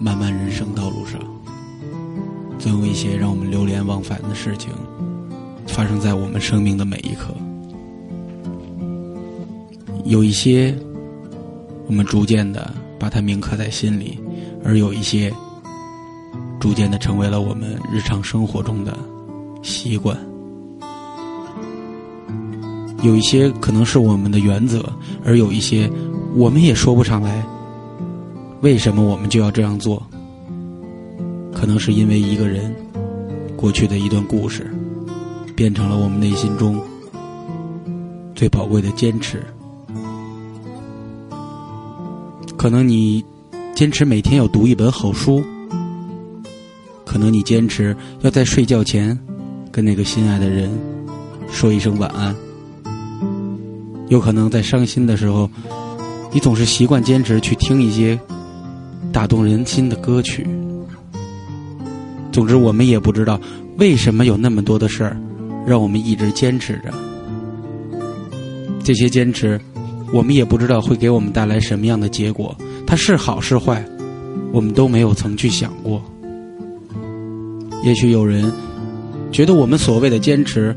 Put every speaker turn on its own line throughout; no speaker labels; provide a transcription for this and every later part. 漫漫人生道路上，总有一些让我们流连忘返的事情，发生在我们生命的每一刻。有一些，我们逐渐的把它铭刻在心里，而有一些，逐渐的成为了我们日常生活中的习惯。有一些可能是我们的原则，而有一些，我们也说不上来。为什么我们就要这样做？可能是因为一个人过去的一段故事，变成了我们内心中最宝贵的坚持。可能你坚持每天要读一本好书，可能你坚持要在睡觉前跟那个心爱的人说一声晚安，有可能在伤心的时候，你总是习惯坚持去听一些打动人心的歌曲。总之，我们也不知道为什么有那么多的事儿，让我们一直坚持着。这些坚持，我们也不知道会给我们带来什么样的结果，它是好是坏，我们都没有曾去想过。也许有人觉得我们所谓的坚持，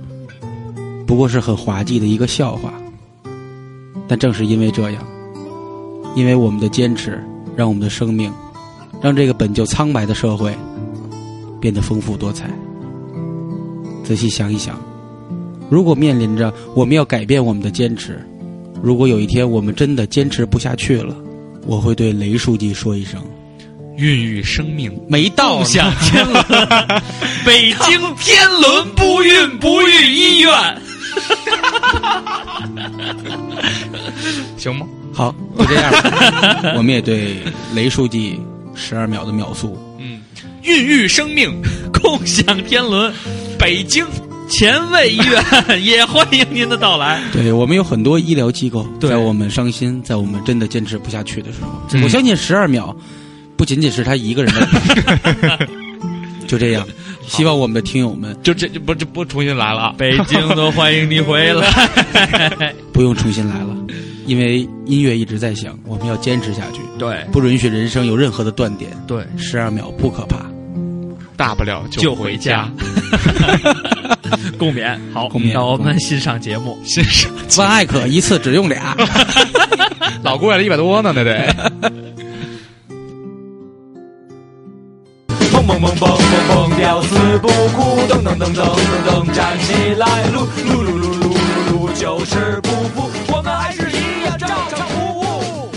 不过是很滑稽的一个笑话。但正是因为这样，因为我们的坚持，让我们的生命，让这个本就苍白的社会变得丰富多彩。仔细想一想，如果面临着我们要改变我们的坚持，如果有一天我们真的坚持不下去了，我会对雷书记说一声
孕育生命，：“
没到
共
呢
享天伦。哦 北京天伦不孕不育医院， 行吗？
好，就这样吧。 我们也对雷书记十二秒的秒速
嗯，孕育生命，共享天伦。北京前卫医院也欢迎您的到来。
对我们有很多医疗机构，
对
在我们伤心，在我们真的坚持不下去的时候，
嗯
我相信十二秒不仅仅是他一个人的故 事。就这样，希望我们的听友们
就这就不就不重新来了啊！北京都欢迎你回来。
不用重新来了，因为音乐一直在响，我们要坚持下去，
对
不允许人生有任何的断点。
对，
十二秒不可怕，
大不了
就
回
回家。 共勉，好，
共勉
那我们欣赏节目， 欣赏。
万艾可一次只用 俩。
老贵了一百多呢，那得。
蹦蹦蹦蹦蹦蹦，屌丝不哭，噔噔噔噔噔噔，站起来，撸撸撸撸撸撸撸，就是不服，我们还是一样照常服务。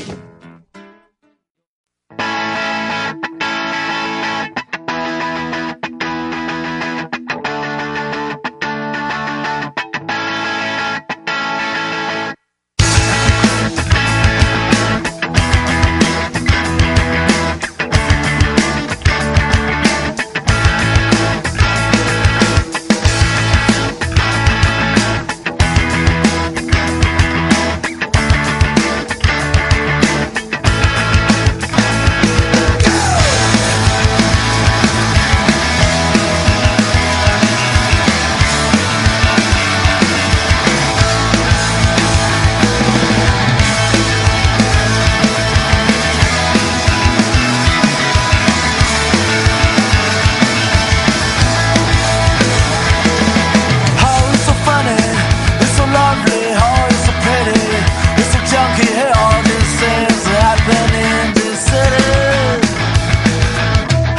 How it's so funny, it's so lovely, how it's so pretty, it's so junky, hey, all these things happen in this city.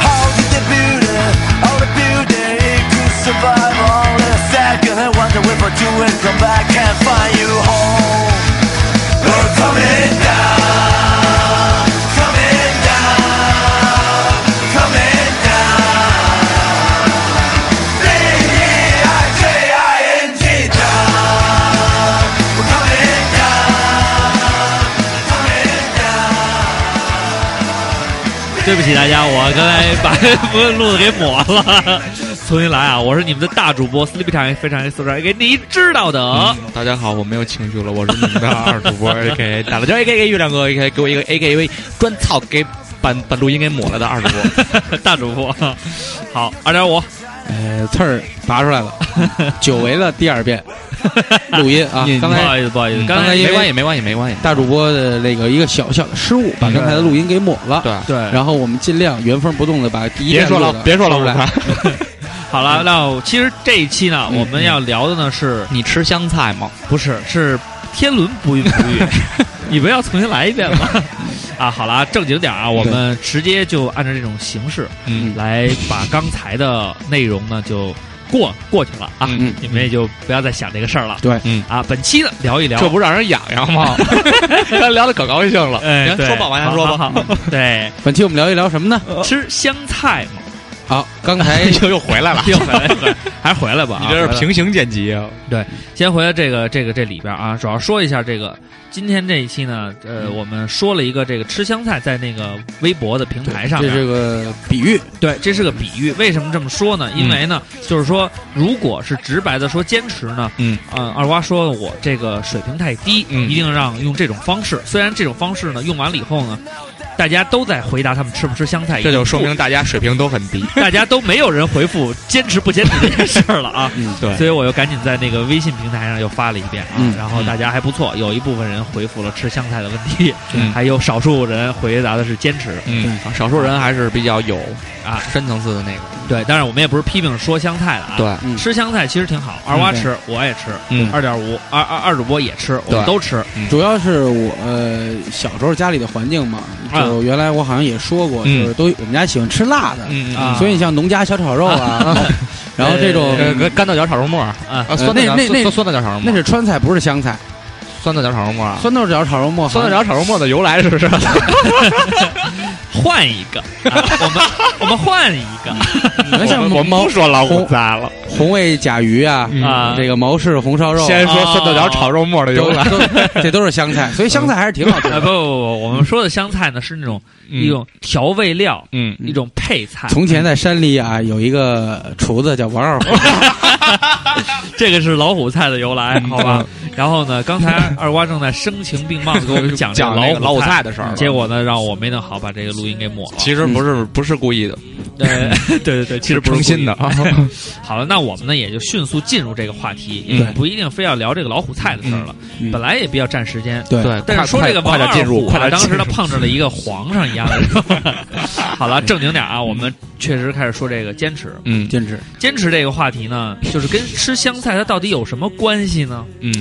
How did the beauty, all the beauty could survive only a second? I wonder if I do it, come back and find you home. We're coming down, coming down, coming down. D-E-I-J-I-N-G down. We're coming down, coming down.
对不起大家，我刚才把 录的给抹了，重新来啊！我是你们的大主播 Sleepy Time，非常 s 给你知道的。
啊大家好，我没有情绪了，我是你们的二主 播 A K，打了叫 A K A 月亮哥 A K，给我一个 A K A 专操给把把录音给抹了的二主播。
大主播，好，二点五，
呃，刺儿拔出来了，久违了第二遍，录音啊
你，
刚
不
才
好意思，不好意思，刚
刚才
才
因
没
为
关系，嗯没关系，没关系。
大主播的那个一个小小的失误，把刚才的录音给抹了。
对，
对，
然后我们尽量原封不动的把第一遍
别说
录
了
的，
别说了，
录
我
出来。
看
好了，那我其实这一期呢，
嗯
我们要聊的呢是
你吃香菜吗？
不是是天伦不孕不育？你们要重新来一遍 吗？啊，好了，正经点儿啊，我们直接就按照这种形式
嗯
来把刚才的内容呢就过过去了啊，
嗯
你们也就不要再想这个事儿了。
对
嗯
啊，本期呢聊一聊
这不让人痒痒 吗？咱聊的可高兴了。
哎，
行
对
说吧，往下说 吧。
好好好对，
本期我们聊一聊什么
嗯
呢？
吃香菜嘛，
好，刚才
又又回来了，
又回来，回来还是回来吧啊。
你这是
回来
平行剪辑啊？
先回到这个这个这里边啊，主要说一下这个今天这一期呢，呃，
嗯
我们说了一个这个吃香菜在那个微博的平台上
啊
这
面，
是个比喻，
对，这是个比喻。为什么这么说
嗯
呢？因为呢，就是说，如果是直白的说坚持呢，
嗯，
呃，二瓜说我这个水平太低，
嗯
一定让用这种方式。虽然这种方式呢用完了以后呢，大家都在回答他们吃不吃香菜，
这就说
已经
明大家水平都很低。
不大家都没有人回复坚持不坚持这件事儿了啊。
嗯，
对
所以我又赶紧在那个微信平台上又发了一遍啊，
嗯
然后大家还不错，有一部分人回复了吃香菜的问 题，
嗯
还有少数人回答的是坚持。
嗯，少数人还是比较有
啊
深层次的那个。
对，当然我们也不是批评说香菜了啊，
对，
嗯
吃香菜其实挺好，二瓜
嗯对
吃，我也吃，
嗯
二点五二二二主播也吃，我
对
们都吃，
主要是我呃小时候家里的环境嘛，就原来我好像也说过，
啊嗯
就是都我们家喜欢吃辣的，
嗯
啊
所以你像农家小炒肉啊， 然后这种
呃，干干豆角炒肉末儿
啊
啊，酸豆角
那那那
酸酸豆角炒肉末
那
儿，
是川菜，不是香菜。
酸豆角炒肉末儿啊。
酸豆角炒肉末，啊
酸豆角炒肉末儿的由来是是，
换一 个，啊我们我们换一 个
你看像
我们
毛
不说老
红
五杂了，
红卫甲鱼啊，
嗯
啊，
这个毛氏红烧肉啊，
先说酸豆角炒肉末儿的由
都
来。
都这都是香菜，所以香菜还是挺好吃
啊不不
的。
不，我们说的香菜呢是那种一种调味料，
嗯，
一种配菜，
从前在山里啊，有一个厨子叫王二 虎，
这个是老虎菜的由来，好吧？
嗯
然后呢，刚才二瓜正在声情并茂的给我们讲这个
讲那个
老
老
虎
五
菜嗯
菜的事儿了。
结果呢，让我没弄好，把这个录音给抹了。
其实不是不是故意的，
呃，对 对对，其实不是
诚心的
故意。
啊。
好了，那我们呢也就迅速进入这个话题，
嗯
也不一定非要聊这个老虎菜的事儿了
嗯嗯，
本来也比较占时间。
对
对，
但
快
是说这个
快快
王
点
二
进入，
虎
快
啊，
点
当
进
时
入
他碰上了一个皇上一样 的。好了，正经点啊，我们确实开始说这个坚持。
嗯
坚持。
坚持这个话题呢，就是跟吃香菜它到底有什么关系呢？
嗯，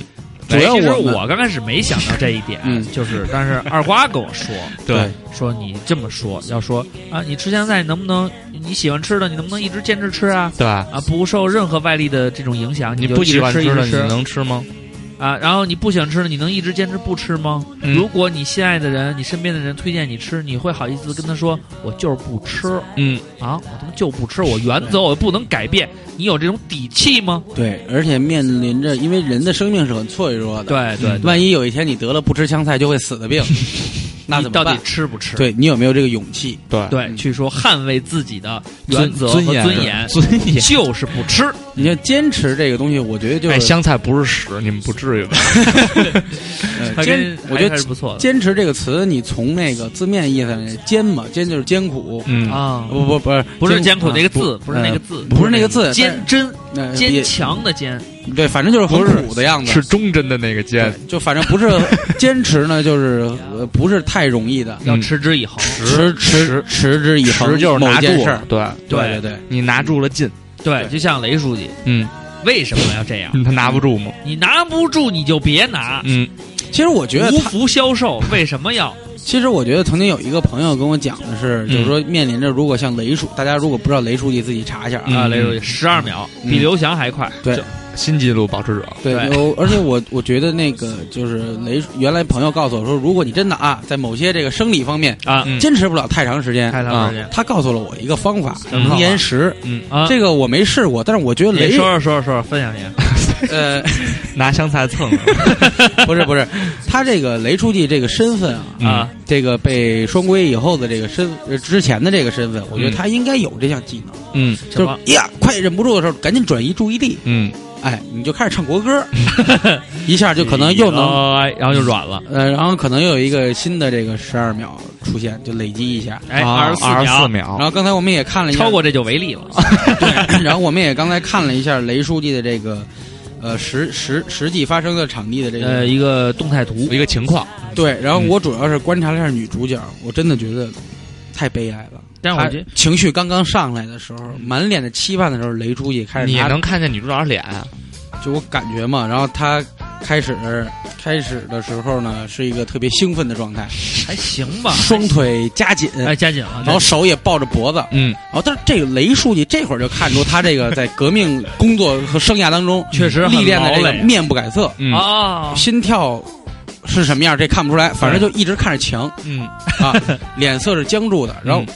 主要
其实
我们
我刚开始没想到这一点，
嗯
就是但是二瓜跟我说，
对，
说你这么说，要说啊，你吃香菜能不能你喜欢吃的，你能不能一直坚持吃啊？
对吧？
啊，不受任何外力的这种影响，
你
就
不
一直
喜欢
吃一
吃的，
直
你
吃
能吃吗？
啊。然后你不喜欢吃的，你能一直坚持不吃吗？
嗯
如果你心爱的人，你身边的人推荐你吃，你会好意思跟他说我就是不吃
嗯，
啊，我他妈就不吃，我原则我不能改变，你有这种底气吗？
对，而且面临着，因为人的生命是很脆弱的，嗯
对对，
万一有一天你得了不吃香菜就会死 的病，那
你
怎么
到底
办？
吃不吃？
对嗯你有没有这个勇气？
对，
对，去说捍卫自己的原则和
尊严
尊严，
尊严。
就是不吃。
你要坚持这个东西，我觉得就
哎，
是、
香菜不是屎，你们不至于吧？
呃
还
坚
跟，
我觉
还
得
是不错的
坚持这个词，你从那个字面意思上，艰嘛，艰就是艰苦，
嗯，
啊，
不不不是
不是艰苦那
那
个字，不是那个字，
啊嗯不是那嗯个字
坚贞
那
坚强的坚，
对，反正就是很苦的样子，
是忠贞的那个
对
奸，
就反正不是坚持呢，就是呃不是太容易的，
要持之以恒。
持持持之以恒，
实就是
某
拿
一件
住
事
了
儿，，
对
对对对，
你拿住了劲，
对，就像雷书记，
嗯，
为什么要这样？
他拿不住吗？
你拿不住你就别拿，
嗯
其实嗯我觉得
无
他，
福消受。为什么要？
其实我觉得曾经有一个朋友跟我讲的是，就是说面临着如果像雷叔，大家如果不知道雷书记，自己查一下啊。
啊，
嗯
雷书记十二秒
嗯
比刘翔还快。
对
就
新纪录保持者，
对，
对
有而且我我觉得那个就是雷，原来朋友告诉我说，如果你真的啊，在某些这个生理方面
啊，
嗯
坚持不了太长时间，
太长时间
啊他告诉了我一个方法，
么方法
无延时。
啊，
这个我没试过，但是我觉得
你
雷
说说说说说，分享一下。
呃
拿香菜蹭，
不是不是，他这个雷书记这个身份啊，
嗯
啊，
这个被双规以后的这个身呃之前的这个身份，我觉
嗯
得他应该有这项技能，
嗯
什
就
么？
是哎呀，快忍不住的时候赶紧转移注意力，
嗯，
哎，你就开始唱国 歌，一下就可能又能。
哎然后就软了。
呃，然后可能又有一个新的这个十二秒出现，就累积一下。
哎，
啊二
十四
十四
秒，
然
秒，
后刚才我们也看了一下，
超过这就违例了。
对，然后我们也刚才看了一下雷书记的这个呃实实实际发生的场地的这个、
呃，一个动态图
一个情况，
对，然后
嗯
我主要是观察了一下女主角，我真的觉得太悲哀了。
但是我觉得嗯
她情绪刚刚上来的时候，满脸的期盼的时候，雷出去开始
你
哎拿
能看见女主角脸啊，
就我感觉嘛，然后他开始开始的时候呢，是一个特别兴奋的状态，
还行吧，
双腿夹紧，
哎加紧了，
然后手也抱着脖子，
嗯，
然哦后但是这个雷书记这会儿就看出他这个在革命工作和生涯当中
确实很
历练的这
劳
个
累
面不改色，
嗯
啊，
心跳。是什么样？这看不出来，反正就一直看着墙
嗯，
啊， 脸色是僵住的。然后
嗯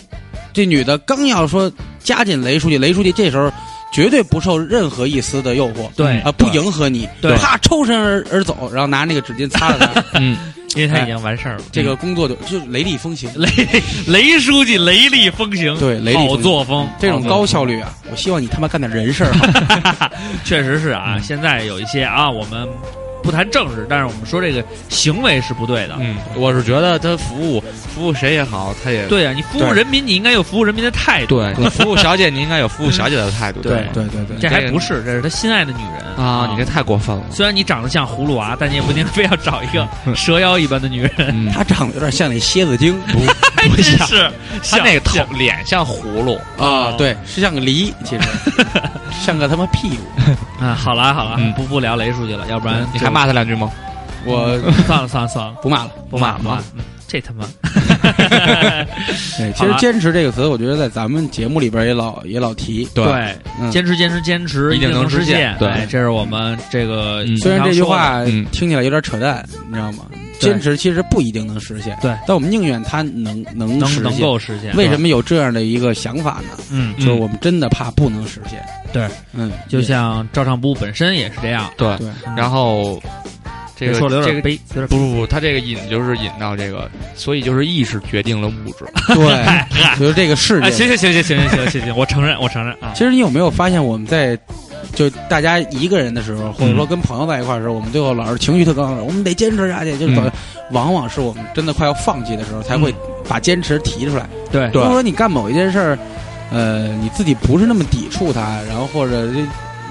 这女的刚要说加紧雷书记，雷书记这时候绝对不受任何一丝的诱惑，
对
啊，不迎合你，
对
啪抽身而而走，然后拿那个纸巾擦了 擦，
嗯，
因为他已经完事儿了。
这个工作就就雷厉风行，
雷雷书记雷厉风行，
对雷厉风行
好作风，
这种
好作
高
风
效率啊，我希望你他妈干点人事儿 好吗，
确实是
嗯
啊，现在有一些啊，我们不谈政治，但是我们说这个行为是不对的。
嗯，我是觉得他服务服务谁也好，他也
对啊，你服务
对
人民，你应该有服务人民的态度。
对，你服务小姐，你应该有服务小姐的态 度。
对对对对，嗯
这还
这个
不是，这是他心爱的女人
啊，你这太过分了。
虽然你长得像葫芦娃，但你也不一定非要找一个
嗯
蛇妖一般的女 人。
嗯，
他长得有点像那蝎子精
真是，
他
像
那个头
像
脸像葫芦，
啊，对，是像个梨，其实 像个他妈屁股，
啊，好了好了
嗯，
不不聊雷书记了，要不然
你
就
还骂他两句吗？
我
算了算了 算了，
不骂了。
不骂
不
不
骂
骂，嗯这他妈
对，其
好
实
了
坚持这个词，我觉得在咱们节目里边也老也老提，
对，
嗯
坚持坚持坚持，
一定
定
能
实
实现对
哎这是我们这个
嗯
虽然这句话
嗯
听起来有点扯淡，你知道吗？
对
坚持其实不一定能实现，
对
但我们宁愿它能能
能
实
能
现。
够实现，
为什么有这样的一个想法呢？
嗯，
就是我们真的怕不能实现。
对，
嗯，
就像照唱部本身也是这样。嗯
对
对，
然后这个
说的有
这
点
个
悲，有点
不不不，他这个引就是引到这个，所以就是意识决定了物质。
对，就是这个世
啊，
界。
行行行行行行行行行，我承认我承认啊
其，实你有没有发现，我们在就大家一个人的时候，或
嗯
者说跟朋友在一块儿的时候，我们最后老是情绪特高昂的时候，我们得坚持下去。就是走
嗯
往往是我们真的快要放弃的时候，才会把坚持提出来。
对
如果说你干某一件事儿，呃，你自己不是那么抵触它，然后或者这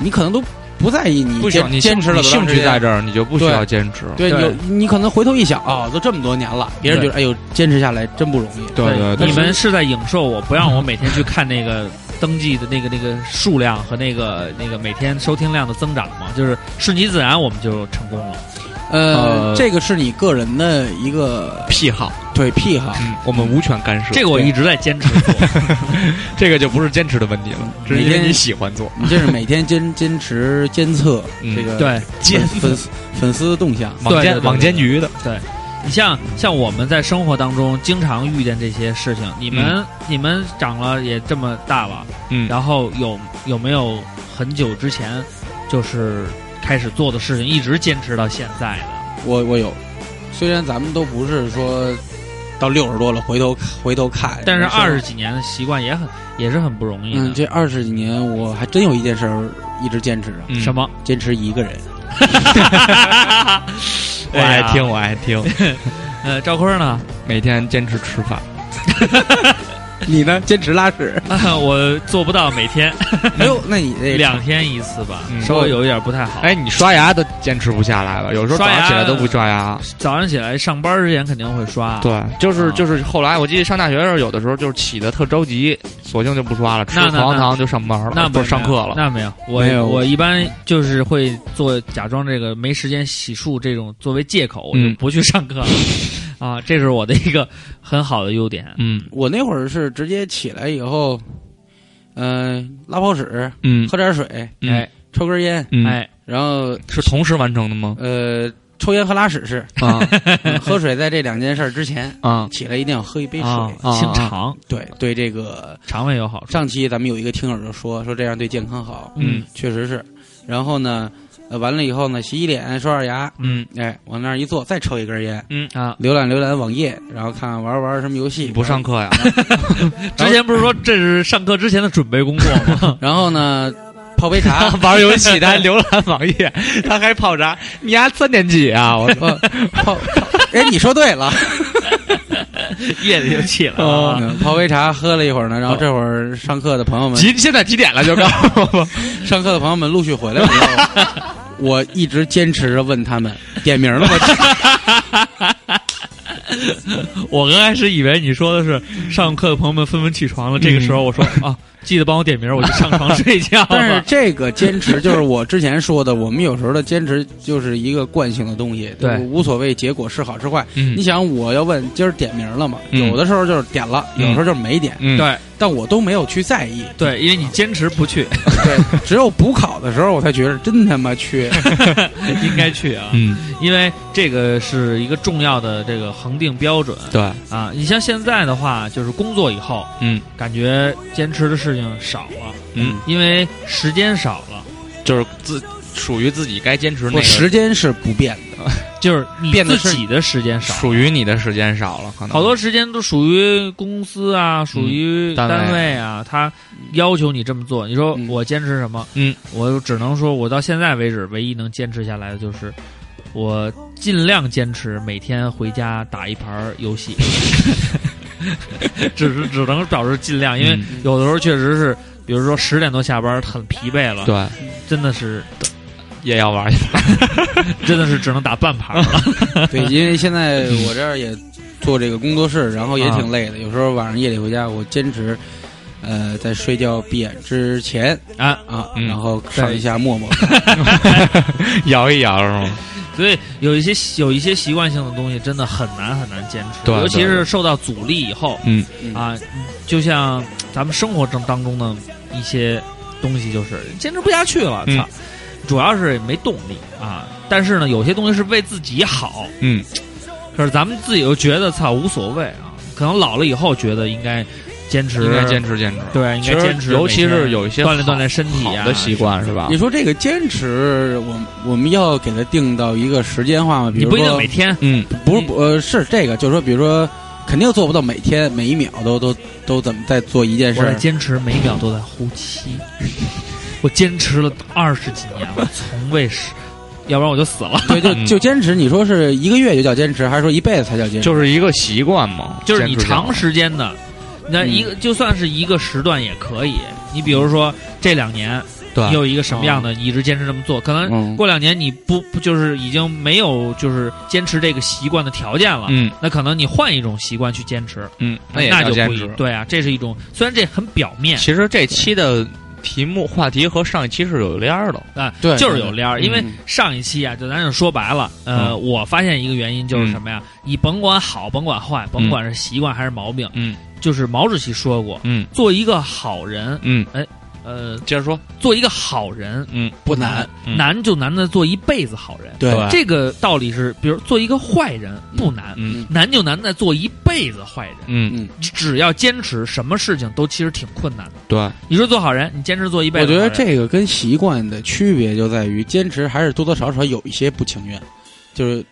你可能都不在意你
不需要
坚
你
坚持了
你
多长
兴
时
趣
间
在这儿，你就不需
对
要坚持。
对，
对
有你可能回头一想啊、都这么多年了，别人觉得哎呦，坚持下来真不容易。
对
你们是在影射我，不让我每天去看那个登记的那个那个数量和那个那个每天收听量的增长吗？就是顺其自然，我们就成功了。
呃，
呃
这个是你个人的一个
癖好，
对癖好，
嗯，我们无权干涉。
这个我一直在 坚持做。
这个就不是坚持的问题了，这是因为你喜欢做。
你这是每天坚坚持监测
嗯
这个
对，
粉粉丝粉丝动向。
网
对对
监
对
网监局的，
你像像我们在生活当中经常遇见这些事情，你们、你们长了也这么大了，
嗯，
然后有有没有很久之前就是开始做的事情，一直坚持到现在的？
我我有，虽然咱们都不是说到六十多了回头回头看，
但是
人生
二十几年的习惯也很也是很不容易的。
嗯，这二十几年我还真有一件事儿一直坚持着，
嗯
什？么？
坚持一个人。
我
哎
爱听，我爱听。
呃，赵坤呢？
每天坚持吃饭，
你呢？坚持拉 屎？
我做不到每天
哎呦，那你这
两天一次吧，
嗯
稍微有一点不太好。
哎，，你刷牙都坚持不下来了，有时候早
刷
上
牙
起来都不刷牙。
早上起来上班之前肯定会刷，
对，就是
啊
就是后来，我记得上大学的时候，有的时候就是起的特着急，索性就不刷了，吃
那
口
那
香
那
糖就上班了，
那
不
没
是上课了。
那没有，我
没有
我一般就是会做假装这个没时间洗漱这种作为借口，我就
嗯
不去上课了。啊，这是我的一个很好的优点。
嗯
我那会儿是直接起来以后，嗯、拉泡屎，
嗯
喝点水，
嗯
哎
抽根烟，
嗯，
哎，
然后
是同时完成的吗？
呃，抽烟和拉屎是、
啊
嗯 喝水，在这两件事儿之前，
嗯
啊，
起来一定要喝一杯水。
啊，
啊
清肠，
对对，这个
肠胃有好处。
上期咱们有一个听友就说说这样对健康好，
嗯
确实是。然后呢，呃，完了以后呢，洗洗脸，刷刷牙，
嗯
哎，往那儿一坐，再抽一根烟，
嗯，
啊，
浏览浏览网页，然后看看玩玩什么游戏，
你不上课 呀？，
之前不是说这是上课之前的准备工作吗？
然后呢，泡杯茶
玩游戏，他还浏览网页，他还泡茶，你丫三年级啊？我
不泡，泡哎，你说对了，
夜里就起来了
哦
啊。
嗯泡杯茶喝了一会儿呢，然后这会儿上课的朋友们，
几现在几点了？就告诉我吧。
上课的朋友们陆续回来了以后，我一直坚持着问他们点名了吗？
我刚开始以为你说的是上课的朋友们纷纷起床了，这个时候我说啊，记得帮我点名，我就上床睡 觉 了。
但是这个坚持就是我之前说的，我们有时候的坚持就是一个惯性的东西，
对
就是无所谓结果是好是坏。
嗯
你想，我要问今儿点名了吗？
嗯
有的时候就是点了，有
嗯
时候就是没点，
嗯，
对
但我都没有去在 意。
对，因为你坚持不去，
对，只有补考的时候，我才觉得真他妈缺。
应该去啊，
嗯，
因为这个是一个重要的这个恒定标准
对，
啊。你像现在的话，就是工作以后，
嗯，
感觉坚持的事情少了，
嗯，
因为时间少了，
就是自属于自己该坚持 那
我
个，
时间是不变的，
就是你
变得
自
是
己的时间少了。
属于你的时间少了，可能
好多时间都属于公司啊，属于
嗯单位
单位啊，他要求你这么做。你说
嗯
我坚持什么？
嗯，
我只能说，我到现在为止，唯一能坚持下来的就是我尽量坚持每天回家打一盘儿 游戏，只是只能表示尽量，因为
嗯
有的时候确实是，比如说十点多下班，很疲惫了，
对
真的是
也要玩一下，
真的是只能打半盘了。
对，因为现在我这儿也做这个工作室，然后也
啊
挺累的。
嗯
有时候晚上夜里回家，我坚持，呃，在睡觉闭眼之前
啊
啊，
嗯
然后上一下陌陌，
摇一摇是吗？
所以有一些有一些习惯性的东西，真的很难很难坚持，
对
尤其
对
是受到阻力以后
嗯
嗯
啊，就像咱们生活中当中的一些东西，就是坚持不下去了，操、
嗯
主要是没动力啊。但是呢，有些东西是为自己好，
嗯，
可是咱们自己又觉得操无所谓啊，可能老了以后觉得应该坚持，
应该坚持坚持。
对，应
其
该
实
坚持每天，
尤其是有一些
锻炼
好
锻炼身体啊
好的习惯是吧
你？说这个坚持，我我们要给它定到一个时间化吗？比
你
如
不一定
说
每，天，
嗯，
不是呃，是这个，就是说，比如说，肯定做不到每天每一秒都都都怎么在做一件事
我在
儿。
坚持每秒都在呼吸，我坚持了二十几年，我从未是，要不然我就死了。
对，就
嗯
就坚持。你说是一个月就叫坚持，还是说一辈子才叫坚持？
就是一个习惯嘛，
就是你
坚持下来嗯
长时间的，那一个、就算是一个时段也可以。你比如说这两年，你
对，嗯
有一个什么样的，你一直坚持这么做，可能
嗯
过两年你不不就是已经没有就是坚持这个习惯的条件了。
嗯
那可能你换一种习惯去坚持，
嗯，那也
那
叫
就
坚
不一
持。
对啊，这是一种虽然这很表面
其实这期的题目话题和上一期是有联儿的，
啊，
对
就是有联儿，
对
因为
嗯
上一期啊，就咱就说白了，呃，
嗯
我发现一个原因就是什么呀？你甭管好，甭管坏，甭管是习惯还是毛病，
嗯
就是毛主席说过，
嗯
做一个好人，
嗯，
呃，
接着说，
做一个好人
嗯，
不
难
难，，
嗯
难就难在做一辈子好人。
对
对
这个道理是，比如做一个坏人不难，
嗯
难就难在做一辈子坏人。
嗯，
只要坚持，什么事情都其实挺困难的。
对，
你说做好人，你坚持做一辈
我
子好
觉
人，
得这个跟习惯的区别就在于，坚持还是多多少少有一些不情愿，就是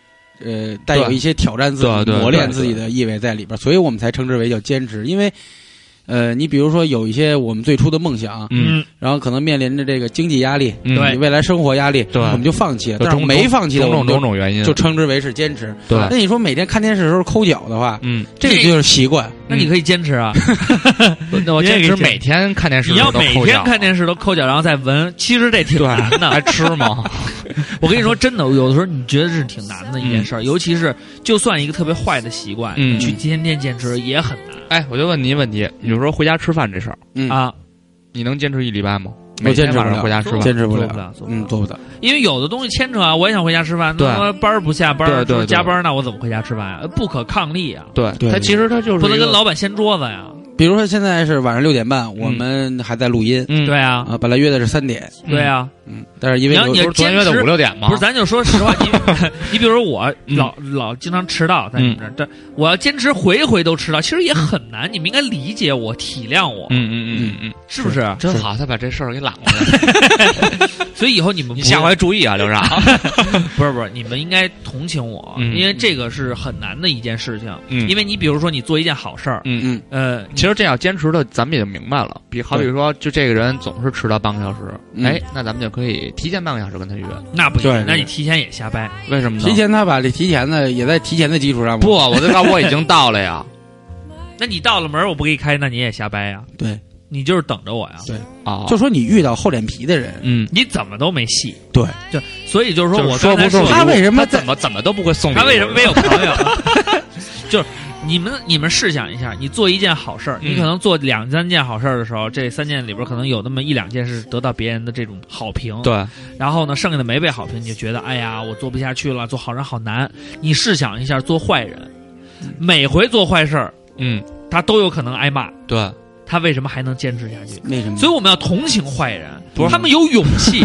呃带有
对
一些挑战自
对啊
己、
对
磨练
对
自己的意味在里边儿，所以我们才称之为叫坚持。因为呃，你比如说有一些我们最初的梦想，啊
嗯
嗯，
然后可能面临着这个经济压力、
嗯
对
你未来生活压力，
对啊
我们就放弃了。
就
但是
种
没放弃的，
种
我
种
们就
种种原因，
就称之为是坚持。
对
那你说每天看电视的时候抠脚的话，
嗯，
这个就是习惯。
那你可以坚持 啊。那我
我
坚
坚
持
持每天看电视，
你要每天
啊
看电视都抠脚，然后再闻，其实这挺难
视还
的。
吃吗？
我跟你说，真的，有的时候你觉得是挺难的一件事儿，尤其是就算一个特别坏的习惯，
嗯
你去天天坚持也很难
哎，我就问你一问题，比如说回家吃饭这事儿，
嗯，
啊，
你能坚持一礼拜吗？
我
每
坚
天
持不
晚上
了，
回家吃饭，
坚持
做
了
不了做不了
嗯，做不到。
因为有的东西牵扯啊，我也想回家吃饭，
对
那他妈班儿不下班儿，
对对
就是
对
加班儿，那我怎么回家吃饭呀？不可抗力啊，
对
对
他
对
其实他就是
不能
一个
跟老板掀桌子呀，
比如说现在是晚上六点半，我们还在录音，
嗯
对啊，
啊，本来约的是三点，
嗯
对啊，
嗯，但是因为
你要
有
你要
不是昨天约
坚
的
持
五六点吗？
不是，咱就说实话，你 你比如说我
啊嗯
老老经常迟到在你们这儿，但我要坚持回回都迟到，其实也很难。你们应该理解我，体谅我，
嗯嗯嗯嗯嗯，
是不是？
真 好，他把这事儿给揽过来，
所以以后你们
你
不
下回注意啊，刘畅。
不是不是，你们应该同情我，
嗯
因为这个是很难的一件事情。
嗯
因为你比如说你做一件好事儿，
嗯
嗯，
呃，你
其实这样坚持的，咱们也就明白了。比好比说，就这个人总是迟到半个小时，
嗯
哎，那咱们就可以提前半个小时跟他约。
那不
对对，
行那你提前也瞎掰。
为什么呢？
提前他把这提前的也在提前的基础上嘛
不，我就告诉我已经到了呀。
那你到了门儿我不给你开，那你也瞎掰呀。
对，
你就是等着我呀。
对，
啊，
就说你遇到厚脸皮的人，
嗯，
你怎么都没戏，
对，
对，所以就是
就
说
是说
我刚才
不送
说
他
礼物
为什么
他怎么怎么都不会送礼物？
他为什么没有朋友？就是你们你们试想一下，你做一件好事儿，
嗯
你可能做两三件好事儿的时候，这三件里边可能有那么一两件是得到别人的这种好评，。
对，
然后呢，剩下的没被好评，你就觉得哎呀，我做不下去了，做好人好难。你试想一下，做坏人，每回做坏事儿，
嗯，
他都有可能挨骂，
对，
他为什么还能坚持下去？
为什么？
嗯所以我们要同情坏人，
不是
他们有勇 气，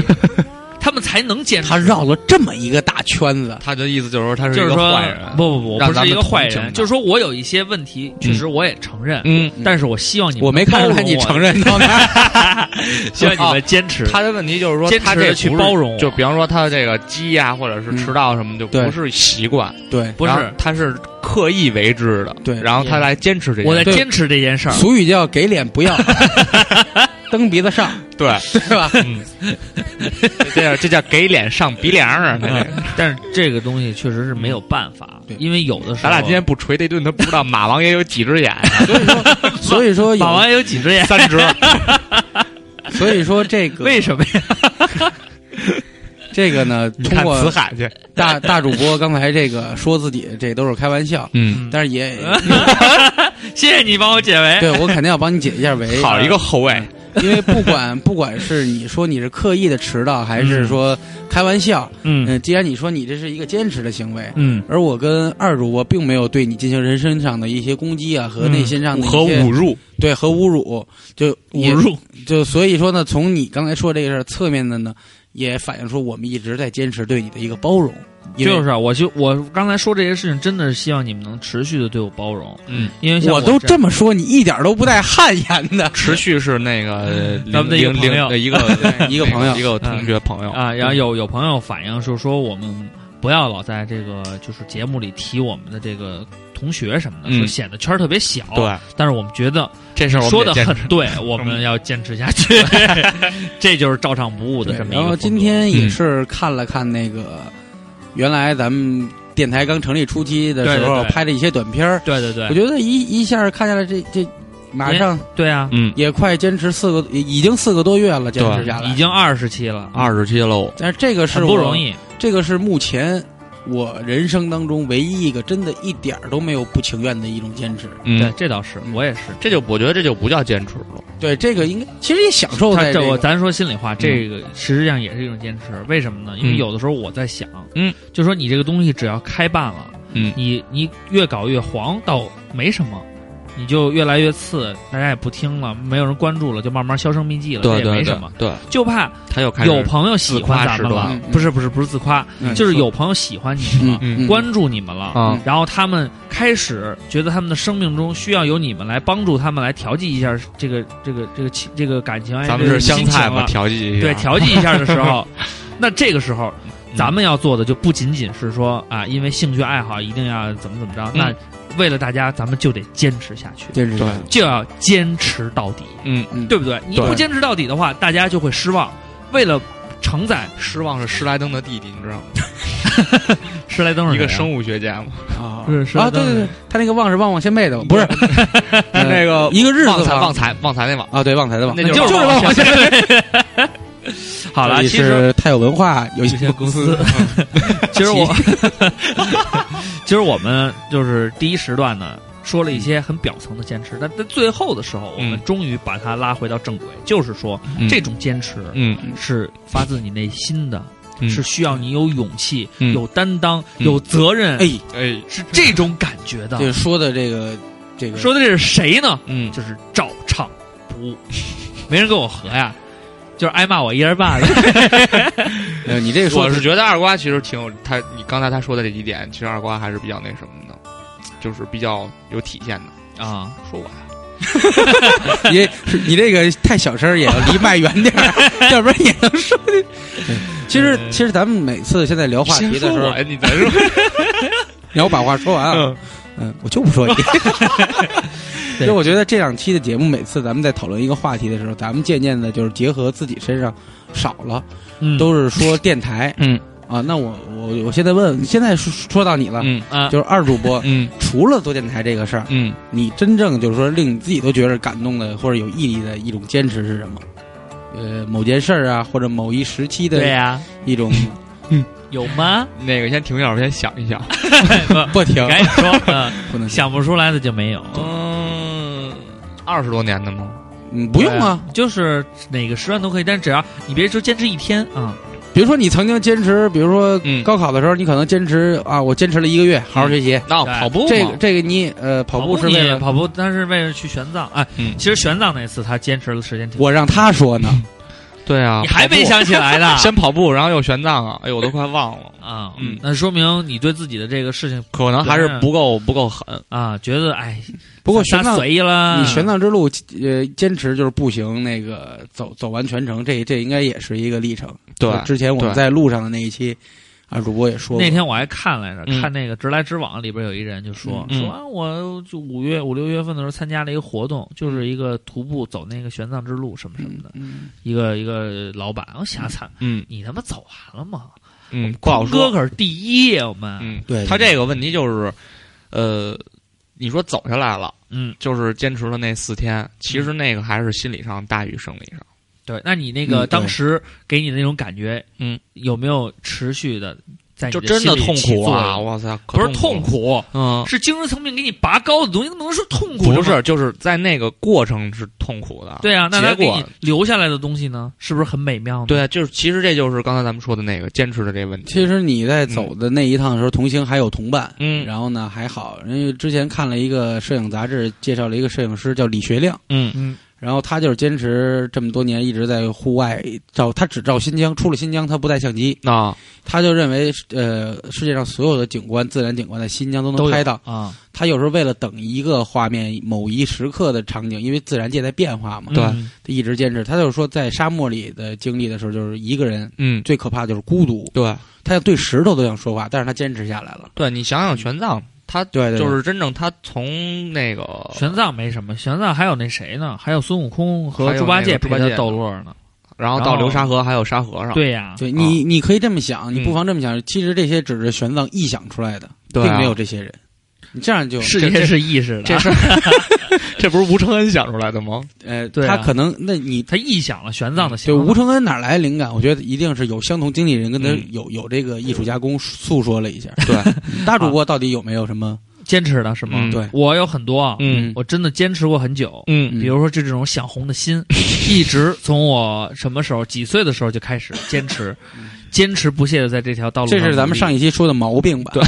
他们才能坚持。
他绕了这么一个大圈子，
他的意思就是说他是
就
一
是
个
说
坏，人，
不不不，我
让
不
咱
是一
们
个坏
同情
人
他，
就是说我有一些问题，确实我也承认，
嗯，
但是我希望你们
我没看出来你承认到哪 儿。
希望你们坚持。
他的问题就是说
坚持
他这
地去
不是
包容我
就比方说他这个鸡呀，或者是迟到什么，就
对
不是习惯，
对，
不
然后
是，
他是刻意为之的，
对
然后他来坚持这件事，
我在
对
坚持这件事 儿。
俗语叫给脸不要，蹬鼻子上，
对，
对吧？
这叫这叫给脸上鼻梁啊！那这个
但是这个东西确实是没有办法
对，
因为有的时
咱
候
俩今天不锤这顿，他不知道马王爷有几只眼，
所以说有，
马王有几只眼，
三只，
所以说这个
为什么呀？
这个呢，
你
通
看
过
辞海去，
大大主播刚才这个说自己这都是开玩笑，
嗯，
但是 也
谢谢你帮我解围。
对我肯定要帮你解一下啊围，
好一个后卫，
因为不管不管是你说你是刻意的迟到，还是说开玩笑，
嗯
嗯，既然你说你这是一个坚持的行为，
嗯，
而我跟二主播并没有对你进行人身上的一些攻击啊和
嗯
内心上的一些
和侮辱，
对和侮辱，就
侮
也
辱
就所以说呢，从你刚才说这个事儿侧面的呢，也反映出我们一直在坚持对你的一个包容，因为
就是啊我就我刚才说这些事情，真的是希望你们能持续的对我包容，
嗯，
因为像
我
这
都这么说，你一点儿都不带汗颜 的。
持续是那个呃
咱们的一个
零
朋
零
友
的一个
一个朋友
一个同学朋友，
啊，然后有有朋友反映说说我们不要老在这个就是节目里提我们的这个同学什么的，
嗯
说显得圈儿特别小。，
对，
但是我们觉得
这事儿我们
说
也
的
坚
很
持嗯
对，我们要坚持下 去，这就是照常不误的
对
这么一个
然后今
风格
天也
嗯
是看了看那个，原来咱们电台刚成立初期的
对
时
对
候
对
拍的一些短片儿，
对对
我
对，
觉得一一下看下来这，这马上
对啊，
嗯，
也快坚持四个，已经四个多月了，坚持
对
下来
已。经二十期了，
二十期了，
但是这个是
很不
我
容，易。
这个是目前我人生当中唯一一个真的一点儿都没有不情愿的一种坚持。
对
嗯，，
这倒是，
嗯
我也是。
这就我觉得这就不叫坚持了，
对，这个应该其实也享受
他
在
这我
个。
咱说心里话，这个实际上也是一种坚持。为什么呢？因
嗯
为有的时候我在想，
嗯，
就说你这个东西只要开办了，
嗯
你你越搞越黄倒没什么，你就越来越次，大家也不听了，没有人关注了，就慢慢销声匿迹了，这
对
也
对
没
对
什么。，
对，
就怕
他又开始
有朋友喜欢咱们
自夸
了
是吧，
不是不是不是自夸，
嗯
就是有朋友喜欢你们
嗯
了，
嗯，
关注你们了，
啊
然后他们开始觉得他们的生命中需要有你们来帮助他们来调剂一下这个这个这个情这个感情，哎
咱们
这
是
个
香
心情
菜嘛，
了
啊调剂一下，
对，调剂一下的 时候，那这个时候
嗯
咱们要做的就不仅仅是说啊，因为兴趣爱好一定要怎么怎么着，那为了大家，咱们就得坚持下去，
坚持下
对
来，
就要坚持到底，
嗯，
嗯，
对不对？你
对
不坚持到底的话，大家就会失望。为了承载
失望是施莱登的弟弟，你知道吗？
施莱登是
一个
谁啊
生物学家 嘛，
啊
是是
啊，对
当
对
然
对，他那个旺是旺旺仙贝的吧，不是呃
那 个
一个日
旺
字
财
旁
旺财旺财那网，
啊，对旺财的旺，
那
那
就是
是
王
旺
小
旺仙贝。
好了，
这里
其实
是太有文化有限公司，
其实我， 其实我们就是第一时段呢，说了一些很表层的坚持，但在最后的时候，我们
嗯
终于把它拉回到正轨，就是说
嗯
这种坚持
嗯
是发自你内心的，
嗯
是需要你有勇气、
嗯
有担当、
嗯
有责任，
哎，
哎，
是这种感觉的。
这说的这个这个
啊说的这是谁呢？
嗯，
就是照唱不误， 没人跟我合呀，就是挨骂我一人 骂的。
呃，你这个说
我
的
是觉得二瓜其实挺有他，你刚才他说的这几点，其实二瓜还是比较那什么的，就是比较有体现的。
啊，
说我呀，
你是你这个太小声儿也要离麦远点儿，要不然也能说的。其实其实咱们每次现在聊话题
先
的
说
时候
我，呀，你再说。
让我把话说完啊。嗯，我就不说你。因为我觉得这两期的节目，每次咱们在讨论一个话题的时候，咱们渐渐的就是结合自己身上少了，
嗯，
都是说电台
嗯
啊，那我我我现在问，现在说说到你了，
嗯
啊，
就是二主播，
嗯
除了做电台这个事儿，
嗯，
你真正就是说令你自己都觉得感动的或者有意义的一种坚持是什么？呃，某件事儿啊，或者某一时期
对
的
呀，
一种
有 吗？
那个先停一下，我先想一想。
不停，
赶紧说，嗯，
不能停
想不出来的就没有。
嗯，二十多年的吗？
嗯，不用啊。
就是哪个时段都可以，但只要你别说坚持一天啊，
比如说你曾经坚持，比如说
嗯
高考的时候，你可能坚持啊，我坚持了一个月，好好学习。
那我
对
跑步
这
嘛
个这个你呃，跑步是为
你
了
跑步，但是为了去玄奘。哎，
嗯
其实玄奘那次他坚持的时间挺，
我让他说呢，
对啊，
你还
跑步
没想起来 呢
先跑步，啊然后又玄奘啊，哎呦，我都快忘了，
啊？
嗯
那说明你对自己的这个事情
可能还是不够不够狠。
啊，觉得哎，
不过玄
太
奘。
随意了。
你玄奘之路，呃，坚持就是步行，那个走走完全程，这这应该也是一个历程。
对
之前我们
对
在路上的那一期，啊，主播也说过
那天我还看来着，
嗯
看那个《直来直往》里边有一人就说、
嗯嗯
说啊，我就五月五六月份的时候参加了一个活动，就是一个徒步走那个玄奘之路什么什么的，
嗯
一个一个老板。我想操，
嗯
你他妈走完了吗？
嗯，不好
哥
说。
可是第一，我们
嗯，
对
他
对
这个问题就是，呃，你说走下来了，
嗯
就是坚持了那四天，其实那个还是心理上大于生理上。
对。那你那
嗯
个
对
当时给你的那种感觉，
嗯，
有没有持续的在你
就真的
心里
痛
起
苦
作
啊！
用？
我操，可
不是痛
苦
苦，
了，嗯，
是精神层面给你拔高的东西，那不能说痛苦？
不是，就是在那个过程是痛苦的。
对啊，那他
结
给
果
你留下来的东西呢，是不是很美妙呢？
对，就是其实这就是刚才咱们说的那个坚持的这个问题。
其实你在走的那一趟的时候，同行还有同伴，
嗯
然后呢还好，因为之前看了一个摄影杂志，介绍了一个摄影师叫李学亮，
嗯
嗯，
然后他就是坚持这么多年一直在户外照，他只照新疆，出了新疆他不带相机，
啊，
他就认为呃世界上所有的景观、自然景观在新疆都
都
能
有
拍到。
啊，
他有时候为了等一个画面、某一时刻的场景，因为自然界在变化嘛，
对
嗯
他一直坚持。他就是说在沙漠里的经历的时候，就是一个人
嗯，
最可怕就是孤独，
对
他对石头都想说话，但是他坚持下来了。
对，你想想玄奘，他
对对，对
就是真正他从那个
玄奘没什么，玄奘还有那谁呢？还有孙悟空和
还有
猪八戒
那个
陪
猪八
他
戒
斗乐呢。
然后到流沙河还有沙和尚，
对呀，
对你，你可以这么想，你
嗯
不妨这么想。其实这些只是玄奘臆想出来的，
对啊
并没有这些人。你这样就
世界是意识的
这
啊，
事 儿，这不是吴承恩想出来的吗？
呃，
对啊
他可能那你
他臆想了玄奘
就
的想
吴
法。
承恩哪来灵感？我觉得一定是有相同经理人跟他
嗯
有有这个艺术加工诉说了一下。
对，
大主播到底有没有什么？
坚持的是吗
嗯？
对
我有很多，啊
嗯
我真的坚持过很久。
嗯
比如说，就这种想红的心，一直从我什么时候几岁的时候就开始 坚持，坚持不懈的在这条道路上
这
努力。
是咱们上一期说的毛病吧？对，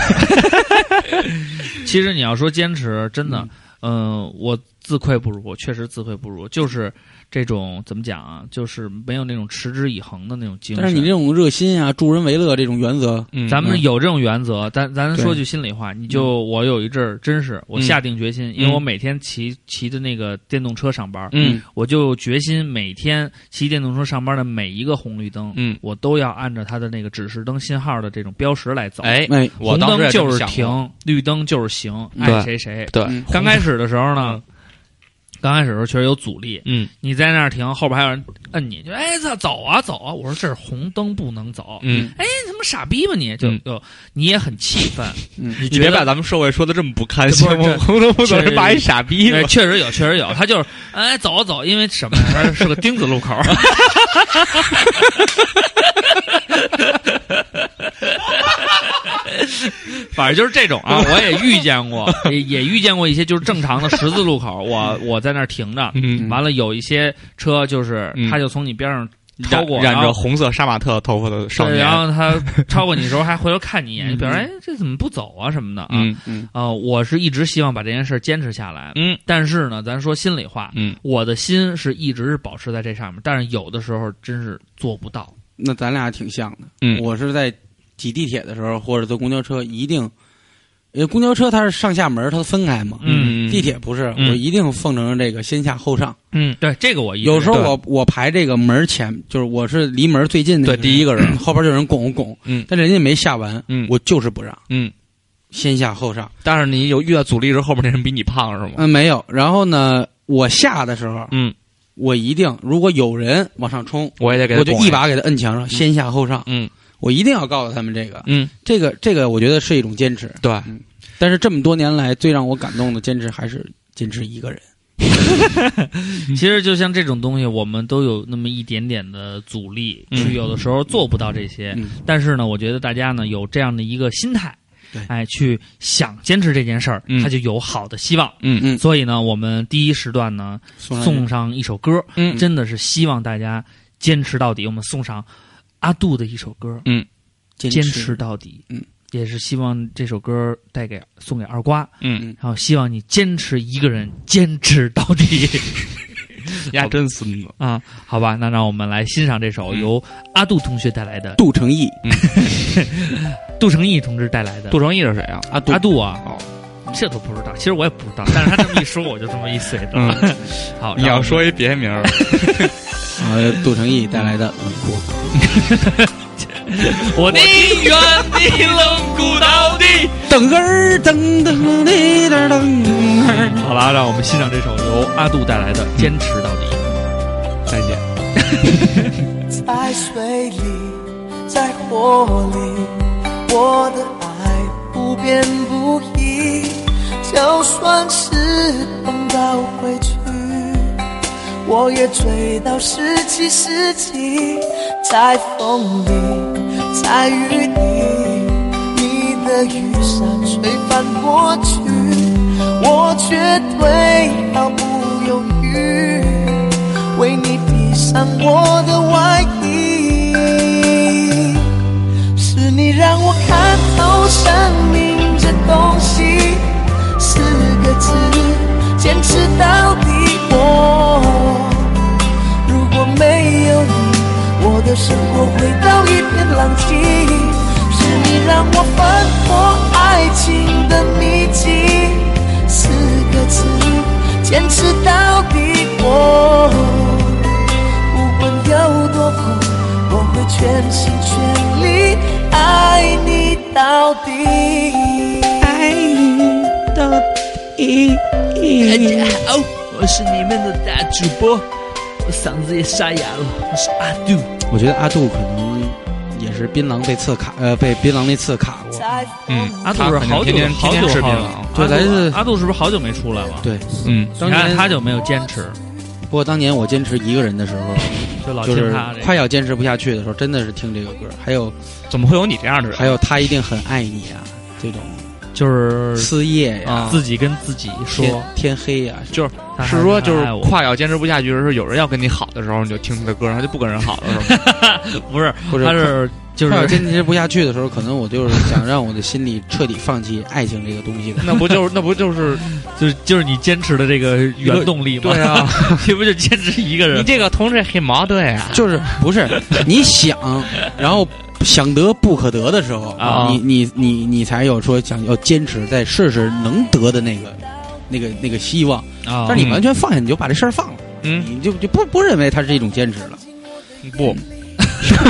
其实你要说坚持，真的，嗯、我自愧不如，我确实自愧不如，就是这种怎么讲啊，就是没有那种持之以恒的那种精神。
但是你这种热心啊、助人为乐这种原则，
嗯
咱
嗯
们有这种原则，咱咱
对嗯
说句心里话，你就我有一阵儿，真是我
嗯
下定决心，因为
嗯
我每天骑骑着那个电动车上班，
嗯
我就决心每天骑电动车上班的每一个红绿灯，
嗯，
我都要按照它的那个指示灯信号的这种标识来走。，
哎，
哎，
我
红
当时
灯
也这
就
么
是
想过，
停，绿灯就是行，
嗯
爱谁谁。
对，
嗯
刚开始的时候呢，刚开始的时候确实有阻力，
嗯
你在那儿停，后边还有人摁你，就哎走走啊走啊，我说这是红灯不能走，哎你
嗯，
他妈傻逼吧你，就
嗯
就你也很气 愤，
嗯
你
你
觉
别把
得。
咱们社会说的这么不堪，
这
行
不是
吗？
这
红灯不走
这，
把一傻逼吧
对，哎确实有，确实有，他就是，哎，走啊走，因为什么呀？他是个丁字路口， 反正就是这种啊，我也遇见过，也也遇见过一些就是正常的十字路口，我我在那儿停着，
嗯，
完了有一些车就是
嗯
他就从你边上超
染
过，
染
然
着
后
红色杀马特头发的少
对，
年
然，后他超过你的时候还回头看你一眼，就表
嗯
示哎这怎么不走啊什么的啊。
嗯
啊，我是一直希望把这件事儿坚持下来，
嗯
但是呢，咱说心里话，
嗯，
我的心是一直是保持在这上面，但是有的时候真是做不到。
那咱俩挺像的。
嗯
我是在挤地铁的时候或者坐公交车，一定，因为公交车它是上下门，它分开嘛。
嗯
地铁不是，
嗯
我一定奉承这个先下后上。
嗯，
对，这个我一直
有时候
对
我我排这个门前，就是我是离门最近的
对第一个人
后边就有人拱拱，
嗯
但人家没下完，
嗯
我就是不让，
嗯，
先下后上。
但是你有遇到阻力之后，后面那人比你胖是吗？
嗯，没有。然后呢，我下的时候，
嗯，
我一定如果有人往上冲，
我也得给他
我就
拱
一把给他摁墙上，先下后上。
嗯，
我一定要告诉他们这个，
嗯，
这个这个，我觉得是一种坚持。
对，
但是这么多年来，最让我感动的坚持还是坚持一个人。
其实就像这种东西，我们都有那么一点点的阻力，
嗯
去有的时候做不到这些。
嗯
但是呢，我觉得大家呢有这样的一个心态
对，
哎，去想坚持这件事儿，
嗯
它就有好的希望。
嗯
嗯，
所以呢，我们第一时段呢
送上
送上一首歌，
嗯
真的是希望大家坚持到底。我们送上阿杜的一首歌，
坚
坚持到底。
嗯，
也是希望这首歌带给送给二瓜，
嗯，
然后希望你坚持一个人坚持到底
呀，真孙子，
啊！好吧，那让我们来欣赏这首
嗯
由阿杜同学带来的
杜成义
杜成义同志带来的
杜成义是谁啊？
阿杜
阿杜啊。
哦
这都不知道，其实我也不知道，但是他这么一说，我就这么一随的了。好，
你要
让我们
说一别 名儿，
呃，杜成义带来的《五国》。
我宁愿你冷酷到底。
噔儿噔噔噔噔噔儿。
好了，让我们欣赏这首由阿杜带来的《坚持到底》。
再见。
在水里，在火里，我的爱不变不移。就算是碰到回去，我也追到十七世纪。在风里，在雨里，你的雨伞吹翻过去，我绝对毫不犹豫。为你披上我的外衣。是你让我看透生命这东西，四个字，坚持到底。我如果没有你，我的生活回到一片狼藉。是你让我翻破爱情的秘籍，四个字，坚持到底。我不管有多苦，我会全心全力爱你到底。爱你到底。
大家好，我是你们的大主播，我嗓子也沙哑了，我是阿杜。
我觉得阿杜可能也是槟榔被刺卡，呃，被槟榔那次卡过。
嗯，
阿杜
他
是
肯定
好久
天天
好
天
久
天吃槟啊
好
对
榔，
久阿杜
来自
阿杜是不是好久没出来了？
对，
嗯
你
当
看
年
他就没有坚持，
不过当年我坚持一个人的时候，
就老
就
哦听
是
他这个
快要坚持不下去的时候，真的是听这个歌。还有
怎么会有你这样的人？
还有，他一定很爱你啊，这种
就是
思夜呀、
自己跟自己说，
天天黑呀、
就是
他还
是说就是
爱我
快要坚持不下去的时候，有人要跟你好的时候，你就听他的歌，然后就不跟人好了，是吗？
不是，
或者
他是就
快要
是
坚持不下去的时候，可能我就是想让我的心里彻底放弃爱情这个东西的。
那不就是那不就是
就是就是你坚持的这个原动力 吗？
对啊，
你不就坚持一 个
你
人？
这个同志很矛盾啊？
就是不是你想，然后想得不可得的时候，
啊
你你你你才有说想要坚持再试试能得的那个那个那个希望。
啊，
但是你完全放下，你就把这事儿放了，
嗯，
你就就不不认为它是一种坚持了。
不，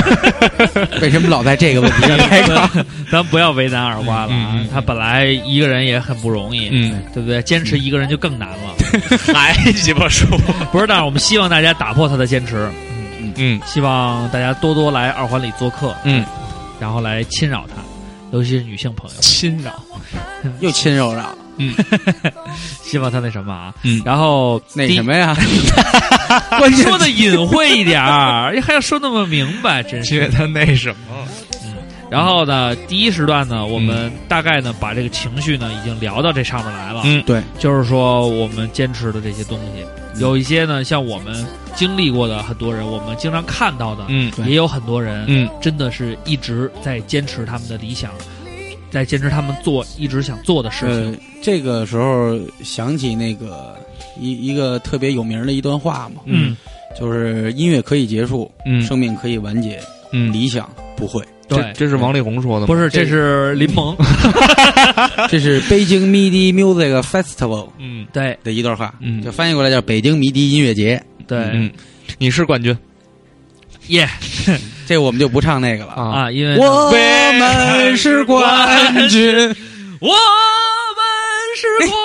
为什么老在这个问 题上开杠？
咱不要为难二瓜了
嗯嗯
啊
嗯！
他本来一个人也很不容易，
嗯，
对不对？坚持一个人就更难 了。
还鸡巴说，
不是，但是我们希望大家打破他的坚持，
嗯
希望大家多多来二环里做客，
嗯，
然后来侵扰他，尤其是女性朋友，
亲扰，
又亲柔了，
希望他那什么啊，
嗯
然后
那
第
什么 呀？关键
说的隐晦一点儿，还要说那么明白，真
因为
是。
他那什么，
然后呢，第一时段呢，我们大概呢把这个情绪呢已经聊到这上面来了，
嗯
对，
就是说我们坚持的这些东西，有一些呢像我们经历过的很多人，我们经常看到的，
嗯
对
也有很多人，
嗯
真的是一直在坚持他们的理想，在坚持他们做一直想做的事情。
呃，这个时候想起那个一一个特别有名的一段话嘛，
嗯
就是音乐可以结束，
嗯
生命可以完结，
嗯，
理想不 会。
对
这，这嗯是王力宏说的吗？
不是，这是林萌，
这是北京 MIDI Music Festival
嗯
对
的一段话，
嗯
就翻译过来叫北京迷笛音乐节。
对
嗯，你是冠军
耶
这我们就不唱那个了。
啊
啊，因为
我们是冠军，
我们是冠军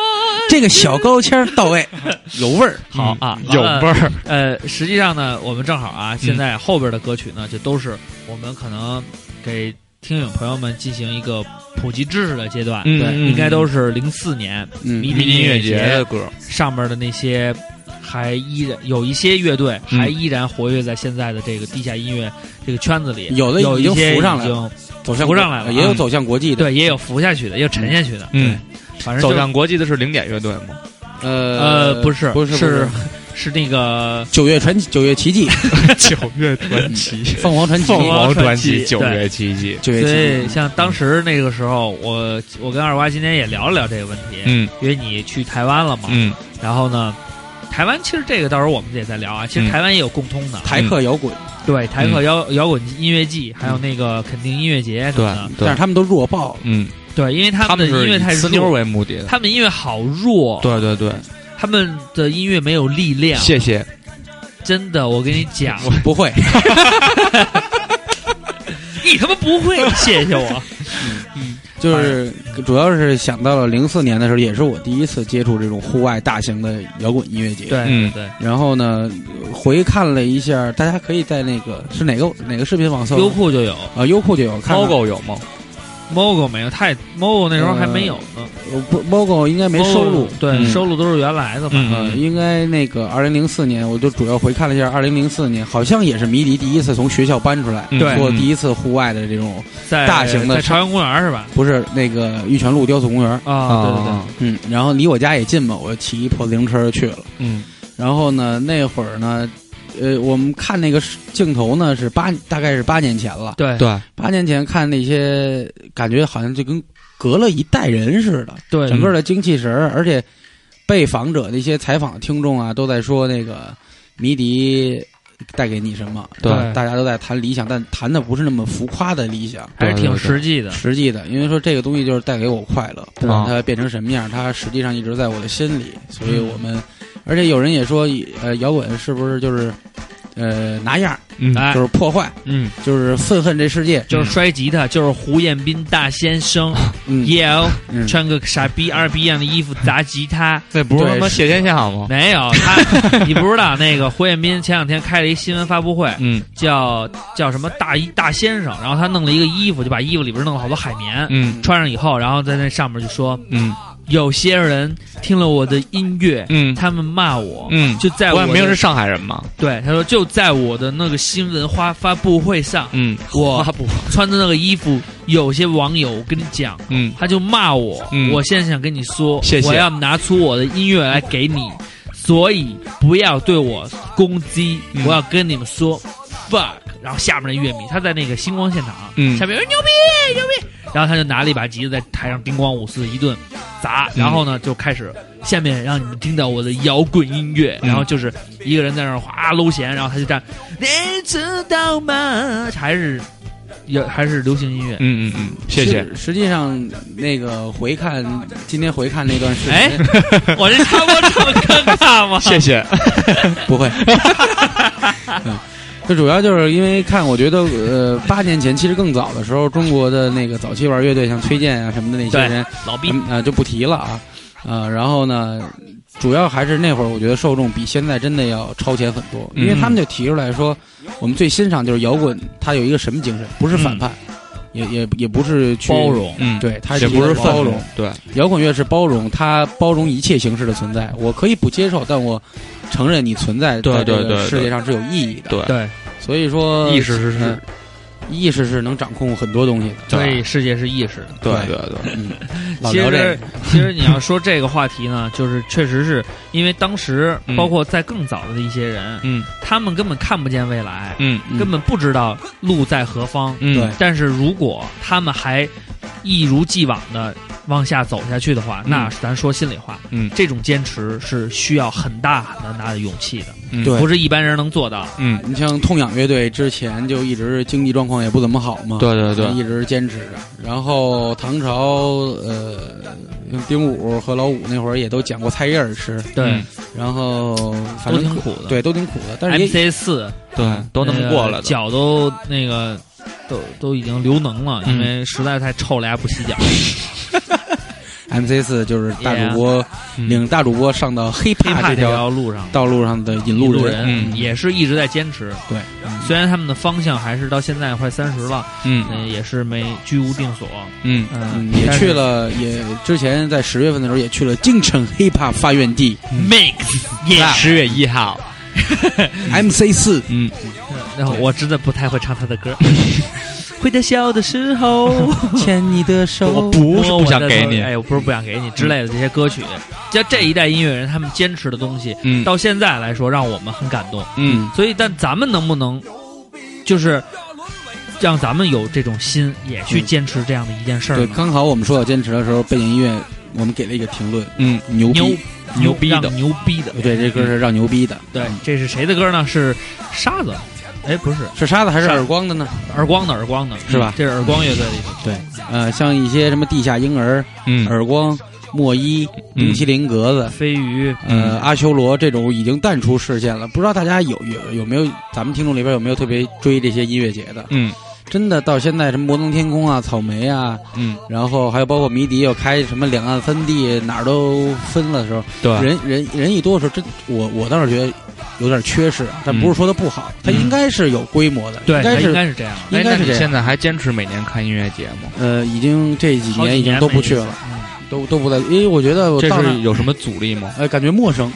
这个小高腔到位， 有味儿。
好啊，
嗯有
完了
味儿，
呃，实际上呢，我们正好啊，现在后边的歌曲呢，就都是我们可能给听友朋友们进行一个普及知识的阶段，
嗯
对，
嗯
应该都是零四年
嗯
迷
迷
笛
笛音乐节
节
的歌，
上面的那些，还依然有一些乐队
嗯
还依然活跃在现在的这个地下音乐这个圈子里，
有的
有
已
一
经
些
浮上
已
来
经
走向
浮
国
上来了
也有
嗯
走向国际的。
对，也有浮下去的，也有沉下去的，
嗯
对，反正
走
就
向国际的是零点乐队 吗？
呃
呃不是
不是不
是是那个
九月传奇九月奇迹，
九 月传奇，
凤凰传奇，
凤凰传
对
奇，九月奇迹。
九月
所
奇
以
迹，
像当时那个时候，我我跟二瓜今天也聊了聊这个问题，
嗯
因为你去台湾了嘛，
嗯，
然后呢，台湾其实这个到时候我们也在聊啊，其实
嗯
台湾也有共通的，
台客摇滚，
对台客摇、摇滚音乐季，还有
嗯
那个肯定音乐节什么
对
的，
嗯但是
对，
他们都弱爆，
嗯，
对，因为他
他
们
们
的
是
音乐
以
太
呲妞
弱，
为目的的。
他们音乐好弱，
对对对，
他们的音乐没有力量，
谢谢。
真的，我跟你讲，
不会，
你他妈不会，谢 谢我，
就是主要是想到了零四年的时候，也是我第一次接触这种户外大型的摇滚音乐节。
对、
嗯
对
然后呢，回看了一下，大家可以在那个是哪个哪个视频网搜
对，优酷就有
啊，优酷就有看看。
Mogo 有吗？
，Mogo 没有，太 Mogo 那时候还没有呢。
呃不 Mogo 应该没收录。
对，
嗯
收录都是原来的嘛。
呃，
嗯
应该那个二零零四年，我就主要回看了一下二零零四年，好像也是迷笛第一次从学校搬出来，
嗯
对
做
嗯
第一次户外的这种，
在
大型的
在朝阳公园是吧？
不是那个玉泉路雕塑公园，
啊，对对对，
嗯，然后离我家也近嘛，我骑一破自行车去了。
嗯
然后呢，那会儿呢，呃，我们看那个视镜头呢是八，大概是八年前了。
对
对，
八年前看那些，感觉好像就跟隔了一代人似的，
对
整个的精气神儿。而且被访者的一些采访听众啊，都在说那个迷笛带给你什么。
对
大家都在谈理想，但谈的不是那么浮夸的理想，
还是
对对
挺
对
实际的。
实际的。因为说这个东西就是带给我快乐，不管
啊
它变成什么样，它实际上一直在我的心里。所
嗯
以我们，而且有人也说，呃，摇滚是不是就是呃拿样儿，
嗯
哎
就是破坏，
嗯，
就是愤恨这世界。
就是摔吉他，就是胡彦斌大先生，
嗯，
耶哦，
嗯
穿个傻逼二逼样的衣服砸吉他，
那不是
对
他妈谢天下吗？
没有他，你不知道那个胡彦斌前两天开了一新闻发布会，
嗯
叫叫什么大衣大先生，然后他弄了一个衣服，就把衣服里边弄了好多海绵，
嗯
穿上以后，然后在那上面就说，
嗯
有些人听了我的音乐，
嗯
他们骂我，
嗯，
就在
胡
我
彦明
的
是上海人嘛？
对，他说就在我的那个新闻发发布会上，
嗯
我穿的那个衣服，有些网友我跟你讲，
嗯，
他就骂我，
嗯
我现在想跟你说，
谢谢
我要拿出我的音乐来给你，所以不要对我攻击，
嗯
我要跟你们说 fuck。然后下面的乐迷，他在那个星光现场，啊
嗯
下面有人牛逼牛逼，然后他就拿了一把吉他在台上叮咣五四一顿砸，
嗯
然后呢就开始下面让你们听到我的摇滚音乐，
嗯
然后就是一个人在那儿哗搂弦，然后他就这样，你知道吗？还是也还是流行音乐，
嗯嗯嗯，谢谢。
实实际上，那个回看今天回看那段视频，
哎 我这插播这么尴尬吗？
谢谢，
不 会。嗯，这主要就是因为看，我觉得呃，八年前其实更早的时候，中国的那个早期玩乐队，像崔健啊什么的那些
对
人，
老毕
咱，们呃就不提了啊。呃，然后呢，主要还是那会儿，我觉得受众比现在真的要超前很多，因为
嗯
他们就提出来说，我们最欣赏就是摇滚，它有一个什么精神，不是反叛，也也也不是去
包容
嗯，
对他
也
是一
不
个
是
包
愤怒
容，
对，
摇滚乐是包容，它包容一切形式的存在。我可以不接受，但我承认你存在
对
在这
对对
个
对
世界上是有意义的。
对
对，
所以说，
意识是
嗯意识是能掌控很多东西的。
所以世界是意识的。
对
对
对对，
嗯，老
其
聊这
实
个，，
其实你要说这个话题呢， 就是确实是因为当时
嗯
包括在更早的一些人，
嗯
他们根本看不见未来，
嗯
嗯
根本不知道路在何方。
嗯，
对
但是如果他们还一如既往的往下走下去的话，
嗯
那咱说心里话，
嗯
这种坚持是需要很大很大的勇气的，
嗯
对
不是一般人能做到。
嗯，
你像痛仰乐队之前就一直经济状况也不怎么好嘛，
对对对，
一直坚持着。然后唐朝呃，丁武和老五那会儿也都讲过菜叶儿吃，
对，
然后反
都
正
挺苦的。
对都挺苦的，但是也
MC 四
对，都能过来的。
脚都那个都都已经流脓了，
嗯
因为实在太臭了，呀，不洗脚。
MC 四就是大主播
嗯
领大主播上到黑
黑
怕
怕
这
这
条
条路上，
道路上的引
引
路
路
人。
嗯
也是一直在坚持。
对
嗯，虽然他们的方向还是到现在快三十了，
嗯
嗯，也是没居无定所。
嗯，
嗯
嗯，，也
但是
去了，也之前在十月份的时候也去了京城 hiphop 发源地
Mix，也
嗯
是。
十月一号，
MC 四，
嗯，
然后我真的不太会唱他的歌。 会在笑的时候，
牵你的手
我 不是
摸
不
我
想
的
给
头
你，
哎，我不是不想给你之类的这些歌曲，像这一代音乐人他们坚持的东西，
嗯
到现在来说让我们很感动。
嗯
所以，但咱们能不能，就是让咱们有这种心，也去坚持这样的一件事儿
对，
呢？
刚好我们说到坚持的时候，背景音乐我们给了一个评论，
嗯，
牛逼
牛。
牛逼的
让牛逼的，嗯
对，这歌是让牛逼的，
对，这是谁的歌呢？是沙子，哎，不是
是沙子还是
沙
耳光的呢？
耳光的，耳光的，嗯
是吧
这是耳光乐队的一首，
对，呃，像一些什么地下婴儿、
嗯
耳光、莫伊、
嗯
冰淇淋格子，
飞鱼，
呃，阿修罗这种已经淡出视线了。不知道大家有有有没有咱们听众里边有没有特别追这些音乐节的？
嗯
真的到现在什么摩登天空啊、草莓啊，
嗯，
然后还有包括迷笛又开什么两岸三地哪儿都分了的时候，
对，
人人人一多的时候，真我我倒是觉得有点缺失，但不是说它不好，它应该是有规模的，
嗯对，
应该
它应
是
该是这样的。
应
哎，
该
那
是
你
这样。
现在还坚持每年看音乐节吗？
呃，已经这几
好几
年已经都不去了，
没意
都都不在，因为我觉得我
这
到那
是有什么阻力吗？
呃感觉陌生，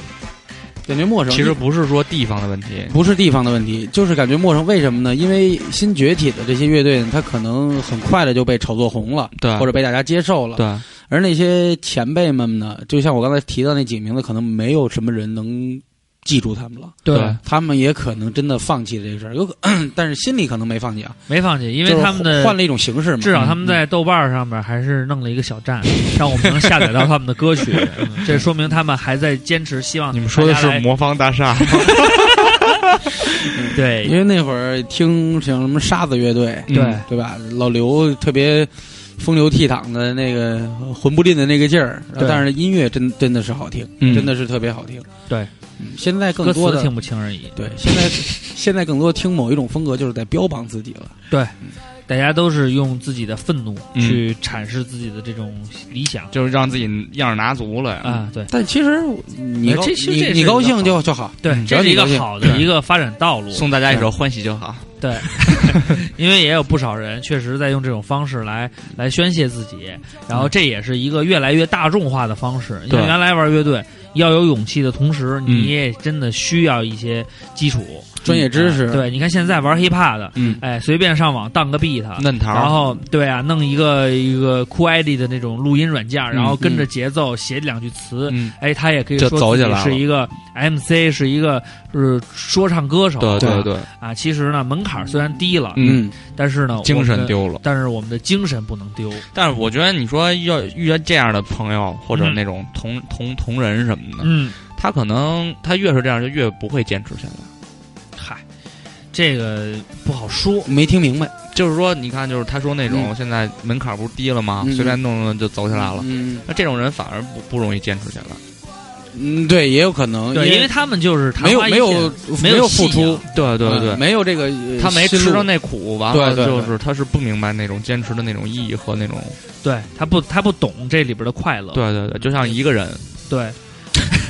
感觉陌生。
其实不是说地方的问题，
不是地方的问题，就是感觉陌生。为什么呢？因为新崛起的这些乐队呢，它可能很快的就被炒作红了，
啊
对
或者被大家接受了。
对，
而那些前辈们呢，就像我刚才提到那几个名字，可能没有什么人能记住他们了。
思
对
了，对，
他们也可能真的放弃了这个事儿，有可， 但是心里可能没放弃啊，
没放弃，
因
因为他们的
换了一嗯种形式嘛。
至少他们在豆瓣上面还是弄了一个 小站，让我们能下载到他们的歌曲，嗯这说明他们还在坚持，希望
你们说的
大
是
家来
魔方大厦，
对
嗯因为那会儿听像什么沙子乐队，
嗯
对
对吧？老刘特别风流倜傥的那个魂不吝的那个劲儿，
对
但是音乐真真的是好听，
嗯
真的是特别好听。
对
嗯，现在更
歌
多
词
的
听不清而已。
对现在现在更多听某一种风格，就是在标榜自己了。
大家都是用自己的愤怒
嗯
去阐释自己的这种理想
就是让自己样儿拿足了
啊，，对
但其实你
哎
高
这其实
你
这是
你
一个
高兴就就好，
对，
嗯
只要
这是一
你
个
高兴
好的一个发展道路。
送大家一首《欢喜就好》。
对，因为也有不少人确实在用这种方式来来宣泄自己，然后这也是一个越来越大众化的方式。因
嗯对
为原来玩乐队要有勇气的同时，
嗯
你也真的需要一些基础
专业知识
啊对，你看现在玩 hiphop 的，
嗯，
哎，随便上网当个 beat。
嫩桃
然
儿，
后对啊，弄一个一个酷 ID 的那种录音软件，然后跟着
嗯
节奏写两句词，
嗯，
哎，他也可以
就
说自
走起
己
来
是
了
一个 MC，是一个呃说唱歌手，
对
对
对，
啊，其实呢，门槛儿虽然低了，
嗯，
嗯，
但是呢，
精
我
神
们，
丢了。
但是我们的精神不能丢。
但是我觉得你说要遇见这样的朋友或者
嗯
那种同同同人什么的，
嗯，
他可能他越是这样就越不会坚持下来。
嗨，这个不好说。
嗯
没听明白，
就是说，你看，就是他说那种
嗯
现在门槛不是低了吗？
嗯
随便弄弄就走起来了。
嗯
那这种人反而不不容易坚持下来。
嗯，对，也有可能，
对，因
因
为他们就是昙
没有
花一
没有
现
没
没有
付
信
出
仰，
啊对对对
嗯，没有这个呃
他没
心
吃
路
到那苦，完了
对对
就
对
是他是不明白那种坚持的那种意义和那种。
对他不他不懂这里边的快乐。
对对对，就像一个人，
对，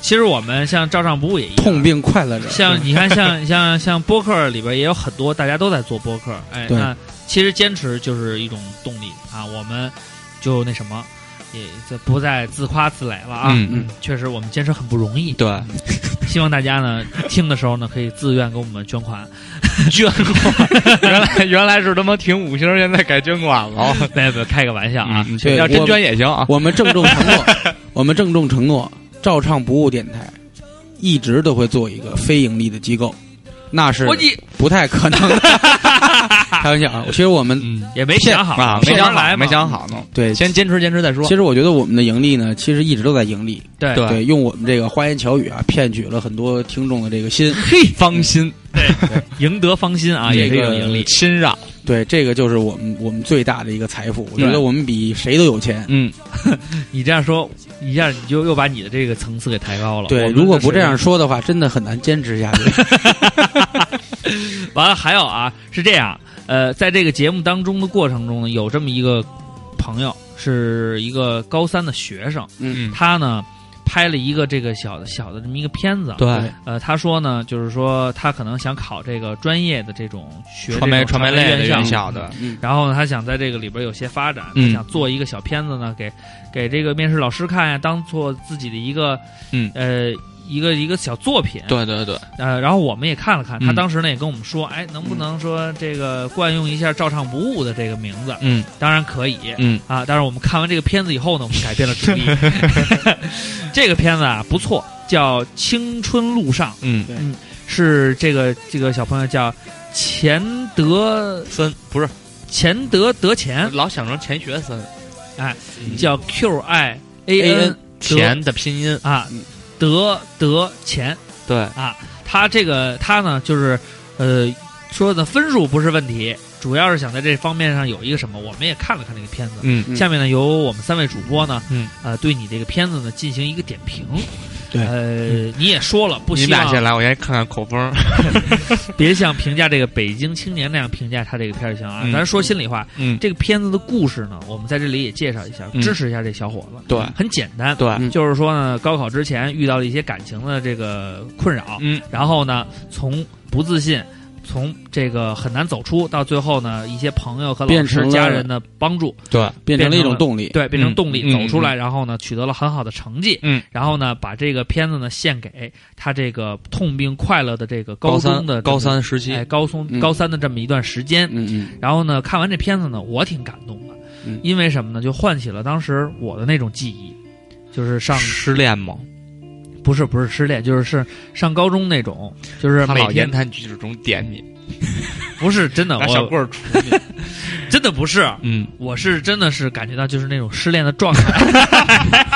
其实我们像照上不误也一样。啊
痛并快乐着，
像你看，像像像播客里边也有很多，大家都在做播客。哎，
对
那其实坚持就是一种动力啊。我们就那什么，也就不再自夸自擂了啊。
嗯
嗯
确实，我们坚持很不容易。
对，
希望大家呢听的时候呢，可以自愿给我们捐 款。
捐款，原来 原来是他妈停五星，现在改捐款了。
没有没有，开个玩笑啊。
嗯
对
要真
我
捐也行啊。
我们郑重承诺，我们郑重承诺，照唱不误电台一直都会做一个非盈利的机构，那
嗯
是
我你
不太可能的。开玩笑啊，其实我们
嗯，
也没想好
啊，没
骗
想嗯
人来
好，
嘛
没想好呢。
对，
先坚持坚持再说
其。实我觉得我们的盈利呢，其实一直都在盈利。
对
对
对，用我们这个花言巧语啊，骗取了很多听众的这个心。
嗯
嘿，芳心
赢得芳心啊，
这
也是一
个
种盈利。
亲绕，
对，这个就是我们我们最大的一个财富。我觉
对
得我们比谁都有钱。
嗯，
你这样说，一下你就又把你的这个层次给抬高了。我
对，
们
如果
这
不
水
这
平
样说的话，真的很难坚持下去。
完了，还有啊，是这样，呃，在这个节目当中的过程中呢，有这么一个朋友是一个高三的学生，
嗯
他呢拍了一个这个小的小的这么一个片子。，
对，
呃，他说呢，就是说他可能想考这个专业的这种学
传媒
这种
媒类的
院
院校的，
嗯
然后呢，他想在这个里边有些发展，
嗯
他想做一个小片子呢，给给这个面试老师看呀，当做自己的一个，
嗯
呃，一个一个小作品。
对对对，
呃，然后我们也看了看，
嗯
他当时呢也跟我们说，哎，能不能说这个惯用一下“照唱不误”的这个名字？
嗯
当然可以
嗯
啊，但是我们看完这个片子以后呢，我们改变 了主意。这个片子啊不错，叫《青春路上》，
嗯，
是这个这个小朋友叫钱德
森不是
钱德德钱，
老想成钱学森，嗯
叫 Q I A
AN
N
钱的拼音，嗯
啊
嗯，
德德钱。
对，
啊他这个他呢，就是呃说的分数不是问题，主要是想在这方面上有一个什么。我们也看了看这个片子，
嗯
嗯
下面呢由我们三位主播呢，
嗯，
呃，对你这个片子呢进行一个点评。
对
呃，你也说了，
嗯
不
你
希
们俩先
望
来，我先看看口风，
别像评价这个《北京青年》那样评价他这个片儿就行啊。
嗯
咱说心里话，
嗯，
这个片子的故事呢，我们在这里也介绍一下，
嗯
支持一下这小伙子。
对
很简单，
对，
嗯
就是说呢，高考之前遇到了一些感情的这个困扰，
嗯，
然后呢，从不自信，从这个很难走出，到最后呢，一些朋友和老
变成
师、
了
家人的帮助，
对，
变成了一种
变成了
动力。
对，变成动力、
嗯
走出来，然后呢，取得了很好的成绩，
嗯，
然后呢，把这个片子呢献给他这个痛并快乐的这个中
三
的
高三时
这
期
么。哎高中、
嗯
高三的这么一段时间，
嗯嗯
然后呢，看完这片子呢，我挺感动的，
嗯
因为什么呢？就唤起了当时我的那种记忆，就是上
失恋吗？
不是不是失恋，就是是上高中那种，就是
他
每
老
天
言谈举止中点你，
不是真的，
拿小
我
棍儿杵你。
真的不是，
嗯，
我是真的是感觉到就是那种失恋的 状态。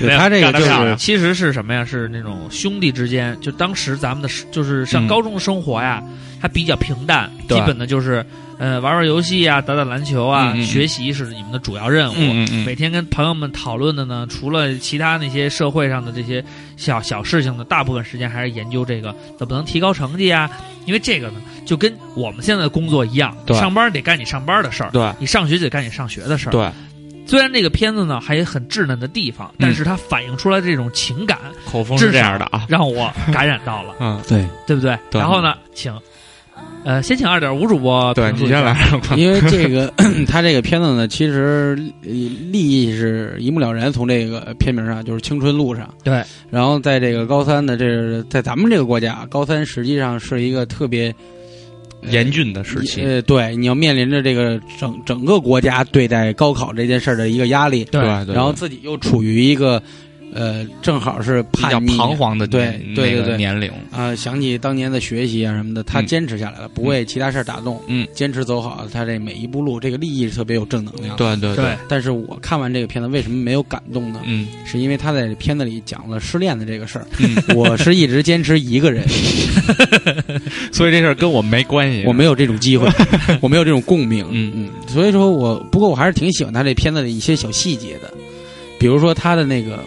对他这个就
干得漂亮
是
其实是什么呀？是那种兄弟之间，就当时咱们的就是
嗯
上高中生活呀，还比较平淡，
对
基本的就是呃玩玩游戏呀，打打篮球啊，
嗯嗯嗯
学习是你们的主要任务。
嗯嗯
每天跟朋友们讨论的呢，除了其他那些社会上的这些小小事情呢，大部分时间还是研究这个怎么能提高成绩啊。因为这个呢，就跟我们现在的工作一样，
对
上班得干你上班的事儿，
对
你上学得干你上学的事儿。
对，
虽然这个片子呢还有很稚嫩的地
嗯
方，但是它反映出来这种情感，
口风
至
是这
少
样的啊。，
让我感染到了
嗯，
对，
对不对？
对
然后呢，请，呃，先请二点五主播
对
评述
你
一下
先来，
因为这个 他这个片子呢，其实呃立意是一目了然，从这个片名上就是青春路上。
对，
然后在这个高三呢，这是在咱们这个国家，高三实际上是一个特别呃
严峻的时期，
呃，对，你要面临着这个整整个国家对待高考这件事儿的一个压力，
对
对对，
然后自己又处于一个呃，正好是
比较
叛逆
彷徨的
对对
年
对
那个
对
年龄，
啊、想起当年的学习啊什么的，他
嗯
坚持下来了，不为其他事儿打动，
嗯，
坚持走好他这每一步路，这个立意是特别有正能量。，
对对
对，
但是我看完这个片子，为什么没有感动呢？
嗯
是因为他在片子里讲了失恋的这个事儿，
嗯，
我是一直坚持一个 人，
所以这事儿跟我没关系，
我没有这种 机会，我没有这种共鸣，
嗯
嗯，所以说我不过我还是挺喜欢他这片子的一些小细节的，比如说他的那个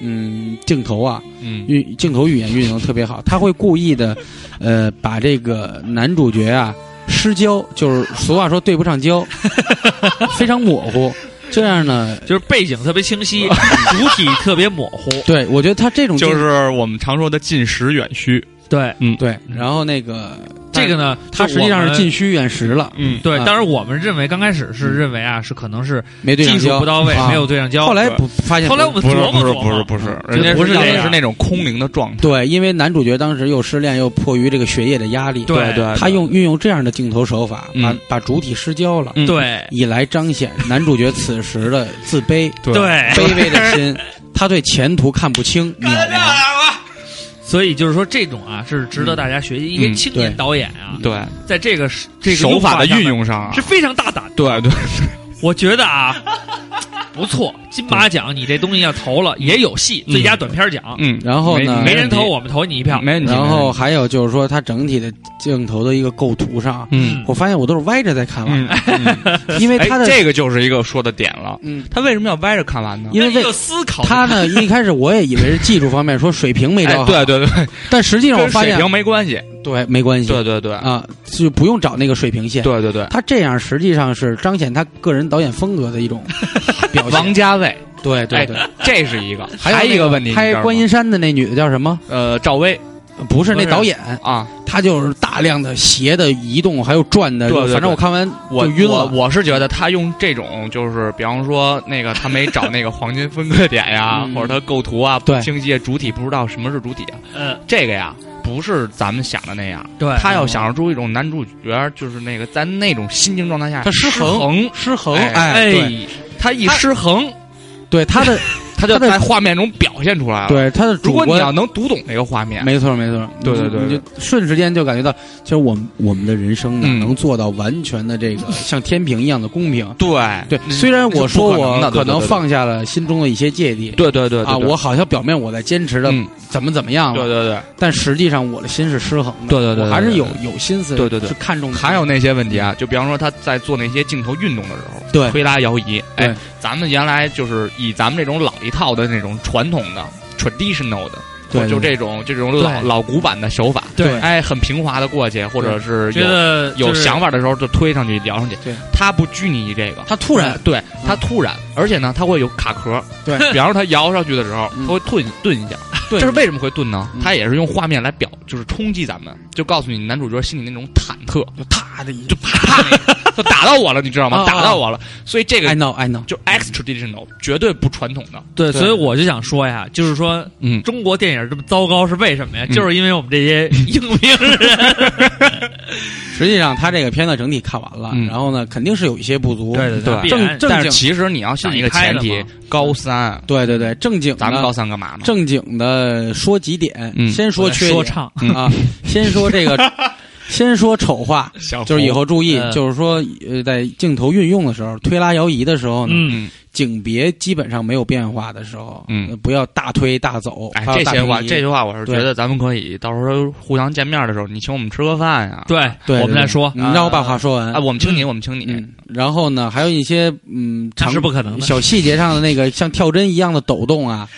嗯镜头啊，
嗯
运镜头语言运用得特别好，他会故意的，呃，把这个男主角啊失焦，就是俗话说对不上 焦，非常模糊。这样呢，
就是背景特别 清晰，主体特别模糊，
对我觉得他这种
就
镜
是我们常说的近实远虚，
对。
对，然后那个
这个，呢，
他实际上是
进。
近虚远实了，
嗯，
对，
啊
当然我们认为刚开始是认为啊，是可能是
没对
技
上
术
焦
不到位，
啊
没有对上焦。
后来不发现，
后来我们
不是
琢磨
不是
琢
不是
磨，
不是，
嗯
人家
不
是
是
要
这
的
样
是那种空灵的状态，
对，因为男主角当时又失恋，又迫于这个学业的压力，
对
对，
他用运用这样的镜头手法，把
嗯
把主体失焦了，
嗯
对
以来彰显男主角此时的自卑。
对
卑微的 心，他对前途看不清，渺茫。
所以就是说这种啊是值得大家学习，因为
嗯
青年
对
导演啊，
对
在这个是这个
手法的
上
运
面
用上啊
是，非常大胆的。
对对，
我觉得啊， 不错，金马奖你这东西要投了也有戏，
嗯
最佳短片奖
嗯，
然后呢
没
没人投，
问
我们投你一票
题，。没问题，
然后还有就是说，他整体的镜头的一个构图上，
嗯
我发现我都是歪着在看完，
嗯，嗯
因为
哎
他的，
这个就是一个说的点了，
嗯，
他为什么要歪着看完呢？
因为
那你
为
有思考，
他呢一开始我也以为是技术方面说水平没
哎
照好，
对对对，
但实际上我
跟
发
水
现
平没关系，
对，没关系，
对对对，
啊，就不用找那个水平线。
对对对，
他这样实际上是彰显他个人导演风格的一 种表
王
现。
家卫，
对对对，
哎，这是一个，
有
还
那
一个问题，你知
拍
道吗
观音山的那女的叫什么？
呃赵薇
不是那
不是
导演，
啊，
她就是大量的斜的移动，还有转的。
对对对
反正我看完
我
就晕了。
我我是觉得他用这种，就是比方说那个他没找那个黄金分割点呀，
嗯
或者他构图啊不
对
清晰，主体不知道什么是主体啊，
呃，
这个呀不是咱们想的那样。
对，
他要想出一种男主角，就是那个在那种心情状态下，
他失衡
衡，
失衡，
哎
哎，对
哎，
他一失衡，
对他 的
他就
他的
在画面中表现出来了。，
对他的
如
主
果你
观
要能读懂那个画面，
没错，没错，
对
你
对
就
对
你就瞬时间就感觉到，其实我们我们的人生呢，
嗯
能做到完全的 这个像天平一样的公平。
对
对，
嗯
虽然我说
是不可能
我
的对
可能
对对
放下了心中的一些芥蒂，
对对对对
啊，
对
我好像表面我在坚持的
嗯，
怎么怎么样
对
了，
对对
但实际上我的心是失衡的。
对对对对
我还是
对
有
对
有心思，
对对对
是看重的
还有那些问题啊，就比方说他在做那些镜头运动的时候，
对
推拉摇移，
对
哎，咱们原来就是以咱们这种老一套的那种传统的 traditional 的，
对，
就
对
这种这种老
对
老古板的手法，
对
哎，很平滑的过去，或者是
觉
有
得
有想
法，
法的时候就推上去聊上去，
对，
他不拘泥于这个，
他突 然
对他突然，而且呢，他会有卡壳，
对
比方说他摇上去的时候，
嗯
他会顿顿一下，
对
这是为什么会顿呢
嗯？
他也是用画面来表，就是冲击咱们，就告诉你男主角心里那种忐 忑，
就踏的一
就啪，就打到我了，你知道
啊
吗？
啊
打到我了，所以这
，I
个
know I know，
就 extra traditional，绝对不传统的。
对，
对
所以我就想说呀，就是说
嗯，
中国电影这么糟糕是为什么呀？
嗯
就是因为我们这些 英明人。
实际上他这个片子整体看完了，
嗯
然后呢，肯定是有一些不足，
对对
对
必然
正
但
正经，
是其实你要想一个前提
想开了嘛，
高三，
对对对，正经的
咱们高三干嘛呢？
正经的说几点，
嗯
先说缺点
说唱，
啊，先说这个，先说丑话，
小
就是以后注意，
嗯
就是说呃，在镜头运用的时候，推拉摇移的时候呢，
嗯，
景别基本上没有变化的时候，
嗯
呃不要大推大走，
哎
还，有
这
大
些话，
平移
这句话我是觉
对
得咱们可以到时候互相见面的时候，你请我们吃个饭呀。
对，
对，
我们
对
再说，
你让我把话说完
啊，。我们请你，我们请你。
嗯，然后呢，还有一些嗯，
那
常
是不可能 的。
小细节上的那个像跳针一样的抖动啊，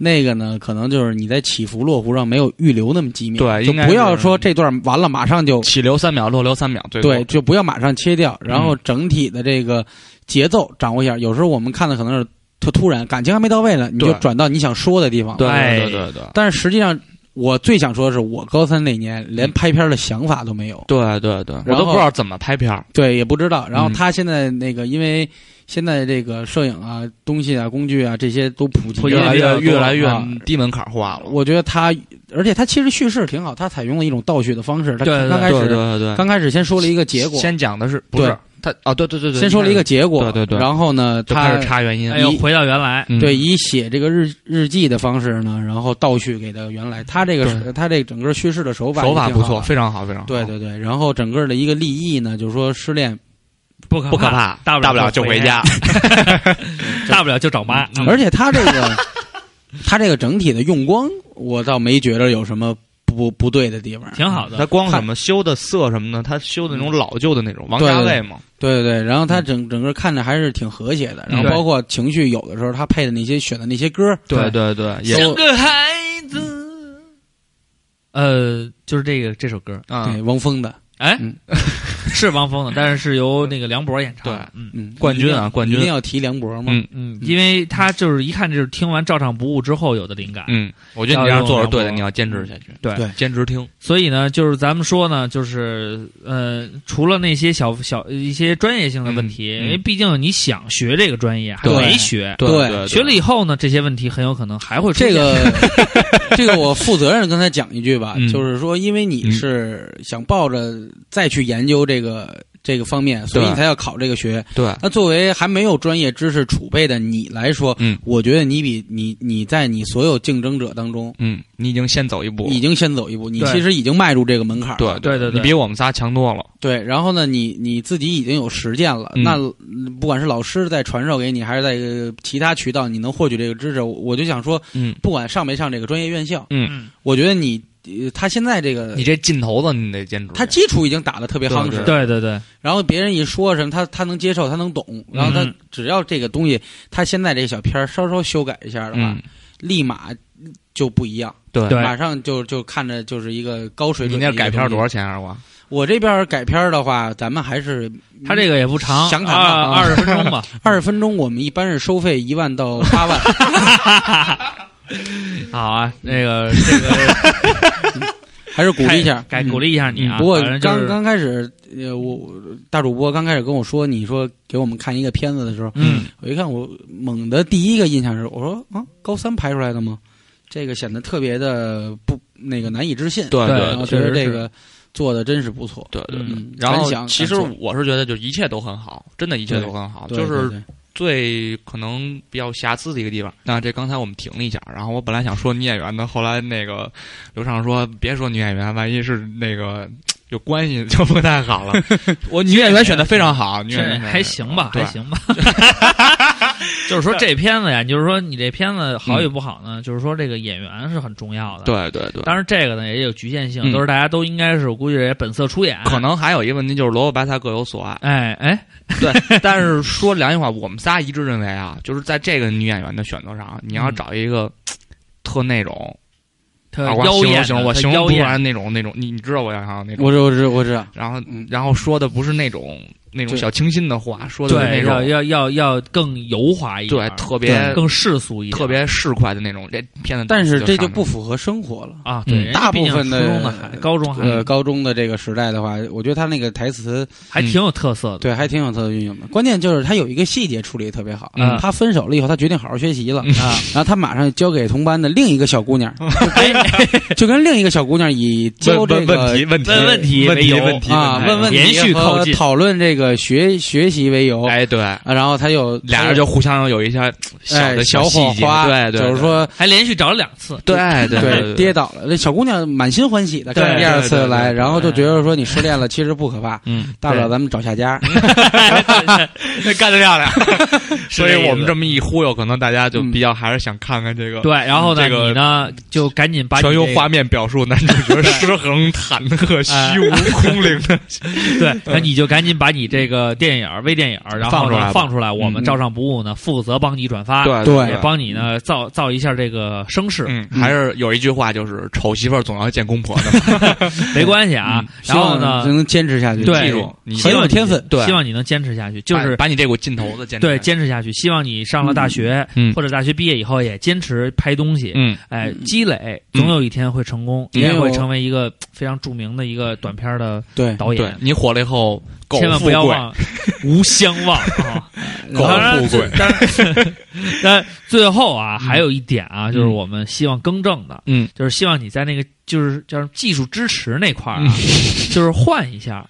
那个呢，可能就是你在起伏落弧上没有预留那么几秒，
对
就
应该
不要
是
说这段完了马上就
起留三秒，落留三秒，最多
对，就不要马上切掉，然后整体的这个节奏掌握一下。有时候我们看的可能是特突然，感情还没到位呢，你就
对
转到你想说的地方。
对
哎
对对对
但是实际上，我最想说的是，我高三那年连拍片的想法都没有，
对对对，我
然
都
后
不知道怎么拍片儿。
对，也不知道。然后
嗯
他现在那个，因为现在这个摄影啊、东西啊、工具啊这些都普及
普及
了
了。越来越
越来越
啊
低门槛化了。
我觉得他，而且他其实叙事挺好，他采用了一种倒叙的方式。他
对对
刚开
对对
始
对对，
刚开始先说了一个结果，
先讲的是不是
对
他啊？对对对对，
先说了一个结果，
对对对
然后呢，
就开
他
始查原因
哎。呦，
一
回到原来，
嗯
对，以写这个日日记的方式呢，然后倒叙给到原来他这个他这整个叙事的手法
手法
也
不
挺好
错，
的
非常好，非常好。
对对对，然后整个的一个立意呢，就是说失恋，
不可
不可怕，
大
大
不了
了
就
就
回
回家。
大不了就找嗯妈。
嗯
而且他这个 他这个整体的用光，我倒没觉得有什么不不对的地方，
挺好
他
的，
光什么修的色什么的，他修的那种老旧的那种王
对
家
对
卫嘛。
对对对，然后他整整个看着还是挺和谐的，然后
嗯对
包括情绪有的时候他配的那些选的那些歌，
对对对，也
搜
个孩子。呃，就是这个这首歌，
啊
对，汪峰的，
哎
嗯，
是汪峰的，但是是由那个梁博演唱的。
对
嗯
嗯，
冠军
一
啊
定要
冠军
一定要提梁博嘛，
嗯
嗯，因为他就是一看就是听完《照常不误》之后有的灵感。
嗯，我觉得你这样做是对的，你要坚持下去，
对
对
坚持听。
所以呢，就是咱们说呢，就是呃，除了那些小小一些专业性的问题，
嗯嗯
因为毕竟你想学这个专业还
对
没学，
对
啊对，
学了以后呢，这些问题很有可能还会出现。
这 个，这个我负责任地跟他讲一句吧，
嗯
就是说，因为你是想抱着再去研究这个这个方面，所以
对
你才要考这个学。
对
那作为还没有专业知识储备的你来说，
嗯
我觉得你比你你在你所有竞争者当中
嗯，你已经先走一步了，
已经先走一步，你
对
其实已经迈入这个门槛儿了。
对
对对
你
对
比我们仨强多了。
对，然后呢，你你自己已经有实践了，
嗯
那不管是老师在传授给你，还是在呃其他渠道你能获取这个知识，我我就想说，
嗯，
不管上没上这个专业院校，
嗯，
我觉得你、呃他现在这个
你这劲头子你得坚持。
他基础已经打得特别夯
对
实，
对对对，
然后别人一说什么，他他能接受，他能懂，然后他
嗯
只要这个东西，他现在这个小片儿稍稍修改一下的话，
嗯，
立马就不一样，
对
对
马上就就看着就是一个高水
你
准。
那改片儿多少？钱啊？我
我这边改片儿的话，咱们还是
他这个也不长，
详谈吧
二
啊
二十分钟 吧。
二十分钟，我们一般是收费一万 到八万。
好啊，那个这个
还是鼓励一下。嗯
改鼓励一下
嗯
你啊。
不过
反正就
刚
是
刚开始，呃，我大主播刚开始跟我说，你说给我们看一个片子的时候，
嗯，
我一看，我猛的第一个印象是，我说啊，高三拍出来的吗？这个显得特别的不那个难以置信。
对
对
然后觉
确实
得这
是
个做的真是不错。
对对。
嗯
嗯，
然
反
后
响
其实
感
我是觉得，就一切都很好，真的，一切都很
啊
好，
错对
就是
对对
最可能比较瑕疵的一个地方。那这刚才我们停了一下，然后我本来想说女演员的，后来那个刘畅说别说女演员，万一是那个有关系就不太好了。我女 演员嗯选的非常好，女演
这
员
还行吧，
对
还行吧。 就是说这片子呀，就是说你这片子好与不好呢，就是说这个演员是很重要的。，
嗯对对对。
当然这个呢也有局限性，
嗯
都是大家都应该是我估计也本色出演。，
可能还有一个问题就是萝卜白菜各有所爱
哎哎，
对。 但是说良心话，我们仨一致认为啊，就是在这个女演员的选择上，啊你要
嗯
找一个特那种
呃
特
啊，我
妖
形容
艳，
形容我
特
形容
妖
不出
艳
来。那种那种，你你知道我要想要那种。
我知我知我知道，
然后
嗯
然后说的不是那种那种
对
小清新的话，说的是
对，
那
要
种
要要要更油滑一点
对
儿，
特别
更世俗一点
呃
儿，
特别市侩的那种这片子。
但是这就
就上
不
来了
符合生活了。
啊，对，
嗯
人家
大
毕
部
竟
分
初中的
的
孩高中哦还
呃，高中的这个时代的话，我觉得他那个台词
还挺有特色的。
对还挺有特色运用的。关键就是他有一个细节处理得特别好。
嗯
他分手了以后，他决定好好学习了，
嗯
啊，
然后他马上交给同班的另一个小姑娘，就跟另一个小姑娘以教这个
问
问问题为由
啊问问题
连续靠
和
近
讨论这个学学习为由，
哎，对，
啊然后他又
俩人就互相有一些小
哎
的
小
细
火
节，
花，
对对，
就
对
是说
还连续找了两次。
对对
对，跌倒了。这小姑娘满心欢喜的
对
看着第二
对
次
对对
来，
对
然后就觉得说你失恋了其实不可怕，
嗯，
大不了咱们找下家。
干得漂 亮。所
是这意
以
思
我们这么一忽悠，可能大家就
嗯
比较还是想看看这个
对，然后呢，
这个
你呢就赶紧把你
全
这
由
个
画面表述男主 角失衡、忐 忑、虚无、空灵的。
对，那你就赶紧把你这个电影儿微电影儿，然后
放出
呢
来吧
放出来，我们
嗯
照上不误呢，负责帮你转发，
对
也帮你呢造造一下这个声势，
啊嗯，还是有一句话就是“丑媳妇儿总要见公婆”的嘛，
没关系啊。然后
希望就
呢，
能坚持下去。
对
记住嗯你
很有天分
对
希望你能坚持下去， 就是
把把你这股劲头子坚持
对
下去，
坚持下去。希望你上了大学
嗯
或者大学毕业以后也坚持拍东西，
嗯，
哎，积累总有一天会成功，
嗯
也会
也有
成为一个非常著名的一个短片的
对，
导
对
演。
你火了以后，狗
千万不
富
要
贵，
忘无相忘啊。
狗
当然
富贵，
当然， 但最后啊，还有一点啊，就是我们希望更正的，
嗯，
就是希望你在那个就是叫什么技术支持那块儿
嗯
啊， 就是换一下。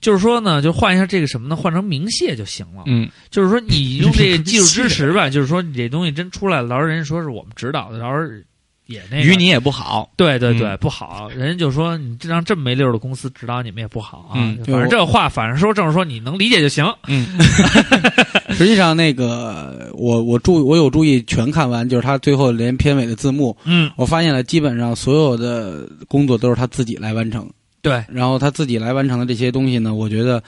就是说呢，就换一下这个什么呢？换成明谢就行了。
嗯，
就是说，你用这个技术支 持吧，就是说你这东西真出来了，到时候人家说是我们指导的，到时候也那个
于你也不好，
对对对、
嗯
不好。人家就说你这让这么没溜儿的公司指导你们也不好啊。
嗯
反正这话，反正说正说你能理解就行。
实际上那个我我注我有注意全看完，就是他最后连片尾的字幕，
嗯，
我发现了基本上所有的工作都是他自己来完成，
对，
然后他自己来完成的这些东西呢，我觉得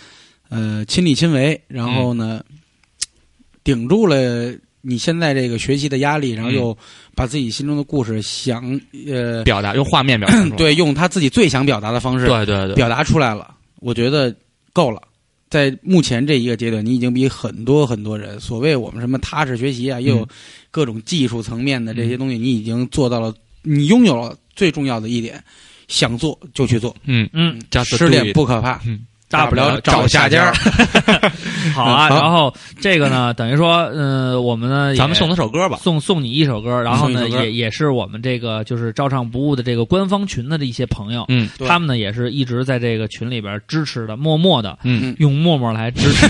呃亲力亲为，然后呢、顶住了。你现在这个学习的压力，然后又把自己心中的故事想呃，
表达用画面表达出来，
对，用他自己最想表达的方式
对对对，
表达出来了，我觉得够了。在目前这一个阶段，你已经比很多很多人，所谓我们什么踏实学习啊，又有各种技术层面的这些东西，你已经做到了，你拥有了最重要的一点，想做就去做，
嗯，
嗯，
加
失恋不可怕，
大
不了找下家。
好
嗯
啊，
好
然后这个呢，等于说，嗯、我们呢，也
咱们送他首歌吧，嗯
送送你一首歌，然后呢，
送一首歌
也也是我们这个就是照唱不误的这个官方群的这一些朋友，
嗯
对
他们呢也是一直在这个群里边支持的，默默的
嗯，
用默默来支持，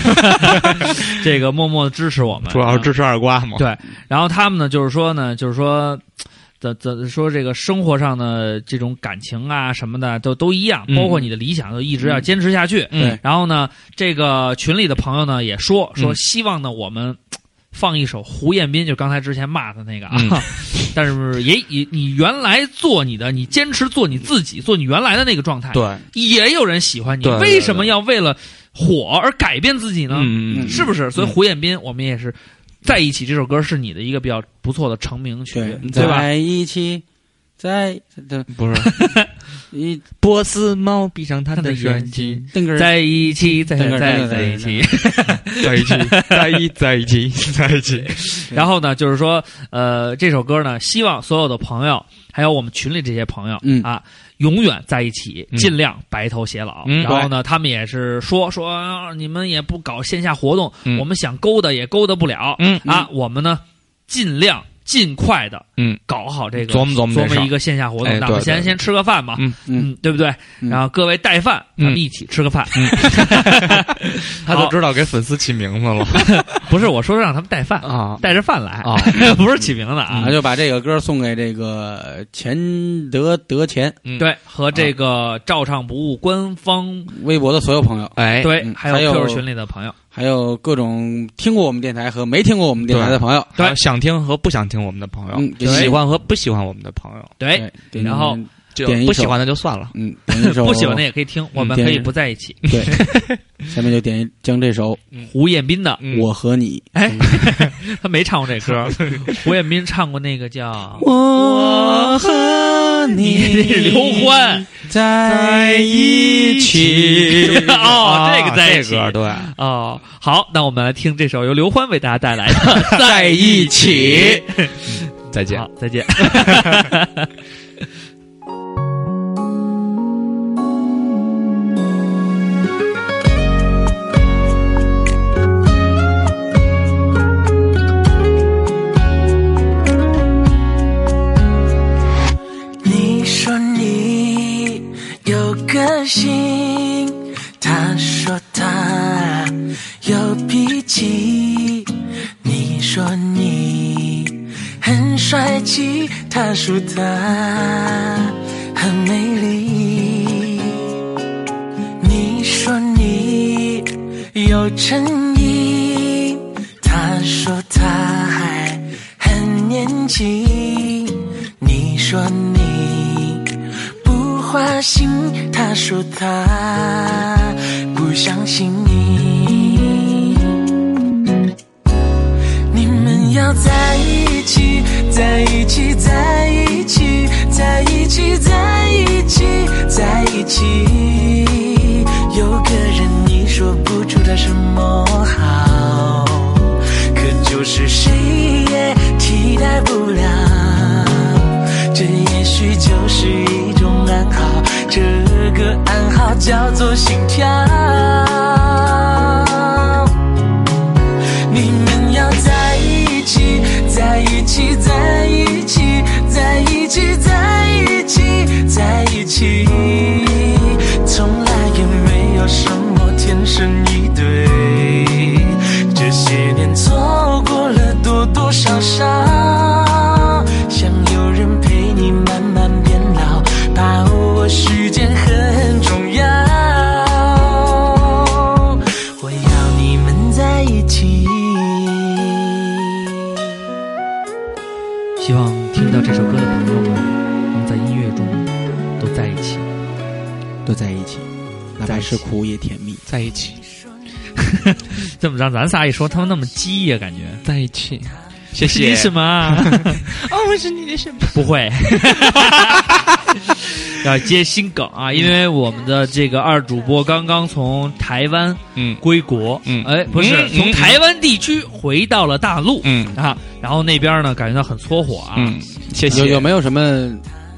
这个默默地支持我们，
主要是支持二瓜嘛，
对，然后他们呢，就是说呢，就是说，怎怎说这个生活上的这种感情啊什么的，都都一样，
嗯
包括你的理想，都一直要坚持下去。
嗯
对
然后呢，这个群里的朋友呢也说说，
嗯
希望呢我们。放一首胡彦斌，就刚才之前骂的那个啊，
嗯
但是也也你原来做你的，你坚持做你自己，做你原来的那个状态，
对，
也有人喜欢你，
对对
为什么要为了火而改变自己呢？
嗯嗯
是不是？所以胡彦斌，我们也是在一起这首歌是你的一个比较不错的成名曲，
对，
对吧？
在一起在的
不是
一
波斯猫闭上它的眼睛，
瞪个
在一起，在
在
在在
在
一起。
在一起，在一在一起，在一起。
然后呢，就是说，呃，这首歌呢，希望所有的朋友，还有我们群里这些朋友，
嗯
啊，永远在一起，
嗯
尽量白头偕老。
嗯
然后呢，他们也是说说、啊你们也不搞线下活动，
嗯
我们想勾搭也勾搭不了，
嗯
啊，我们呢尽量尽快的，
嗯，
搞好这个
琢磨琢磨这
琢
事
磨
儿
一个线下活动，
哎
哪
对
怕先
对
先吃个饭嘛，
嗯
嗯
对不对？
嗯
然后各位带饭，
嗯
咱们一起吃个饭。
他都知道给粉丝起名字了
不是我说让他们带饭，
啊
带着饭来，
啊！
不是起名字啊
嗯
然。后就把这个歌送给这个钱德德钱
嗯
对，和这个照唱不误官方
微博的所有朋友，
哎，
对
嗯，
还
还有
QQ 群里的朋友，
还有各种听过我们电台和没听过我们电台的朋友，
还有想听和不想听我们的朋
嗯
友，
对
喜欢和不喜欢我们的朋友，
对，
点
哎然后
就
点一首
不喜欢的就算了。
嗯，点一首
不喜欢的也可以听，我
嗯
们可以
电影
不在一起。
对，下面就点一将这首
胡彦斌的，
嗯
《我和你》。
哎，他 没唱过这歌，胡彦斌唱过那个叫
嗯
我和
啊你这是刘欢
在一起
哦，这个在一起
啊这歌对，
哦，好，那我们来听这首由刘欢为大家带来的《在
一起》。
再见。
好，再见。
你说你有个性，他说他有脾气。你说你很帅气，他说他很美丽。你说你有诚意，他说他还很年轻。你说你不花心，他说他不相信你。你们要在一起，在一起，在一起，在一起，在一起，在一起。有个人你说不出他什么好，可就是谁也替代不了。这也许就是一种暗号，这个暗号叫做心跳。哦你们要在一起，在一起，在一起，在一起，在一起，在一起，从来也没有什么天生一对。这些年错过了多多少少，想有人陪你慢慢变老，把握时间很重要。我要你们在一起。
希望听到这首歌的朋友们能在音乐中都在一起。
都在一起，哪
在
怕
一起
是苦也甜蜜。
在一起，
这么让咱仨一说，他们那么鸡呀，感觉。
在一起，谢
是你
谢。
什么 啊？
哦，我是你的什么？
不会， 要接新梗啊！因为我们的这个二主播刚刚从台湾
嗯
归国，
嗯
哎，不是
嗯
从
嗯
台湾地区回到了大陆，
嗯
啊，然后那边呢感觉到很搓火啊，
嗯，谢
有
谢
有。没有什么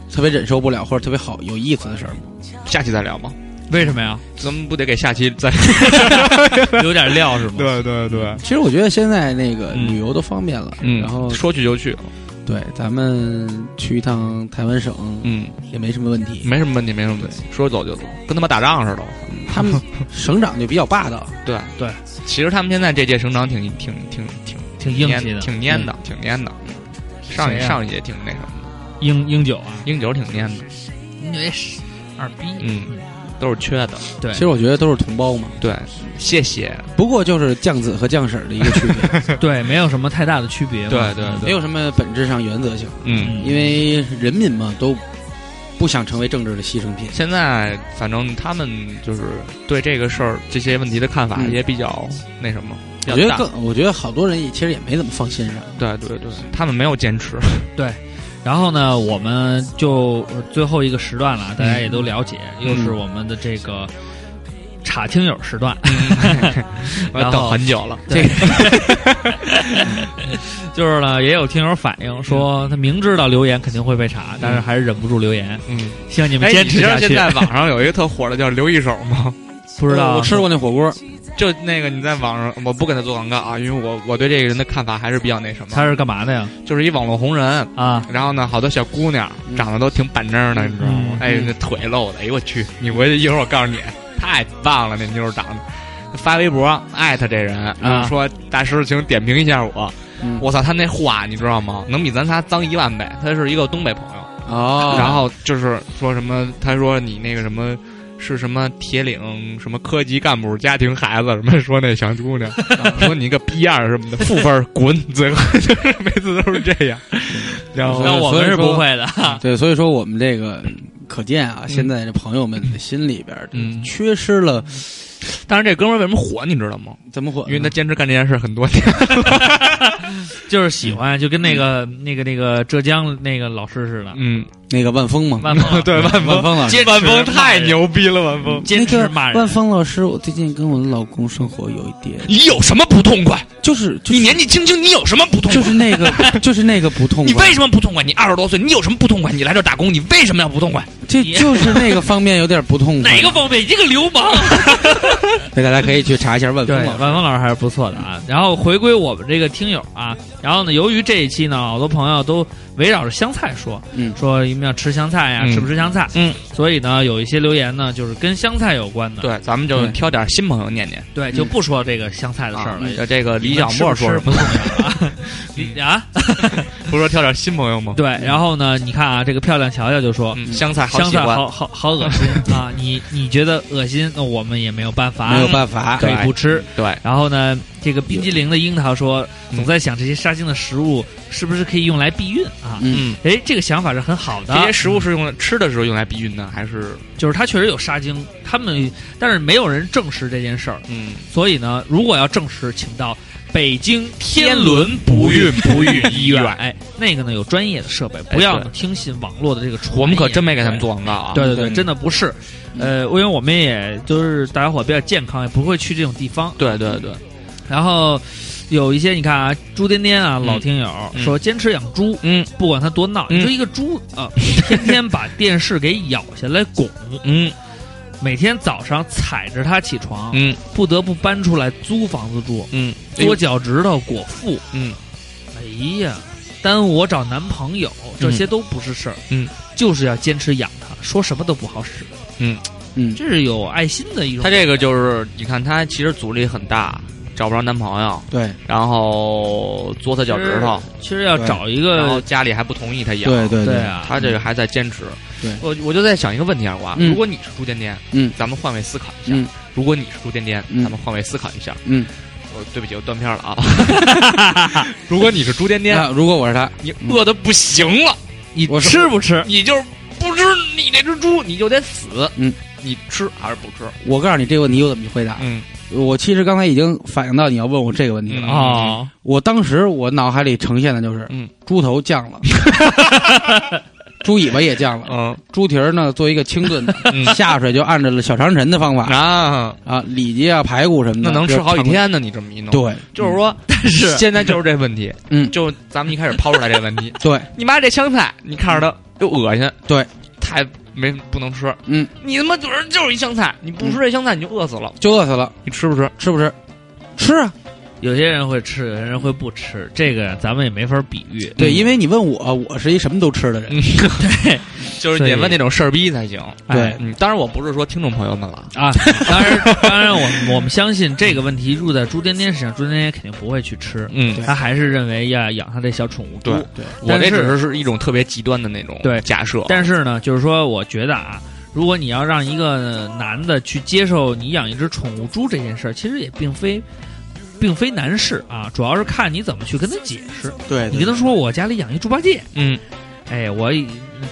特别忍受不了或者特别好有意思的事儿吗？
下期再聊吧，
为什 么呀？
咱们不得给下期再？
有点料是吗？
对对对，
其实我觉得现在那个
嗯
旅游都方便了，
嗯，
然后
说去就去，
对咱们去一趟台湾省
嗯，
也没什么问题。
没什么问题，没什么问题，说走就走，跟他妈打仗似的。
嗯
他 们省长就比较霸道，
对
对，
其实他们现在这届省长挺挺挺挺
挺硬气
蔫
的，嗯
挺蔫的，挺蔫的。上
谁
一
呀
上一届挺那什么的，
英英九啊，
英九挺蔫的，
英九也是二逼，
嗯，都是缺的。
对
其实我觉得都是同胞嘛，
对，谢谢。
不过就是酱子和酱婶儿的一个区 别，
对，没有什么太大的区别嘛，嗯
对对
没有什么本质上原则性，
嗯，
因为人民嘛都不想成为政治的牺牲品。
现在反正他们就是对这个事儿这些问题的看法
嗯
也比较那什么，比
我觉
较
得
大
更，我觉得好多人也其实也没怎么放心上。
对对对，他们没有坚持。
然后呢，我们就呃最后一个时段了，大家也都了解，
嗯
又是我们的这个查听友时段。
嗯我
然后
等很久了。
对， 就是呢，也有听友反映说，他明知道留言肯定会被查，但是还是忍不住留言。
嗯，
希望你们
哎，
坚
你
持
知道
下
现
去。
在网上有一个特火的叫留一手吗？
不知道
我吃过那火锅，
就那个你在网上，我不跟他做广告啊，因为我我对这个人的看法还是比较那什么，
他是干嘛的呀？
就是一网络红人。
啊，
然后呢，好多小姑娘长得都挺板正的，你知道吗
嗯？
哎，那腿露的，哎呦我去！你回去一会儿我告诉你，太棒了，那妞儿长得。发微博艾特这人，然
啊
后说大师，请点评一下我。
嗯
我操，他那话你知道吗？能比咱仨脏一万倍。他是一个东北朋友，
哦
然后就是说什么，他说你那个什么。是什么铁岭什么科级干部家庭孩子什么说那小 姑娘说你个逼样儿什么的负分儿滚，最后就是每次都是这样，然后
那我们是不会的。
对，所以说我们这个可见啊，现在这朋友们的心里边儿
嗯
缺失了
但是这哥们儿 为什么火，你知道吗？
怎么火呢？
因为他坚持干这件事很多年。
就是喜欢，就跟那个、那个、那个浙江那个老师似的，
嗯，
那个万峰嘛，
万 峰
对，万
万
峰，
峰老师。
坚持
万峰太牛逼了，万峰。
嗯坚持骂
万
人。
峰老师，我最近跟我的老公生活有一点，
你有什么不痛快？
就是就
你
是
年纪轻轻，你有什么不痛
就是
快？
那个就是那个不痛
你
快
为，什么不痛快？你二十多岁，你有什么不痛快？你来这儿打工，你为什么要不痛快？
这就是那个方面有点不
嗯
痛快。
哪个方面？你这个流 氓！
对，大家可以去查一下万
对
峰，老
万
师。
峰老师还是不错的啊。然后回归我们这个听友啊，然后呢，由于这一期呢，好多朋友都围绕着香菜说，
嗯
说一定要吃香菜呀，
嗯
吃不吃香菜？
嗯，
所以呢，有一些留言呢，就是跟香菜有关的，
对，咱们就挑点新朋友念念
对，就不说这个香菜的事儿
嗯啊
了。。
这个李小
莫
莫说什么
不重要啊， 李啊，
不是说挑点新朋友吗？
对，然后呢，你看啊，这个漂亮乔乔就说，
嗯，香菜好
香
喜
菜
欢，
好好好恶心啊！你你觉得恶心，那我们也没有办法，
没有办法，
可以
啊对
不吃。
对，
然后呢，这个冰激凌的樱桃说，
嗯
总在想这些杀青的食物是不是可以用来避孕啊？
嗯，
嗯，
哎，这个想法是很好的
这，些食物是用来吃的时候用来避孕的，还是
就是它确实有杀精，他们但是没有人证实这件事儿，
嗯
所以呢，如果要证实，请到北京天
伦不孕不育 医
医院，
院？
哎，那个呢有专业的设备，
哎
不要
对
听信网络的这个传言。
我们可真没给他们做广告啊！
对对对，
对
真的不是，
嗯
呃，因为我们也就是大家伙比较健康，也不会去这种地方。
对对对，
然后有一些你看啊，猪颠颠啊，
嗯
老听友、
嗯
说坚持养猪，
嗯
不管它多闹，
嗯
你说一个猪啊， 天天把电视给咬下来拱，
嗯
每天早上踩着它起床，
嗯
不得不搬出来租房子住，
嗯，
缩脚趾头裹腹，
嗯，
哎呀，耽误我找男朋友，这些都不是事儿，
嗯，
就是要坚持养它，说什么都不好使，
嗯
嗯
这是有爱心的一种，
他这个就是，你看他其实阻力很大，找不着男朋友，
对
然后嘬他脚趾头，
其实要
对
找一
然后
个，
家里还不同意他养。
对对
对，啊，
他这个还在坚持。
对
我我就在想一个问题啊，瓜，
嗯
如果你是朱颠颠，
嗯
咱们换位思考一下。
嗯
如果你是朱颠颠，
嗯
咱们换位思考一下。
嗯。
我对不起，我断片了啊。 如果你是朱颠颠，
那如果我是他，
你饿的不行了，
你
啊嗯我是
吃不吃？
你就是不吃你这只猪，你就得死。
嗯，
你吃还是不吃？
我告诉你这个问题，我怎么去回答？
嗯
我其实刚才已经反映到你要问我这个问题了。
嗯
哦，
我当时我脑海里呈现的就是，
嗯，
猪头降 了，猪尾巴也降了，
嗯
猪蹄儿呢做一个清炖的，
嗯
下水就按照小长城的方法
啊，
啊，里脊啊、排骨什么的，
那能吃好几
就
天呢？你这么一弄，
常规。对，
就是说，但
是
现在就是这问题，
嗯，
就咱们一开始抛出来这问题
对，
你妈这香菜，你看着它又恶心，
对，
太没不能吃，
嗯，
你他妈就是就是一香菜，你不吃这香菜你就饿死了，
就饿死了，
你吃不吃？
吃不吃？吃啊，
有些人会吃，有些人会不吃，这个咱们也没法比喻。
对，
嗯
因为你问我，我是一什么都吃的人，
就是
所以
得问那种事儿逼才行。
对，
嗯，当然我不是说听众朋友们了，
啊，当然， 当然，我们我们相信这个问题入在朱颠颠身上，朱颠颠肯定不会去吃，
嗯，
他还是认为要养他这小宠物猪。
对
对
我这
但是
只是是一种特别极端的那种
对
假设，
但是呢，就是说，我觉得啊，如果你要让一个男的去接受你养一只宠物猪这件事儿，其实也并非。并非难事啊，主要是看你怎么去跟他解释。
对，
你跟他说我家里养一猪八戒，
嗯，
哎，我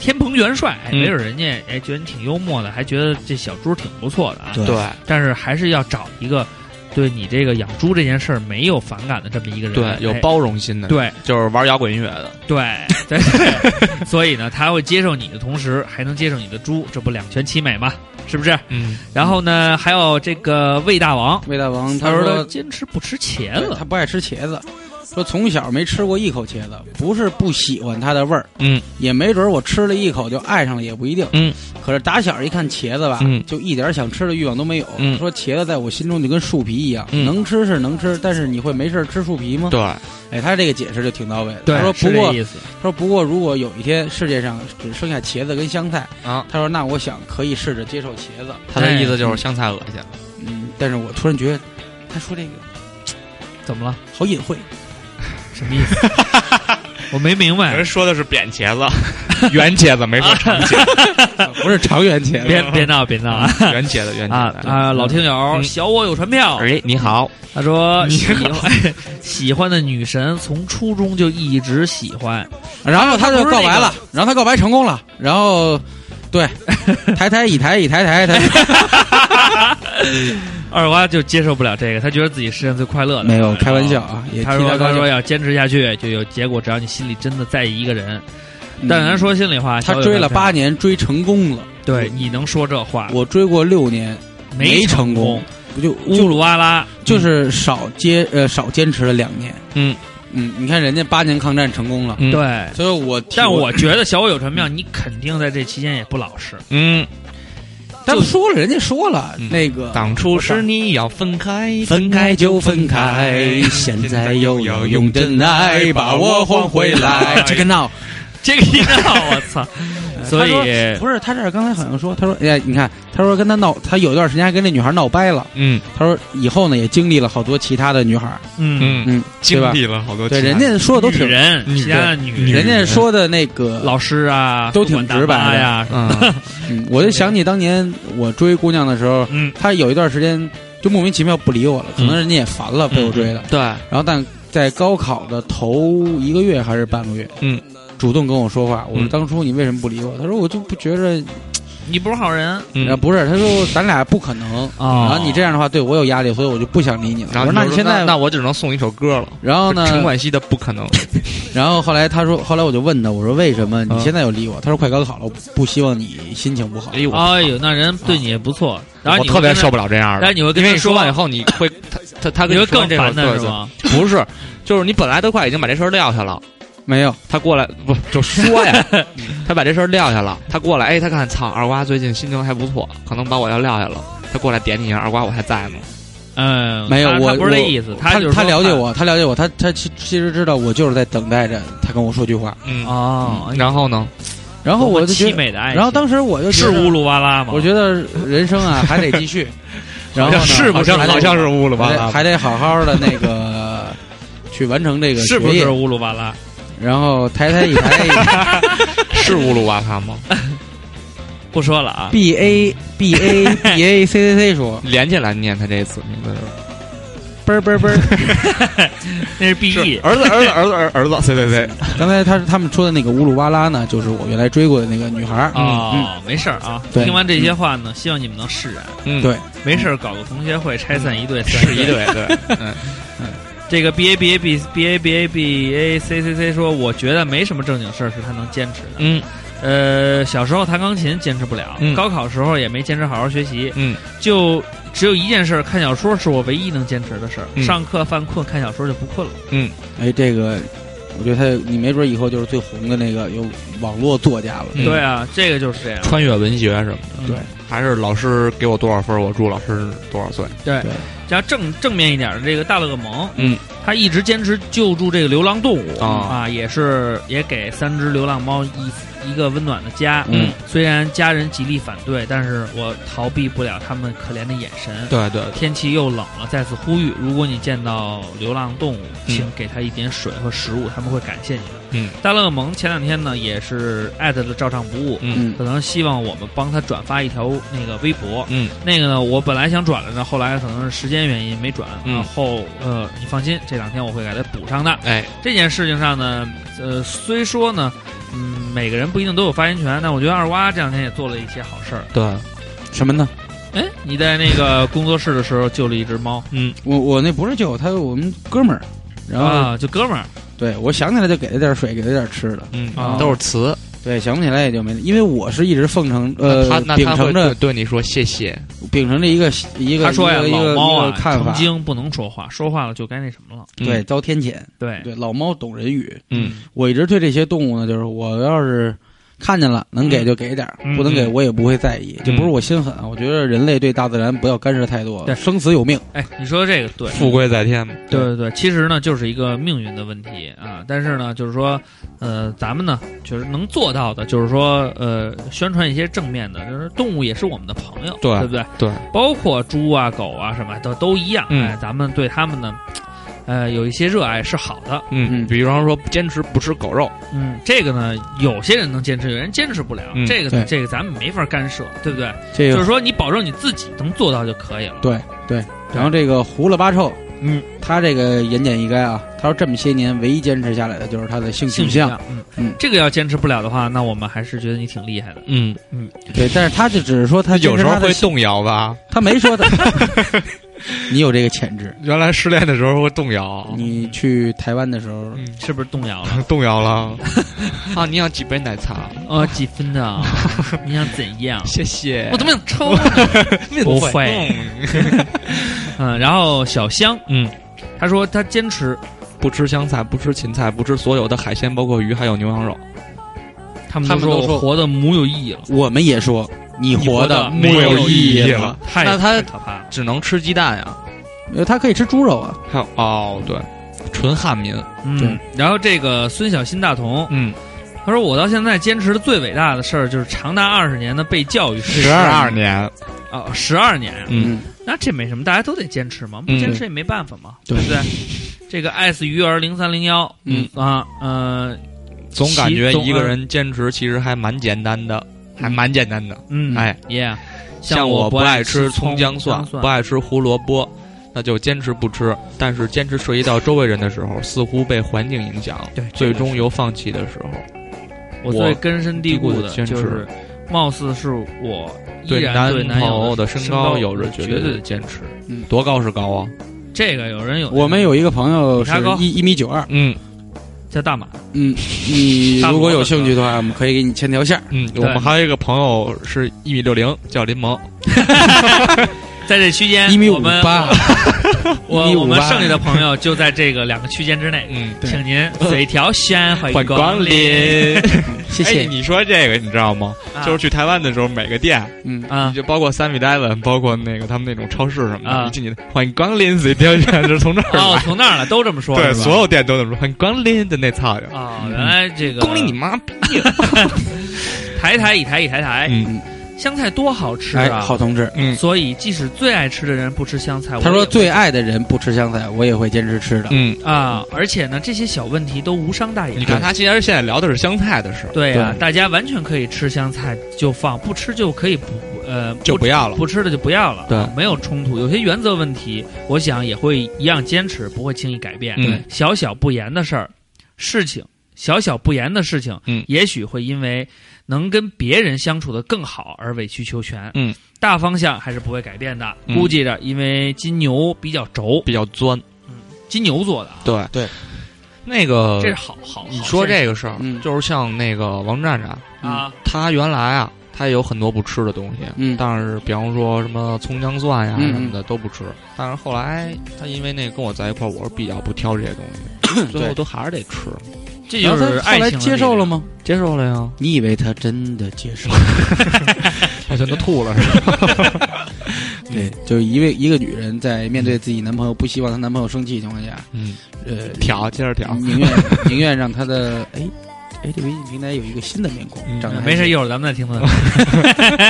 天蓬元帅，哎，
嗯
没准人家哎觉得你挺幽默的，还觉得这小猪挺不错的啊。
对
对，
但是还是要找一个对你这个养猪这件事儿没有反感的这么一个人，
对，有
哎
包容心的，，
对
就是玩摇滚音乐的，
对对对，所以呢，他会接受你的同时，还能接受你的猪，这不两全其美吗？是不是？
嗯，
然后呢，还有这个魏大王，
魏大王
他
他说
他坚持不吃茄
对
子
他，不爱吃茄子，说从小没吃过一口茄子，不是不喜欢它的味儿，
嗯，
也没准我吃了一口就爱上了，也不一定，
嗯。
可是打小一看茄子吧，
嗯
就一点想吃的欲望都没有。
嗯
说茄子在我心中就跟树皮一样，
嗯
能吃是能吃，但是你会没事儿吃树皮吗？
对，
哎，他这个解释就挺到位的。
对
他说，不
是
过
这意思。
他说：“不过，如果有一天世界上只剩下茄子跟香菜
啊，
他说那我想可以试着接受茄子。
他的意思就是香菜恶心，
嗯，但是我突然觉得，他说这个
怎么了？
好隐晦。
什么意思？我没明白。
说的是扁茄子， 圆茄子没说长茄子，
不是长圆茄
别别闹别闹啊
圆茄子，圆
啊
茄子
啊！老听友
嗯
小我有船票，
哎，你好，
他说
你
喜欢 喜欢的女神从初中就一直喜欢，
然后他就告白
啊
了，然后他告白成功了，然后 对，抬抬一抬一抬抬抬，
二瓜就接受不了这个，他觉得自己世界上最快乐的。
没有开玩笑。啊，也替
他说：“
他
他
高
说
兴。
要坚持下去就有结果，只要你心里真的在意一个人。但咱
嗯
说心里话，
他
小友
追了
船票
八，年，追成功了。
对，你能说这话
我追过六年，没
成
成功，不就
乌
就
鲁哇拉
就是少坚呃少坚持了两年。
嗯
嗯，你看人家八年抗战成功了。”
嗯
对。
所以我替
但我觉得小我有船票，你肯定在这期间也不老 实。
嗯，
但说了，人家说了
嗯
那个
当初是你要分开，
分开就分开， 现在又要用真爱把我换回来。
哎
这个闹，
这个一闹，我操！所以
嗯他说不是他这儿刚才好像说，他说哎呀，你看，他说跟他闹，他有一段时间还跟那女孩闹掰了。
嗯
他说以后呢，也经历了好多其他的女孩，
嗯，
嗯，
嗯，对
经
吧？
历了好多
对，
其他
人家说的都
女
挺，
人，
女
其他的女
女
人家
人
说的那个，
老师啊，
都挺直白的
宿管大妈呀。
嗯
嗯，我就想起当年我追姑娘的时候，
嗯，
她有一段时间就莫名其妙不理我了，可
嗯
能人家也烦了，被我追的。
对，
然后但在高考的头一个月还是半个月，
嗯，
主动跟我说话，我说
嗯
当初你为什么不理我？他说我就不觉着，
你不是好人
嗯
呃不是，他说咱俩不可能。
啊
然后你这样的话对我有压力，所以我就不想理你了。
然
我说
后就
那你
说
现在，
那我只能送一首歌了。
然后呢？
陈冠希的不可能，
然后后来他说，后来我就问他，我说为什么你
嗯
现在有理我？他说快高考了，我不希望你心情不好。
呦
哎呦，那人对你也不错，然后
我
你会
特别
跟他
受，不了这样的。
但是你会跟
因为
他
你说完以后，你会他他他跟
你会
说
更
完这
烦
种
他是
对
吗？
对不是，就是你本来都快已经把这事儿撂下了，
没有，
他过来不就说 呀？他把这事儿撂下了，他过来，哎，他看，操，二瓜最近心情还不错，可能把我要撂下了。他过来点你一下，二瓜我还在吗？
嗯，
没有
他他
我
不是这
我
意思，
他
就是说
了解我，他了解我，他他其其实知道我就是在等待着他跟我说句话。
嗯
哦。
然后呢？
然后我就觉
凄
得，
美的爱情，
然后当时我就是觉得
乌鲁哇拉吗？
我觉得人生啊还得继续，然后呢
是不是哎
还得
好像是乌鲁巴
还
拉
得还得好好的那个去完成这个
是不
学业
是乌鲁哇拉？
然后抬抬一抬一
是乌鲁巴拉吗？
不说了啊，
B A B A B A C C C 说
连起来念他这次名字
嘣儿嘣儿嘣儿。
那是 B
是
E，
儿子儿子儿子儿儿子，对对对，
刚才他他们说的那个乌鲁哇拉呢，就是我原来追过的那个女孩儿。嗯
哦，没事儿啊。
对
听完这些话呢，希望你们能释然。
嗯
对
没事儿，搞个同学会，拆散一对，
是一对
对。
对，嗯
这个 B A B A B B A B A B A C C C 说，我觉得没什么正经事儿是他能坚持的。
嗯
呃，小时候弹钢琴坚持不了，
嗯
高考时候也没坚持好好学习，
嗯
就只有一件事儿，看小说是我唯一能坚持的事儿。
嗯
上课犯困，看小说就不困了。
哎，这个我觉得他你没准以后就是最红的那个有网络作家了。
嗯
对啊，这个就是这样。
穿越文学什么的，
嗯
对
还是老师给我多少分，我祝老师多少岁。
对
对，
像正正面一点的这个大乐个萌，
嗯，
他一直坚持救助这个流浪动物、
啊
啊，也是也给三只流浪猫一一个温暖的家。
嗯，
虽然家人极力反对，但是我逃避不了他们可怜的眼神。
对对
天气又冷了，再次呼吁：如果你见到流浪动物，
嗯
请给它一点水和食物，他们会感谢你的。
嗯，
大乐萌前两天呢也是艾特了照常不误，
嗯
可能希望我们帮他转发一条那个微博。
嗯，
那个呢，我本来想转了呢，后来可能是时间原因没转。
嗯
然后呃，你放心，这两天我会给他补上的。
哎，
这件事情上呢，呃，虽说呢，嗯，每个人不一定都有发言权，但我觉得二瓜这两天也做了一些好事儿。
对，
什么呢？
哎，你在那个工作室的时候救了一只猫
我我那不是救他，我们哥们儿，然后、
啊，就哥们儿
对我想起来就给他点水，给他点吃的，
嗯
啊，
都是词。
对，想不起来也就没了，因为我是一直奉承呃
那他那
秉
他会
承
对
着
对你说谢谢，
秉承着一个一个
他说呀，
一个一
老
个
猫
一
啊，
个看
曾
法，
经嗯不能说话，说话了就该那什么了。
对，遭天谴，
对，
对，老猫懂人语，
嗯，
我一直对这些动物呢，就是我要是看见了能给就给点儿，
嗯
不能给
嗯
我也不会在意，这不是我心狠啊，我觉得人类对大自然不要干涉太多，
对
生死有命，
哎，你说这个对，
富贵在天嘛。
对对对，其实呢就是一个命运的问题啊。但是呢，就是说，呃，咱们呢确实能做到的，就是说，呃，宣传一些正面的，就是动物也是我们的朋友，
对
对不对？
对，
包括猪啊、狗啊什么的都一样。
嗯
哎，咱们对它们呢，呃，有一些热爱是好的。
嗯
比方说坚持不吃狗肉，
嗯，这个呢，有些人能坚持，有人坚持不了。
嗯
这个呢，
对
这个咱们没法干涉，对不对？
这
就是
个
说，你保证你自己能做到就可以了。
对对。然后这个胡了八臭，
嗯，
他这个言简意赅啊，他说这么些年唯一坚持下来的就是他的性
性
取
取向
向，，
嗯
嗯
这个要坚持不了的话，那我们还是觉得你挺厉害的。
嗯，
对，但是他就只是说他
有时候
坚持他的
会
性
动摇吧。
他没说他， 你有这个潜质，
原来失恋的时候会动摇，
你去台湾的时候，
哦嗯，
是不是 动摇了？
动摇了。啊，你要几杯奶茶？
哦，几分的啊？你想怎样？
谢谢
我怎么想抽呢？不会。 嗯，然后小香，
嗯，
他说他坚持，
不吃香菜，不吃芹菜，不吃所有的海鲜，包括鱼还有牛羊肉。
他们
他
都
们
说
都
我
说
活的没有意义了，
我们也说你活
的
得
没有
意
意义
了
了，
太
那他
太可怕了。
只能吃鸡蛋呀。
呃他可以吃猪肉啊，
还有哦，对，纯汉民。
嗯，然后这个孙小新大同，
嗯，
他说我到现在坚持的最伟大的事儿就是长达二十年的被教育
十二年，
啊，十二年啊，
嗯，
那这没什么，大家都得坚持嘛，不
嗯
坚持也没办法嘛，
对
不对？这个爱死鱼儿零三零幺，
嗯
啊，呃，
总感觉
其中
一个人坚持其实还蛮简单的，还蛮简单的。
嗯，
哎
耶，
像
我
不
爱
爱吃葱姜
蒜
蒜，，不爱吃胡萝卜，那就坚持不吃。但是坚持涉及到周围人的时候，似乎被环境影响，
对，
最终有放弃的时候。
我
我
最根深蒂固
蒂固
的
地坚持
就是，貌似是我依
对
然对
男
男
朋友
的
的
身
身高有着
绝
绝对
的
的坚持
嗯，
多高是高啊？
这个有人有，
我们有一个朋友是
比他高
一一米九二，
嗯
叫大马，
嗯，你
大拇哥
如果有兴趣的话，我们可以给你牵条线儿。
嗯，我
对
们还有一个朋友是一米六零，叫林萌。
在这区间
一米
哎我
五
们
八，啊
我
一米
我
五
们
八
剩下的朋友就在这个两个区间之内，
嗯，
对
请您随条轩欢迎
欢迎光
临，
谢
哎，
谢。
你说这个你知道吗？
啊
就是去台湾的时候，每个店
嗯，
啊，
就包括三米 d 文，包括那个他们那种超市什么
啊
的，一进去欢迎光临，随便选，就是从这儿
哦，
来。
从那儿了，都这么说，
对，
是吧
所有店都这么说，欢迎光临的那操的。嗯
哦，原来这个
光临你妈逼！
台台以台以台台，
嗯
香菜多好吃
哎，
啊！
好同志，
嗯
所以即使最爱吃的人不吃香菜，
他
我
说
也
最爱的人不吃香菜，我也会坚持吃的。
嗯，
啊，而且呢，这些小问题都无伤大雅。
你看他其实现在聊的是香菜的事儿，
对啊，
对
大家完全可以吃香菜就放，不吃就可以不呃
就
不
不要了。
不吃的就不要了，
对
啊没有冲突。有些原则问题，我想也会一样坚持，不会轻易改变。
嗯
小小不言的事儿，事情小小不言的事情，
嗯
也许会因为能跟别人相处的更好而委曲求全。
嗯，
大方向还是不会改变的。
嗯
估计着，因为金牛比较轴，
比较钻，
金牛座的啊，
对
对，
那个
这是好好。
呃你
好
说
现
这个事儿，
嗯
就是像那个王站站，
实啊，
他原来啊，他也有很多不吃的东西，
嗯
但是比方说什么葱姜蒜呀
嗯
什么的都不吃，但是后来他因为那个跟我在一块儿，我是比较不挑这些东西，最后都还是得吃，嗯
这
然
就
后
是
他后
爱
来
情的
接受
力
了
量？
吗？
接受了呀，
你以为他真的接 受？
我全都吐了是吧？
对，就是一位一个女人在面对自己男朋友不希望她男朋友生气的情况下，
嗯，
呃，
挑，接着挑，
宁愿宁愿让她的哎哎，这微信平台有一个新的面孔，
嗯
长得还
没事，一
行
会儿咱们再听他。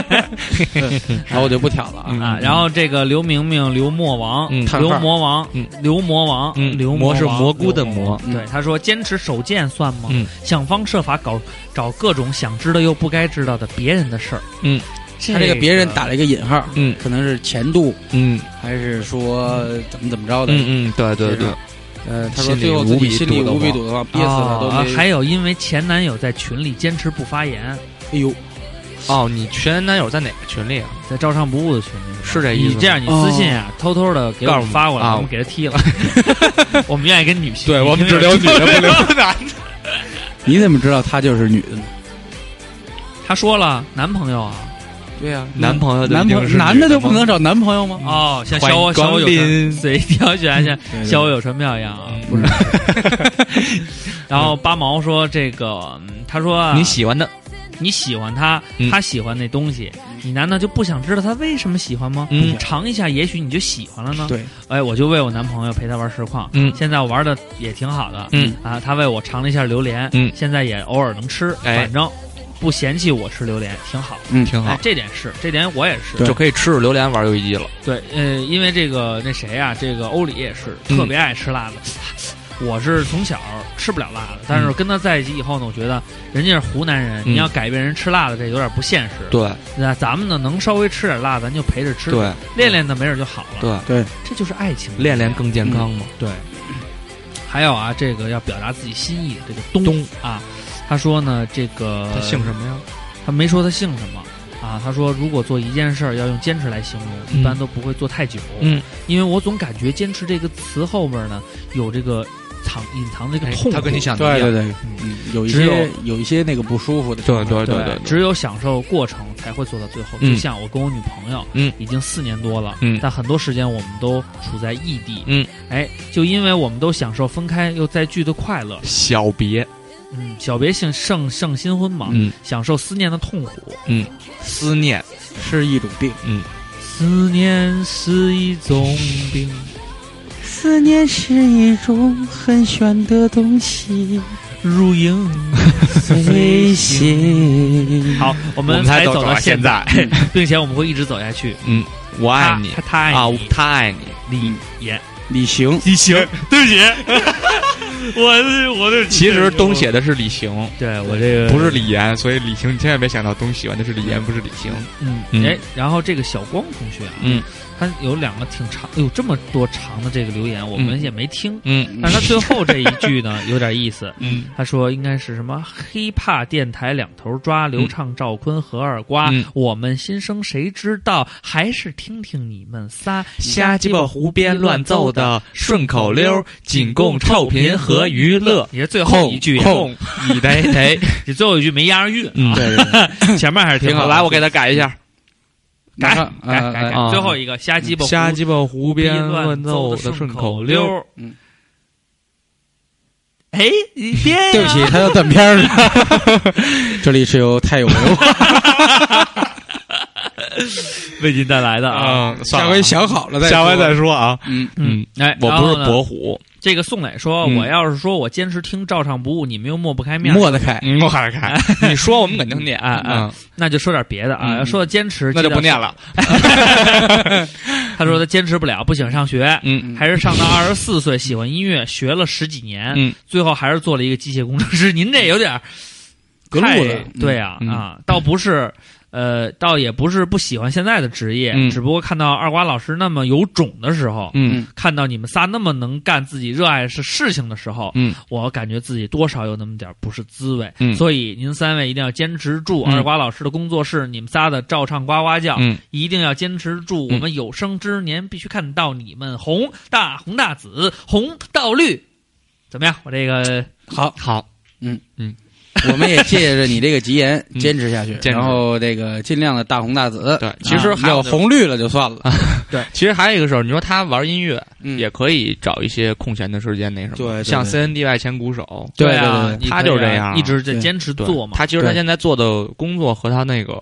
然后我就不挑了啊。
嗯
啊，然后这个刘明明、刘魔王、
嗯
刘魔王、
嗯
刘魔王、
嗯
刘
蘑是
王
蘑菇的
刘魔王
蘑
对，他说坚持手贱算吗？
嗯
想方设法搞找各种想知道又不该知道的别人的事儿。
嗯，
他
他这个别人打了一个引号，
嗯
可能是前度，
嗯
还是说怎么怎么着的？
嗯嗯，对对对，
呃，他说
心里
最后自
无
己
比
心
堵
里
得
无比
慌
堵啊得慌，憋死了都
啊
没。
还有因为前男友在群里坚持不发言，
哎呦，
哦，你前男友在哪个群里啊？
在照唱不误的群里吧
是这意思哦
你这样，你私信啊，偷偷的给我
告诉
们
我
发过来，
啊
我们给他 踢了。我们愿意跟女性，
对我们只
因为
聊女的不聊
男。
你怎么知道她就是女的呢？
他说了，男朋友啊，
对呀，男朋友
男朋男的就不能找男朋友吗？
哦，像
嗯欢迎
小我小我有
光
传
临
随挑选， 像
对对
小我有传票一样啊，不是。然后八毛说这个，嗯他说啊
你喜欢的
你喜欢他，
嗯
他喜欢那东西，你难道就不想知道他为什么喜欢吗？
嗯
尝一下，也许你就喜欢了呢。
啊对，
哎，我就为我男朋友陪他玩实况，
嗯
现在我玩的也挺好的，
嗯
啊，他为我尝了一下榴莲，
嗯
现在也偶尔能吃，
哎
反正不嫌弃我吃榴莲，挺好。
嗯，
挺
哎
好，，
这点是，这点我也是，
对
就可以吃着榴莲玩游戏机了。
对，呃，因为这个那谁啊，这个欧里也是
嗯
特别爱吃辣的。我是从小吃不了辣的，但是跟他在一起以后呢，我觉得人家是湖南人，
嗯
你要改变人吃辣的，这有点不现实。
对
那咱们呢，能稍微吃点辣，咱就陪着吃，
对
练练呢，没准就好了。
对，
这就是爱情，
练练更健康嘛。
对。还有啊，这个要表达自己心意的这个东啊，他说呢，这个
他姓什么呀？
他没说他姓什么啊，他说如果做一件事儿要用坚持来形容，
嗯
一般都不会做太久。
嗯，
因为我总感觉坚持这个词后边呢有这个藏隐藏这个
哎
痛苦，
他跟你想的
对
一
对
样。
对，嗯，有一
只有
些有一些那个不舒服的地
对
方，
对
对
对，
只有享受过程才会做到最后。
嗯
就像我跟我女朋友，
嗯
已经四年多了，
嗯
但很多时间我们都处在异地，
嗯，
哎，就因为我们都享受分开又再聚的快乐，
小别，
嗯，小别胜胜胜新婚嘛，
嗯，
享受思念的痛苦，
思念，
是一种病。
思念是一种病，
思念是一种很玄的东西，
如影
飞。 行。
好，我
我
们
们才
走
走
到
到现
在
在，
并且我们会一直走下去。
我爱你
他他爱
啊
你，，
他爱你。
李岩，
李行，
李行，对不起， 我我对
其实东写的是李行，
对我这个
不是，李岩，所以李行你千万别想到东喜欢的是李岩，不是李行。
嗯，
嗯
哎，然后这个小光同学啊，
嗯，
他有两个挺长，有这么多长的这个留言，我们
嗯
也没听，
嗯
但是他最后这一 句呢有点意思，
嗯
他说应该是什么黑怕电台两头抓，刘畅、赵坤和二瓜，
嗯
我们心声谁知道？还是听听你们仨
瞎鸡巴胡编乱奏的，顺口溜，仅供臭贫和娱乐。
你这最后一句也，
控，你得得，
你最后一句没押上韵
嗯
啊，
对对对，
前面还是挺
挺好。
好。
来，我给他改一下，
改
马上
改
呃
改
呃
改，
啊
最后一个瞎鸡巴胡
瞎鸡巴胡编
编
乱奏
的
的顺
口
口溜。。
嗯，
哎，你编呀
对不起，他要断片儿了。 这里是由太有文 化，
为您带来的啊。
啊，算
下
了
回想好了再
下回再
说。
说啊。
嗯，
嗯，哎，
我
然
不
后
是
呢
博虎，
这个宋磊说，
嗯
我要是说我坚持听照唱不误，你们又抹不开面儿，
抹得开，
嗯，我还是 看。你说我们肯定念，
啊啊
嗯，
那就说点别的啊。
嗯
要说到坚持，
那就不念
了。
了。
他说他坚持不了，不喜欢上学，
嗯，
还是上到二十四岁，喜欢音乐，学了十几年，
嗯，
最后还是做了一个机械工程师。您这有点儿
格路
太
了。
对呀、
嗯
啊，倒不是，呃，倒也不是不喜欢现在的职业，
嗯
只不过看到二瓜老师那么有种的时候，
嗯
看到你们仨那么能干自己热爱是事情的时候，
嗯，
我感觉自己多少有那么点儿不是滋味。
嗯
所以您三位一定要坚持住
嗯
二瓜老师的工作室，你们仨的照唱呱呱叫，
嗯
一定要坚持住。
嗯
我们有生之年必须看到你们红大红大紫，红到绿，怎么样？我这个
好，
好，
我们也借着你这个吉言
嗯
坚持下去，
坚持
然后这个尽量的大红大紫。
对其实
啊
还有
要红绿了就算了。
其实还有一个事儿，你说他玩音乐
嗯
也可以找一些空闲的时间那什么，
对对
像
对
CNDY 前鼓手，
对对
啊
对，
你
他
可以
就是
啊
这样
一直在
对
坚持
对
做嘛，
他其实他
对
现在做的工作和他那个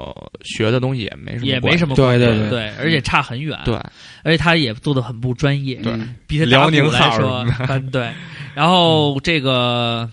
学的东西也没什么，
也没什
么。
么
对
关系
对
对
对
而且差很远，
对，
而且他也做的很不专业，
对
比他打
辽
鼓
宁
来
号
说，嗯对。然后这个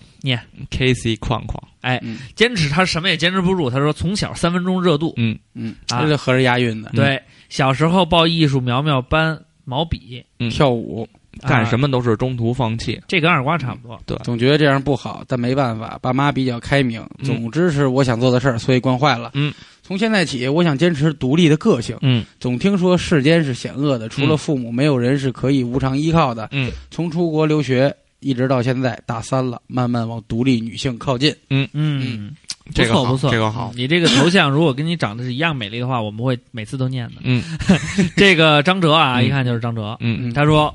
KC 框框，
嗯
坚持，他什么也坚持不住。他说从小三分钟热度，
嗯，
嗯，
啊
这就合着押韵的。
对，小时候报艺术苗苗班毛笔，
嗯
跳舞
干什
么？
么都是中途放弃。
这跟二瓜差不多。
总觉得这样不好，但没办法，爸妈比较开明。
嗯
总之是我想做的事儿，所以惯坏了。
嗯，
从现在起，我想坚持独立的个性。
嗯，
总听说世间是险恶的，除了
嗯
父母，没有人是可以无偿依靠的。
嗯，
从出国留学一直到现在大三了，慢慢往独立女性靠近。
嗯，
这个
不错
好，
不错，
这个好
嗯。你这个头像如果跟你长得是一样美丽的话，我们会每次都念的。
嗯，
这个张哲啊，
嗯
一看就是张哲。
嗯，
他说：“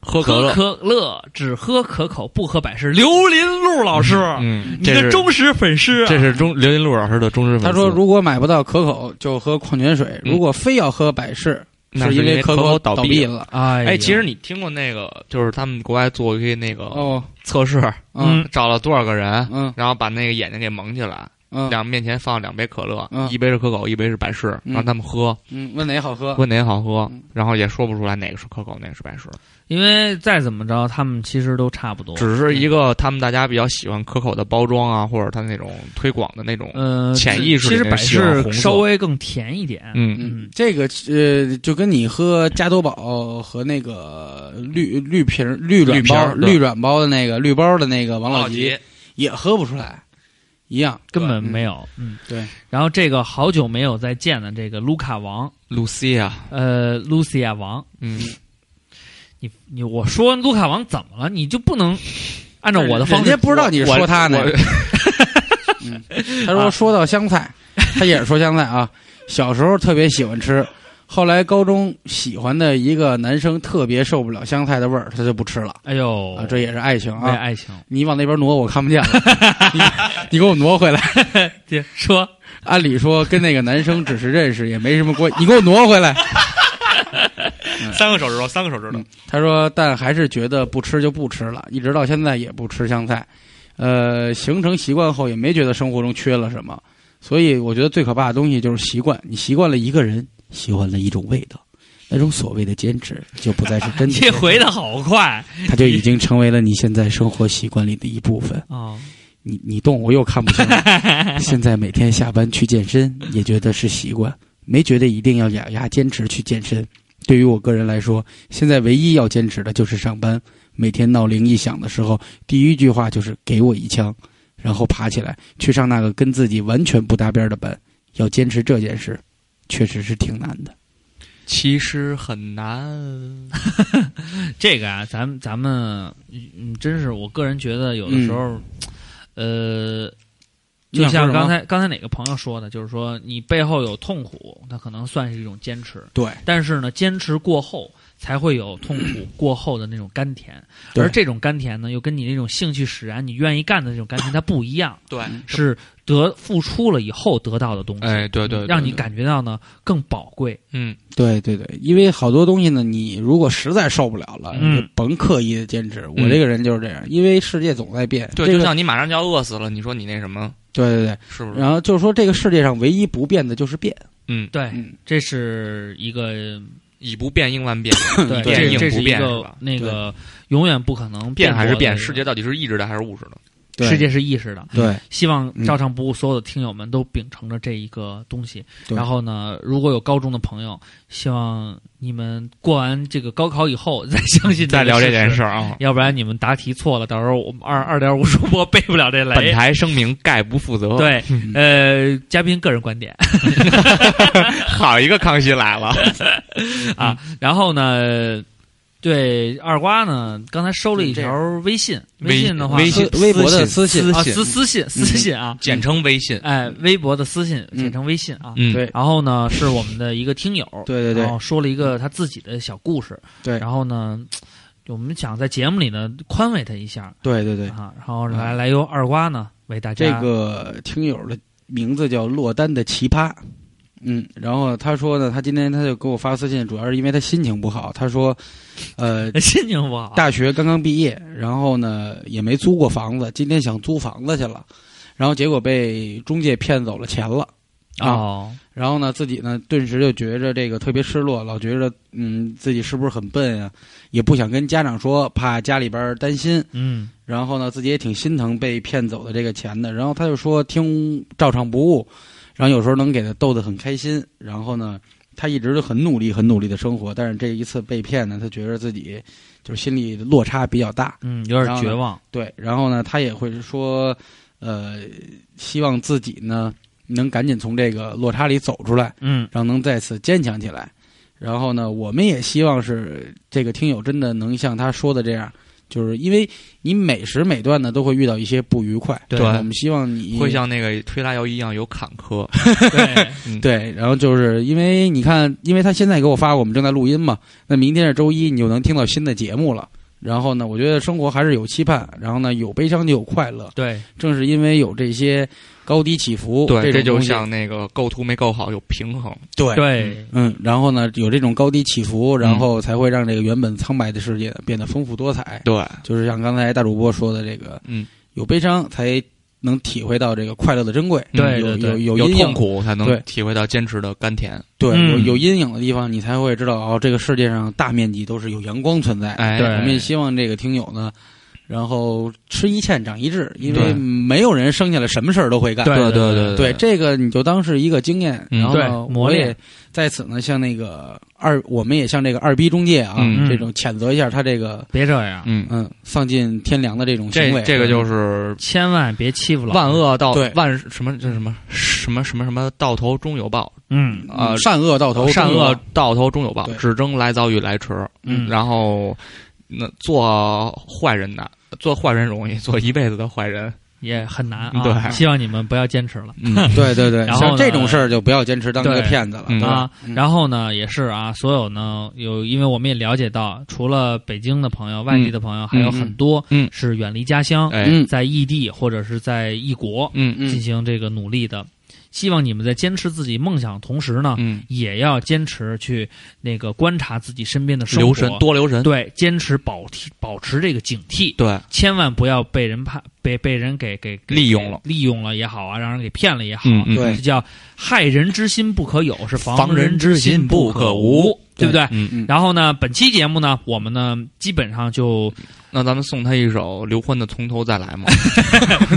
喝可
喝
乐，
可乐只喝可口，不喝百事。”刘林路老师，
嗯，
你
这
的
是
忠实粉丝啊，
这是中刘云路老师的忠实粉丝。
他说，如果买不到可口，就喝矿泉水；
嗯
如果非要喝百事，
那
因为
可
口
倒
闭
了。
了。
哎呀
哎，其实你听过那个，就是他们国外做一个那个
哦，
测试，
嗯
找了多少个人，
嗯
然后把那个眼睛给蒙起来，
嗯
两面前放两杯可乐，
嗯
一杯是可口，一杯是百事，
嗯
让他们喝，
嗯，问哪好喝？
问哪个好喝
嗯，
然后也说不出来哪个是可口，哪个是百事，
因为再怎么着，他们其实都差不多。
只
嗯
是一个他们大家比较喜欢可口的包装啊，或者它那种推广的那种，
呃，
潜意识
其
里
实
面
百
喜欢
事
红色
稍微更甜一点。
嗯
嗯
嗯，
这个呃，就跟你喝加多宝和那个绿绿瓶儿绿软包
绿瓶儿对
绿软包的那个绿包的那个王老吉也喝不出来一样。
根本没有，嗯，
对。
然后这个好久没有再见的这个卢卡王，
露西啊，
呃，Lucia 王，
嗯，
你你我说卢卡王怎么了？你就不能按照我的方
人家
式？
不知道你说他呢
我。
嗯，
啊
他说说到香 菜，他也是说香菜啊。小时候特别喜欢吃，后来高中喜欢的一个男生特别受不了香菜的味儿，他就不吃了
哎呦，
啊。这也是爱情
为
啊！
爱情，
你往那边挪，我看不见 了，你你给我挪回来。
对，说
按理说跟那个男生只是认识，也没什么关系。你给我挪回来。
三个手指头，三个手指
嗯，他说，但还是觉得不吃就不吃了，一直到现在也不吃香菜。呃，形成习惯后也没觉得生活中缺了什么，所以我觉得最可怕的东西就是习惯。你习惯了一个人，习惯了一种味道，那种所谓的坚持就不再是真
这
的，
回的好快
它就已经成为了你现在生活习惯里的一部分。
哦，嗯
你你动我又看不清了。 现在每天下班去健身，也觉得是习惯，没觉得一定要咬牙坚持去健身。对于我个人来说，现在唯一要坚持的就是上班。每天闹铃一响的时候，第一句话就是“给我一枪”，然后爬起来去上那个跟自己完全不搭边的班。要坚持这件事，确实是挺难的。
其实很难。
这个啊，咱们咱们嗯，真是我个人觉得有的时候，呃，
嗯你
就
想说什么
像刚才刚才哪个朋友说的，就是说你背后有痛苦，那可能算是一种坚持，
对，
但是呢，坚持过后才会有痛苦过后的那种甘甜，
对
而这种甘甜呢，又跟你那种兴趣使然、你愿意干的这种甘甜它不一样，
对，
是得付出了以后得到的东西，
嗯哎，对对，对
让你
对
感觉到呢更宝贵。
嗯，
对对对，因为好多东西呢，你如果实在受不了了，
嗯
你就甭刻意的坚持。我这个人就是这样，因为世界总在变。
对，
这
就
个
像你马上就要饿死了，你说你那什么，
对对对，
是不是？
然后就是说，这个世界上唯一不变的就是变。
嗯，
对，
嗯，
这是一个
以不变应万变，
对，
变
这
应
这
不
是一
变是
个
吧
那个永远不可能
变还是
多的
变，
一个
世界到底是意志的还是物质的？
对
世界是意识的。
对
希望
嗯
照常不误，所有的听友们都秉承着这一个东西。
对
然后呢，如果有高中的朋友，希望你们过完这个高考以后再相信
再聊这件事
儿，
儿啊。
要不然你们答题错了，到时候我们二二点五主播背不了这
本
雷。
台嗯声明概不负责。，
对，
哎
呃，嘉宾个人观点。
好一个康熙来了。
然后呢，对二瓜呢，刚才收了一条微信，
微
信的话，
微信
微博的私信
啊，私私信私信啊，
简称微信。
哎，微博的私信
嗯
简称微信啊。
嗯，
对
然后呢，是我们的一个听友，
对对对
然后说了一个他自己的小故事，
对
然后呢，我们想在节目里呢宽慰他一下
对对对，
啊，然后
嗯
来来由二瓜呢为大
这
家
个听友的名字叫落单的奇葩。嗯，然后他说呢，他今天他就给我发私信，主要是因为他心情不好。他说，呃，
心情不好，
大学刚刚毕业，然后呢也没租过房子，今天想租房子去了，然后结果被中介骗走了钱了啊。
哦，
然后呢，自己呢顿时就觉着这个特别失落，老觉着嗯自己是不是很笨啊，也不想跟家长说，怕家里边儿担心。
嗯
然后呢，自己也挺心疼被骗走的这个钱的。然后他就说听照唱不误，然后有时候能给他逗得很开心。然后呢，他一直都很努力、很努力的生活，但是这一次被骗呢，他觉得自己就是心里落差比较大。
嗯，有
然
点
后呢
绝望，
对，然后呢，他也会说，呃，希望自己呢能赶紧从这个落差里走出来。
嗯
然后能再次坚强起来。然后呢，我们也希望是这个听友真的能像他说的这样，就是因为你每时每段呢都会遇到一些不愉快，
对
我们希望你
会像那个推拉摇一样有坎坷。
对，
对，然后就是因为你看，因为他现在给我发，我们正在录音嘛，那明天是周一，你就能听到新的节目了。然后呢，我觉得生活还是有期盼，然后呢，有悲伤就有快乐，
对，
正是因为有这些高低起伏，
对，
这
这
种
就
东西
像那个构图没构好，有平衡。
对
对，
嗯，然后呢，有这种高低起伏，然后才会让这个原本苍白的世界呢变得丰富多彩。
对，
就是像刚才大主播说的这个，
嗯，
有悲伤才能体会到这个快乐的珍贵，
对
有
对对
有
嗯有
阴
痛
影，
苦才
对
能体会到坚持的甘甜。
对，
嗯
有有阴影的地方，你才会知道哦，这个世界上大面积都是有阳光存在的。
哎，
对
我们也希望这个听友呢，然后吃一堑长一智，因为
对
没有人生下来什么事儿都会干。
对
对
对
对这个你就当是一个经验，
嗯
然后
对
呢，
磨
我也
练
在此呢，向那个二，我们也向这个二逼中介啊，
嗯
这种谴责一下他这个
别这样，
嗯，
嗯丧尽天良的这种行为。嗯
这个就是
千万别欺负老人
万，恶到
对
万什么这什么什么什么什么到头终有报，
嗯
嗯
啊
善恶到头，
善恶
终
到头终有报
对，
只争来早与来迟。
嗯
然后那做坏人难，做坏人容易，做一辈子的坏人。
也很难啊。
对
希望你们不要坚持了
嗯，
有报对对对，
然后
像
呢
这种事儿就不要坚持当一个
对
骗子了。
嗯
对
啊。
嗯
然后呢，也是啊，所有呢有，因为我们也了解到，除了北京的朋友、外地的朋友，还有很多
嗯
是远离家乡，
哎，
嗯
在异地或者是在异国
嗯
嗯
进行这个努力的。希望你们在坚持自己梦想的同时呢，
嗯，
也要坚持去那个观察自己身边的生活，
留神多留神。
对，坚持保提保持这个警惕，
对
千万不要被人怕被被人给给给
利用了
利用了也好啊，让人给骗了也好，
嗯嗯
对
这叫害人之心不可有，是
防人
人
之心
心
不
可
可
无
无，
对不对？
嗯
嗯
然后呢，本期节目呢，我们呢基本上就
那咱们送他一首刘欢的《从头再来》嘛。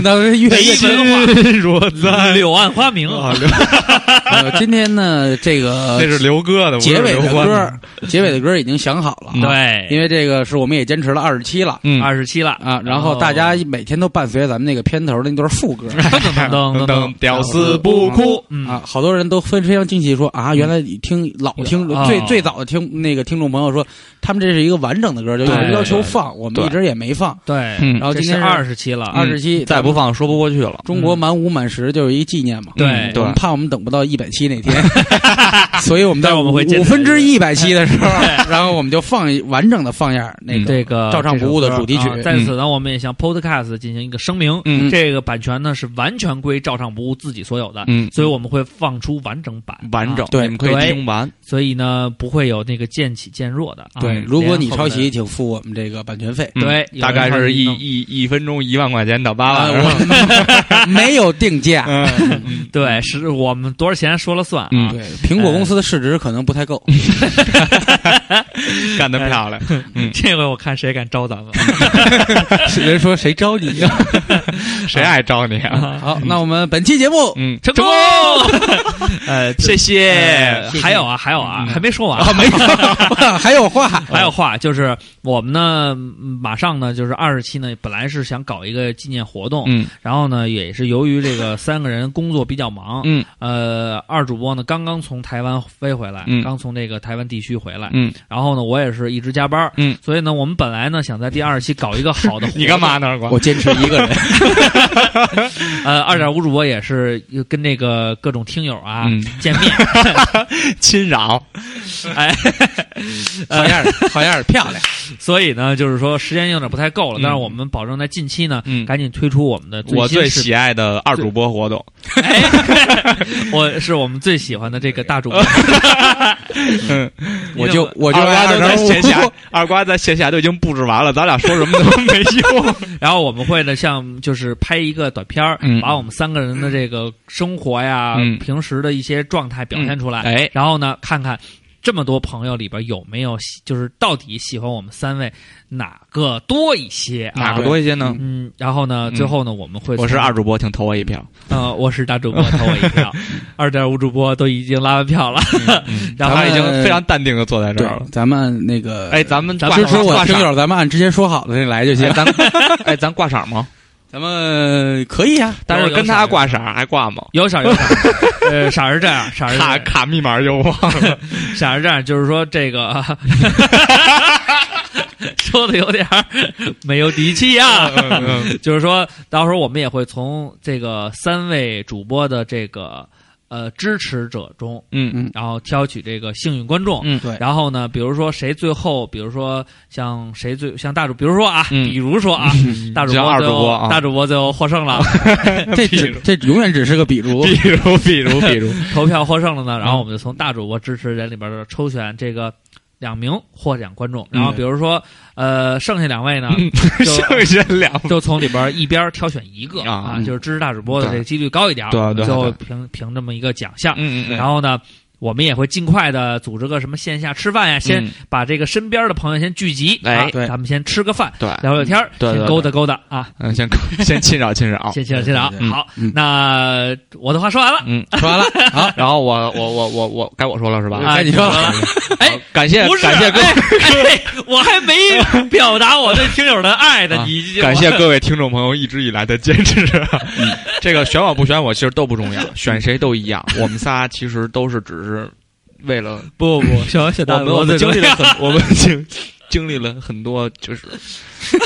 那越越
文化，柳暗花明，
呃，今天呢，这个
那是刘哥的，
呃结尾的
不是刘欢
歌儿，结尾的歌儿已经想好了啊，
对，
因为这个是我们也坚持了二十七了
嗯，
二十七了哦
啊，然后大家每天都伴随着咱们那个片头的那段副歌
噔噔
嗯
噔噔噔，
屌丝
不
哭，嗯
啊，好多人都非常惊喜说啊，原来你听老听
啊
最最早的听那个听众朋友说，他们这是一个完整的歌，就有人
对
要求放，我们
对
一直也没放，
对，
嗯
然后
这
今
是
天
二十期了，
二十七，
再不放说不过去了。
中国满五满十就是一个纪念嘛，
对
嗯
我
对
们，怕我们等不到一百期那 天，所以我们在
但我们会坚持
五分之一百期的时候，啊然后我们就放一完整的放一下那个
这个
嗯照唱不误的主题曲嗯
这首歌啊在此呢，我们也向 Podcast 进行一个声明，
嗯
这个版权呢是完全归照唱不误自己所有的，
嗯，
所以我们会放出完整版，
完整
啊，
对
你们可以
对
听完。
所以呢不会有那个渐起渐弱的。啊
对，
嗯
连
嗯如果你抄
后
袭，
面，
请付我们这个版权费。
对
嗯大哎概
有人
是一
弄
一一分钟一万块钱到八
啊，
万，是吧？
我 没有定 价。
对，是我们多少钱说了算啊
嗯。
对，苹果公司的市值可能不太够。
干得漂亮。
这回我看谁敢招咱们。
嗯人说谁招你？
谁爱招你啊？
好，那我们本期节目
嗯，
成功！ 呃，
谢
呃
谢。
还有啊，还有啊，还没说完，
嗯哦没
嗯
有， 还有话。
还有话就是，我们呢，嗯马上呢，就是二十七呢，本来是想搞一个纪念活动，
嗯
然后呢，也是由于这个三个人工作比较忙，
嗯
呃，二主播呢刚刚从台湾飞回来，
嗯
刚从这个台湾地区回来，
嗯，
然后呢，我也是一直加班，
嗯，
所以呢，我们本来呢想在第二期搞一个好的活动，
你干嘛呢？我
我坚持一个 人。
呃，二点五主播也是跟那个各种听友啊、
嗯
见面，
侵 扰。
哎，
好样
呃
的，好样的，漂亮！
所以呢，就是说时间有点不太够了，
嗯
但是我们保证在近期呢，
嗯
赶紧推出我们的最
我最
新视频哎
喜爱的二主播活动，
我是我们最喜欢的这个 大主播，
嗯
我就我就
二
按
瓜都在
照
线下，二瓜在线下都已经布置完了，咱俩说什么都没用。
然后我们会呢，像就是拍一个短片儿，
嗯
把我们三个人的这个生活呀、
嗯
平时的一些状态表现出来，
哎，
然后呢，看看这么多朋友里边有没有喜，就是到底喜欢我们三位哪个多一些啊？
哪个多一些呢？
嗯，然后呢，
嗯
最后呢，我们会
我是二主播，请投我一票。
呃，我是大主播，投我一票， 二点五主播都已经拉完票了，
嗯
然后
咱们
他已经非常淡定的坐在这
对
儿了，。
咱们那个
哎，呃咱们
咱
挂
们
支持
赏
我
挂
听
赏
友，咱们按之前说好的那来就行
哎。咱哎，咱挂赏吗？
咱们可以啊，
但是
有
跟
有赏
他
有
挂赏还挂吗？
有色有色，呃，色儿是这样，色儿是这
卡
样。
卡密码又忘了，
想是这样，就是说这个， 说的有点儿没有底气呀、
嗯嗯
就是说到时候我们也会从这个三位主播的这个呃支持者中，
嗯
嗯
然后挑取这个幸运观众。
嗯
对
然后呢，比如说谁最后，比如说像谁最像大主，比如说啊，
嗯
比如说啊，大主
像
播
二
最
主
后
播啊
大主播最后获胜 了，
这只这永远只是个比如，
比如比 如比如，
投票获胜了
嗯
呢，然后我们就从大主播支持人里边儿抽选这个两名获奖观众，
嗯
然后比如说呃，剩下两位呢，就
剩下两
就从里边儿一边儿挑选一个
啊
啊，
嗯
就是支持大主播的这个几率高一点儿，
对对
我们
对啊
最后
对
评评这么一个奖项，
嗯
然后呢。我们也会尽快的组织个什么线下吃饭呀，先
嗯
把这个身边的朋友先聚集，
哎
啊
对
咱们先吃个饭，
对，
聊聊天儿，
对对
先
对
勾搭勾搭啊，
嗯， 先先侵扰侵扰，
谢谢谢谢啊
对，
对对
好
嗯，
那我的话说完了，
嗯，说完了，好，然后我我我我我该我说了是吧？
啊
哎，你说
完了，
嗯
哎，
感谢
不是，
感谢各
哎哎我还没表达我对听友的爱呢，
啊
你已经
感谢各位听众朋友一直以来的坚持。啊
嗯
这个选我不选我其实都不重要，选谁都一 样。我们仨其实都是只是为了
不不不，小小
我
大
们
哥，
我们经历
对
了很 我们经经历了很多，就是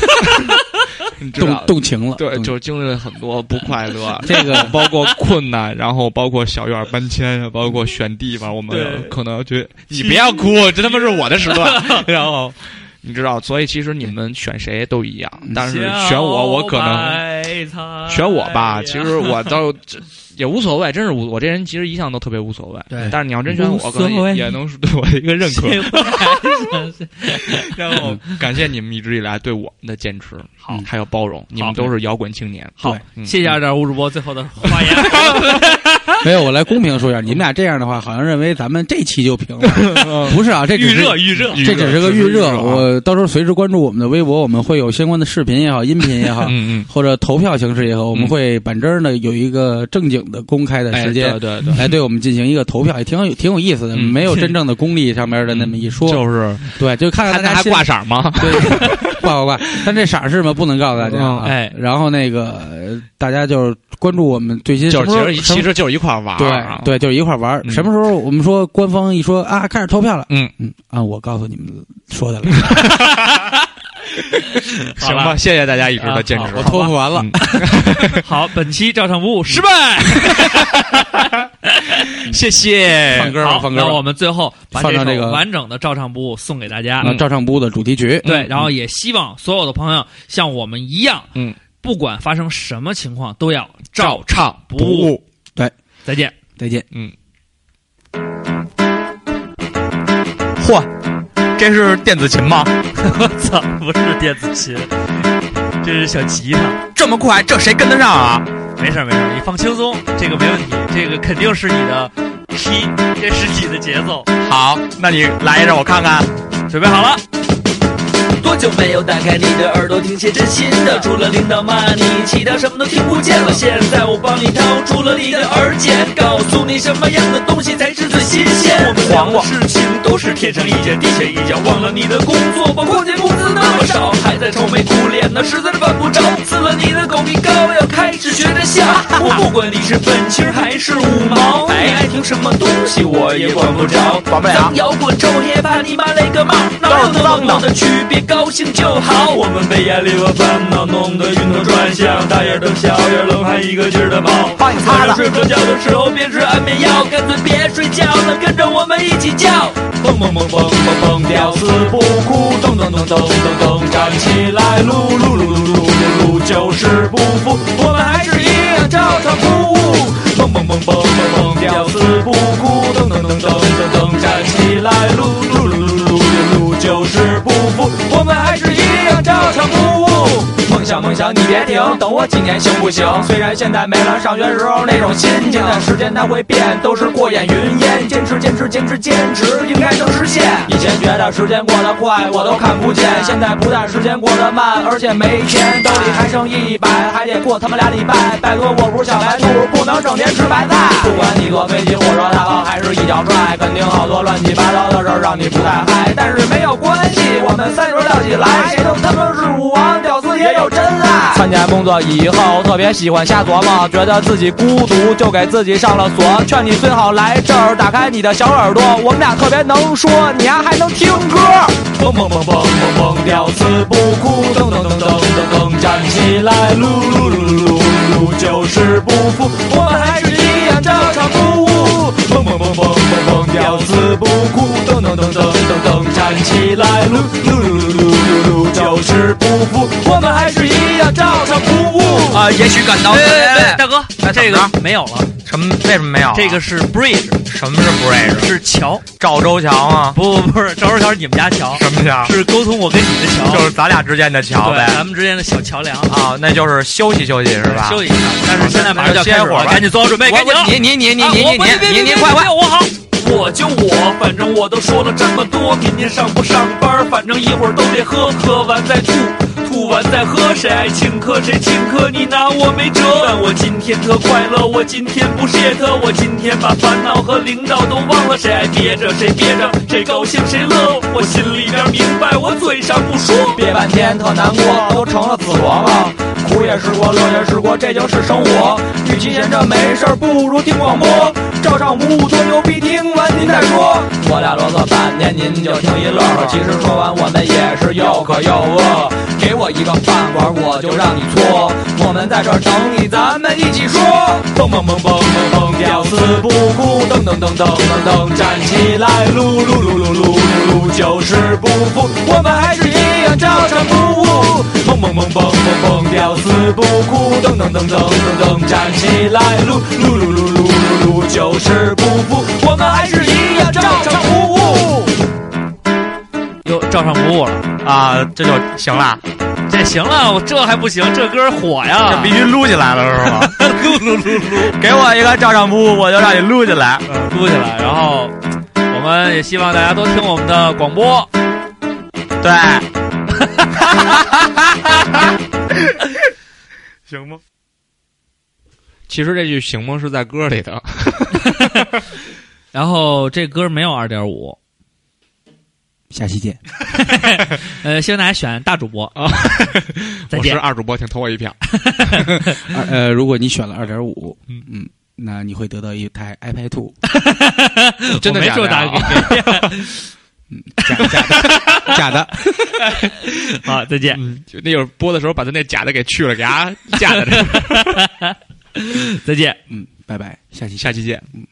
你哎知道
动。动情了，
对，
动
就是经历了很多不快 乐，
这个
嗯包括困难，然后包括小院搬迁啊，包括选地方，我
对
们可能要去。你不要哭，这他妈是我的时 段。然后你知道，所以其实你们选谁都一样，但是选我，嗯我哎可能
能
选我吧。其实我倒这也无所谓，真是无。我这人其实一向都特别无所谓。
对
但是你要真选
无
我，
所
可能
谓
也也能是对我的一个认可。
可。
然后感谢你们一直以来对我们的坚持，
好
还有包容，你们都是摇滚青年。
好，
嗯
谢谢二点五主播最后的发言。
没有，我来公平说一下，你们俩这样的话，好像认为咱们这期就 平了，
嗯
不是啊？这只
预
是
热预热，
这只是个预热，
啊
我到时候随时关注我们的微博，我们会有相关的视频也好，音频也好，
嗯嗯，
或者投票形式也好，我们
嗯
会板正的有一个正经的公开的
哎
时间，
对对对。
来对我们进行一个投票，也挺有挺有意思的，
嗯
没有真正的功利上面的那么一说，
就是
对，就看看大家心里
色吗？
对，挂挂挂，但这色儿是吗？不能告诉大家啊。
嗯
哎
然后那个呃大家就是关注我们最新
就
什么
是其
时候，
实一其实就是一块儿玩儿啊
对，对，就是一块儿玩儿。
嗯
什么时候我们说官方一说啊，开始投票了，
嗯
嗯，啊，我告诉你们说的了，
行吧，啊谢谢大家一直的坚持。 嗯
我托付完了。
好，本期照常不误失败。
谢谢
放歌吧，
好，
放歌
那我
吧。
们最后把
放
这
上这
首
个
完整的照常不误送给大家。
啊，照唱不误的主题
嗯
曲，
对，然后也希望所有的朋友像我们一样，
嗯，
不管发生什么情况，都要照
唱
不误。，
对，
再见。
再见。
嗯。嚯，这是电子琴吗？
我 操，不是电子琴，这是小吉他。
这么快，这谁跟得上啊？
没事儿没事儿，你放轻松，这个没问题，这个肯定是你的 key，这是你的节奏。
好，那你来一让我看看。
准备好了，
多久没有打开你的耳朵听些真心的？除了领导骂你，其他什么都听不见了。现在我帮你掏出了你的耳茧，告诉你什么样的东西才是最新鲜。我们聊的事情都是天上一脚地下一脚，忘了你的工作吧，况且工资那么少，还在愁眉苦脸呢，实在是犯不着。撕了你的狗皮膏，要开始学着笑。我不管你是愤青还是五毛，你爱听什么东西我也管不着，管不了。摇滚臭 hiphop，你妈嘞个毛！哪有那么多的区别？高兴就好。我们被压力和烦恼弄得晕头转向，大眼瞪小眼，冷汗一个劲儿的冒。帮你擦睡不着觉的时候别吃安眠药，干脆别睡觉了，跟着我们一起叫。
蹦蹦蹦蹦蹦蹦，屌丝不哭，噔噔噔噔噔噔，站起来，撸撸撸撸撸撸撸，就是不服，我们还是一样照常不误。蹦蹦蹦蹦蹦蹦，屌丝不哭，噔噔噔噔噔噔，站起来，撸撸撸撸撸撸撸，就是不服，我们还是一样照常不误。梦想梦想你别停，等我几年行不行？虽然现在没了上学时候那种心情，但时间它会变，都是过眼云烟。坚持坚持坚持坚持，应该能实现。以前觉得时间过得快，我都看不见，现在不但时间过得慢，而且没钱，兜里还剩一百，还得过他妈俩礼拜。拜托，我不是小白兔，不能整天吃白菜。不管你坐飞机、火车、大巴还是一脚踹，肯定好多乱七八糟的事儿让你不太嗨，但是没有关系，我们三十聊起来，谁都他妈是武王，屌丝也有真爱。参加工作以后，特别喜欢瞎琢磨，觉得自己孤独，就给自己上了锁。劝你最好来这儿，打开你的小耳朵，我们俩特别能说，你呀还能听歌。蹦蹦蹦蹦蹦蹦，屌丝不哭，噔噔噔噔噔噔，站起来，撸撸撸撸撸撸，就是不服，我们还是一样照常不误。蹦蹦蹦蹦蹦蹦，屌丝不哭，噔噔噔噔噔噔，站起来，撸撸撸撸撸撸撸，就是不服，我们还是一样照常不误。
啊，也许感到特
哎，
别
大哥，这
怎么
个没有了，
什么？为什么没有啊？
这个是 bridge，
什么是 bridge？
是桥，
赵州桥吗？
不不不是，赵州桥是你们家桥，
什么桥？
是沟通我跟你的桥，
就是咱俩之间的桥
对，
呗。
咱们之间的小桥梁，
啊，那就是休息休息是吧？
休息一下。但是现在马上就要开始
歇会儿
了，
吧
赶紧做好准备，
我
赶紧啊！
我你你哎你你
啊
你
我
你
别别
你你
别
快
别
快！
我好，
我就我，反正我都说了这么多，明天上不上班，反正一会儿都得喝，喝完再吐，吐完再喝，谁爱请客谁请客，你拿我没辙。但我今天特快乐，我今天不懈特，我今天把烦恼和领导都忘了，谁爱憋着谁憋着，谁高兴谁乐，我心里边明白，我嘴上不说。憋半天特难过，都成了死活了。苦也是过，乐也是过，这就是生活。与其闲着没事儿，不如听广播。照常不误，多牛逼！听完您再说。我俩啰嗦半天，您就听一乐呵。其实说完，我们也是又渴又饿。给我一个饭碗，我就让你搓。我们在这儿等你，咱们一起说。蹦蹦蹦蹦蹦蹦，屌丝不哭，噔噔噔噔噔噔，站起来，撸撸撸撸撸撸，就是不服，我们还是一样照常不误。蹦蹦蹦蹦蹦蹦，屌丝不哭，噔噔噔噔噔噔，站起来，撸撸撸撸撸撸撸，就是不服，我们还是一样照常不误。
又照上服务了，
啊，这就行了，
这行了，我这还不行，这歌火
这
呀
必！须撸起来了是 吗？
噜噜噜噜
给我一个照相布，我就让你撸起来。
呃
撸起来，然后我们也希望大家多听我们的广播。
对，行吗？
其实这句“行吗”是在歌里的，
然后这歌没有二点五，
下期见。
呃，希望大家选大主播。
哦我
再见
是啊二主播，请投我一票。
二呃，如果你选了二点五，
嗯
嗯，那你会得到一台 iPad Two，
真的啊
我没
假
说
的
大
呀？
家给
假假的假的。
好，啊再见，
嗯，就那会儿播的时候把他那假的给去了， 给他架在这儿。
再见。
嗯，拜拜，下期见。
下期见。
嗯。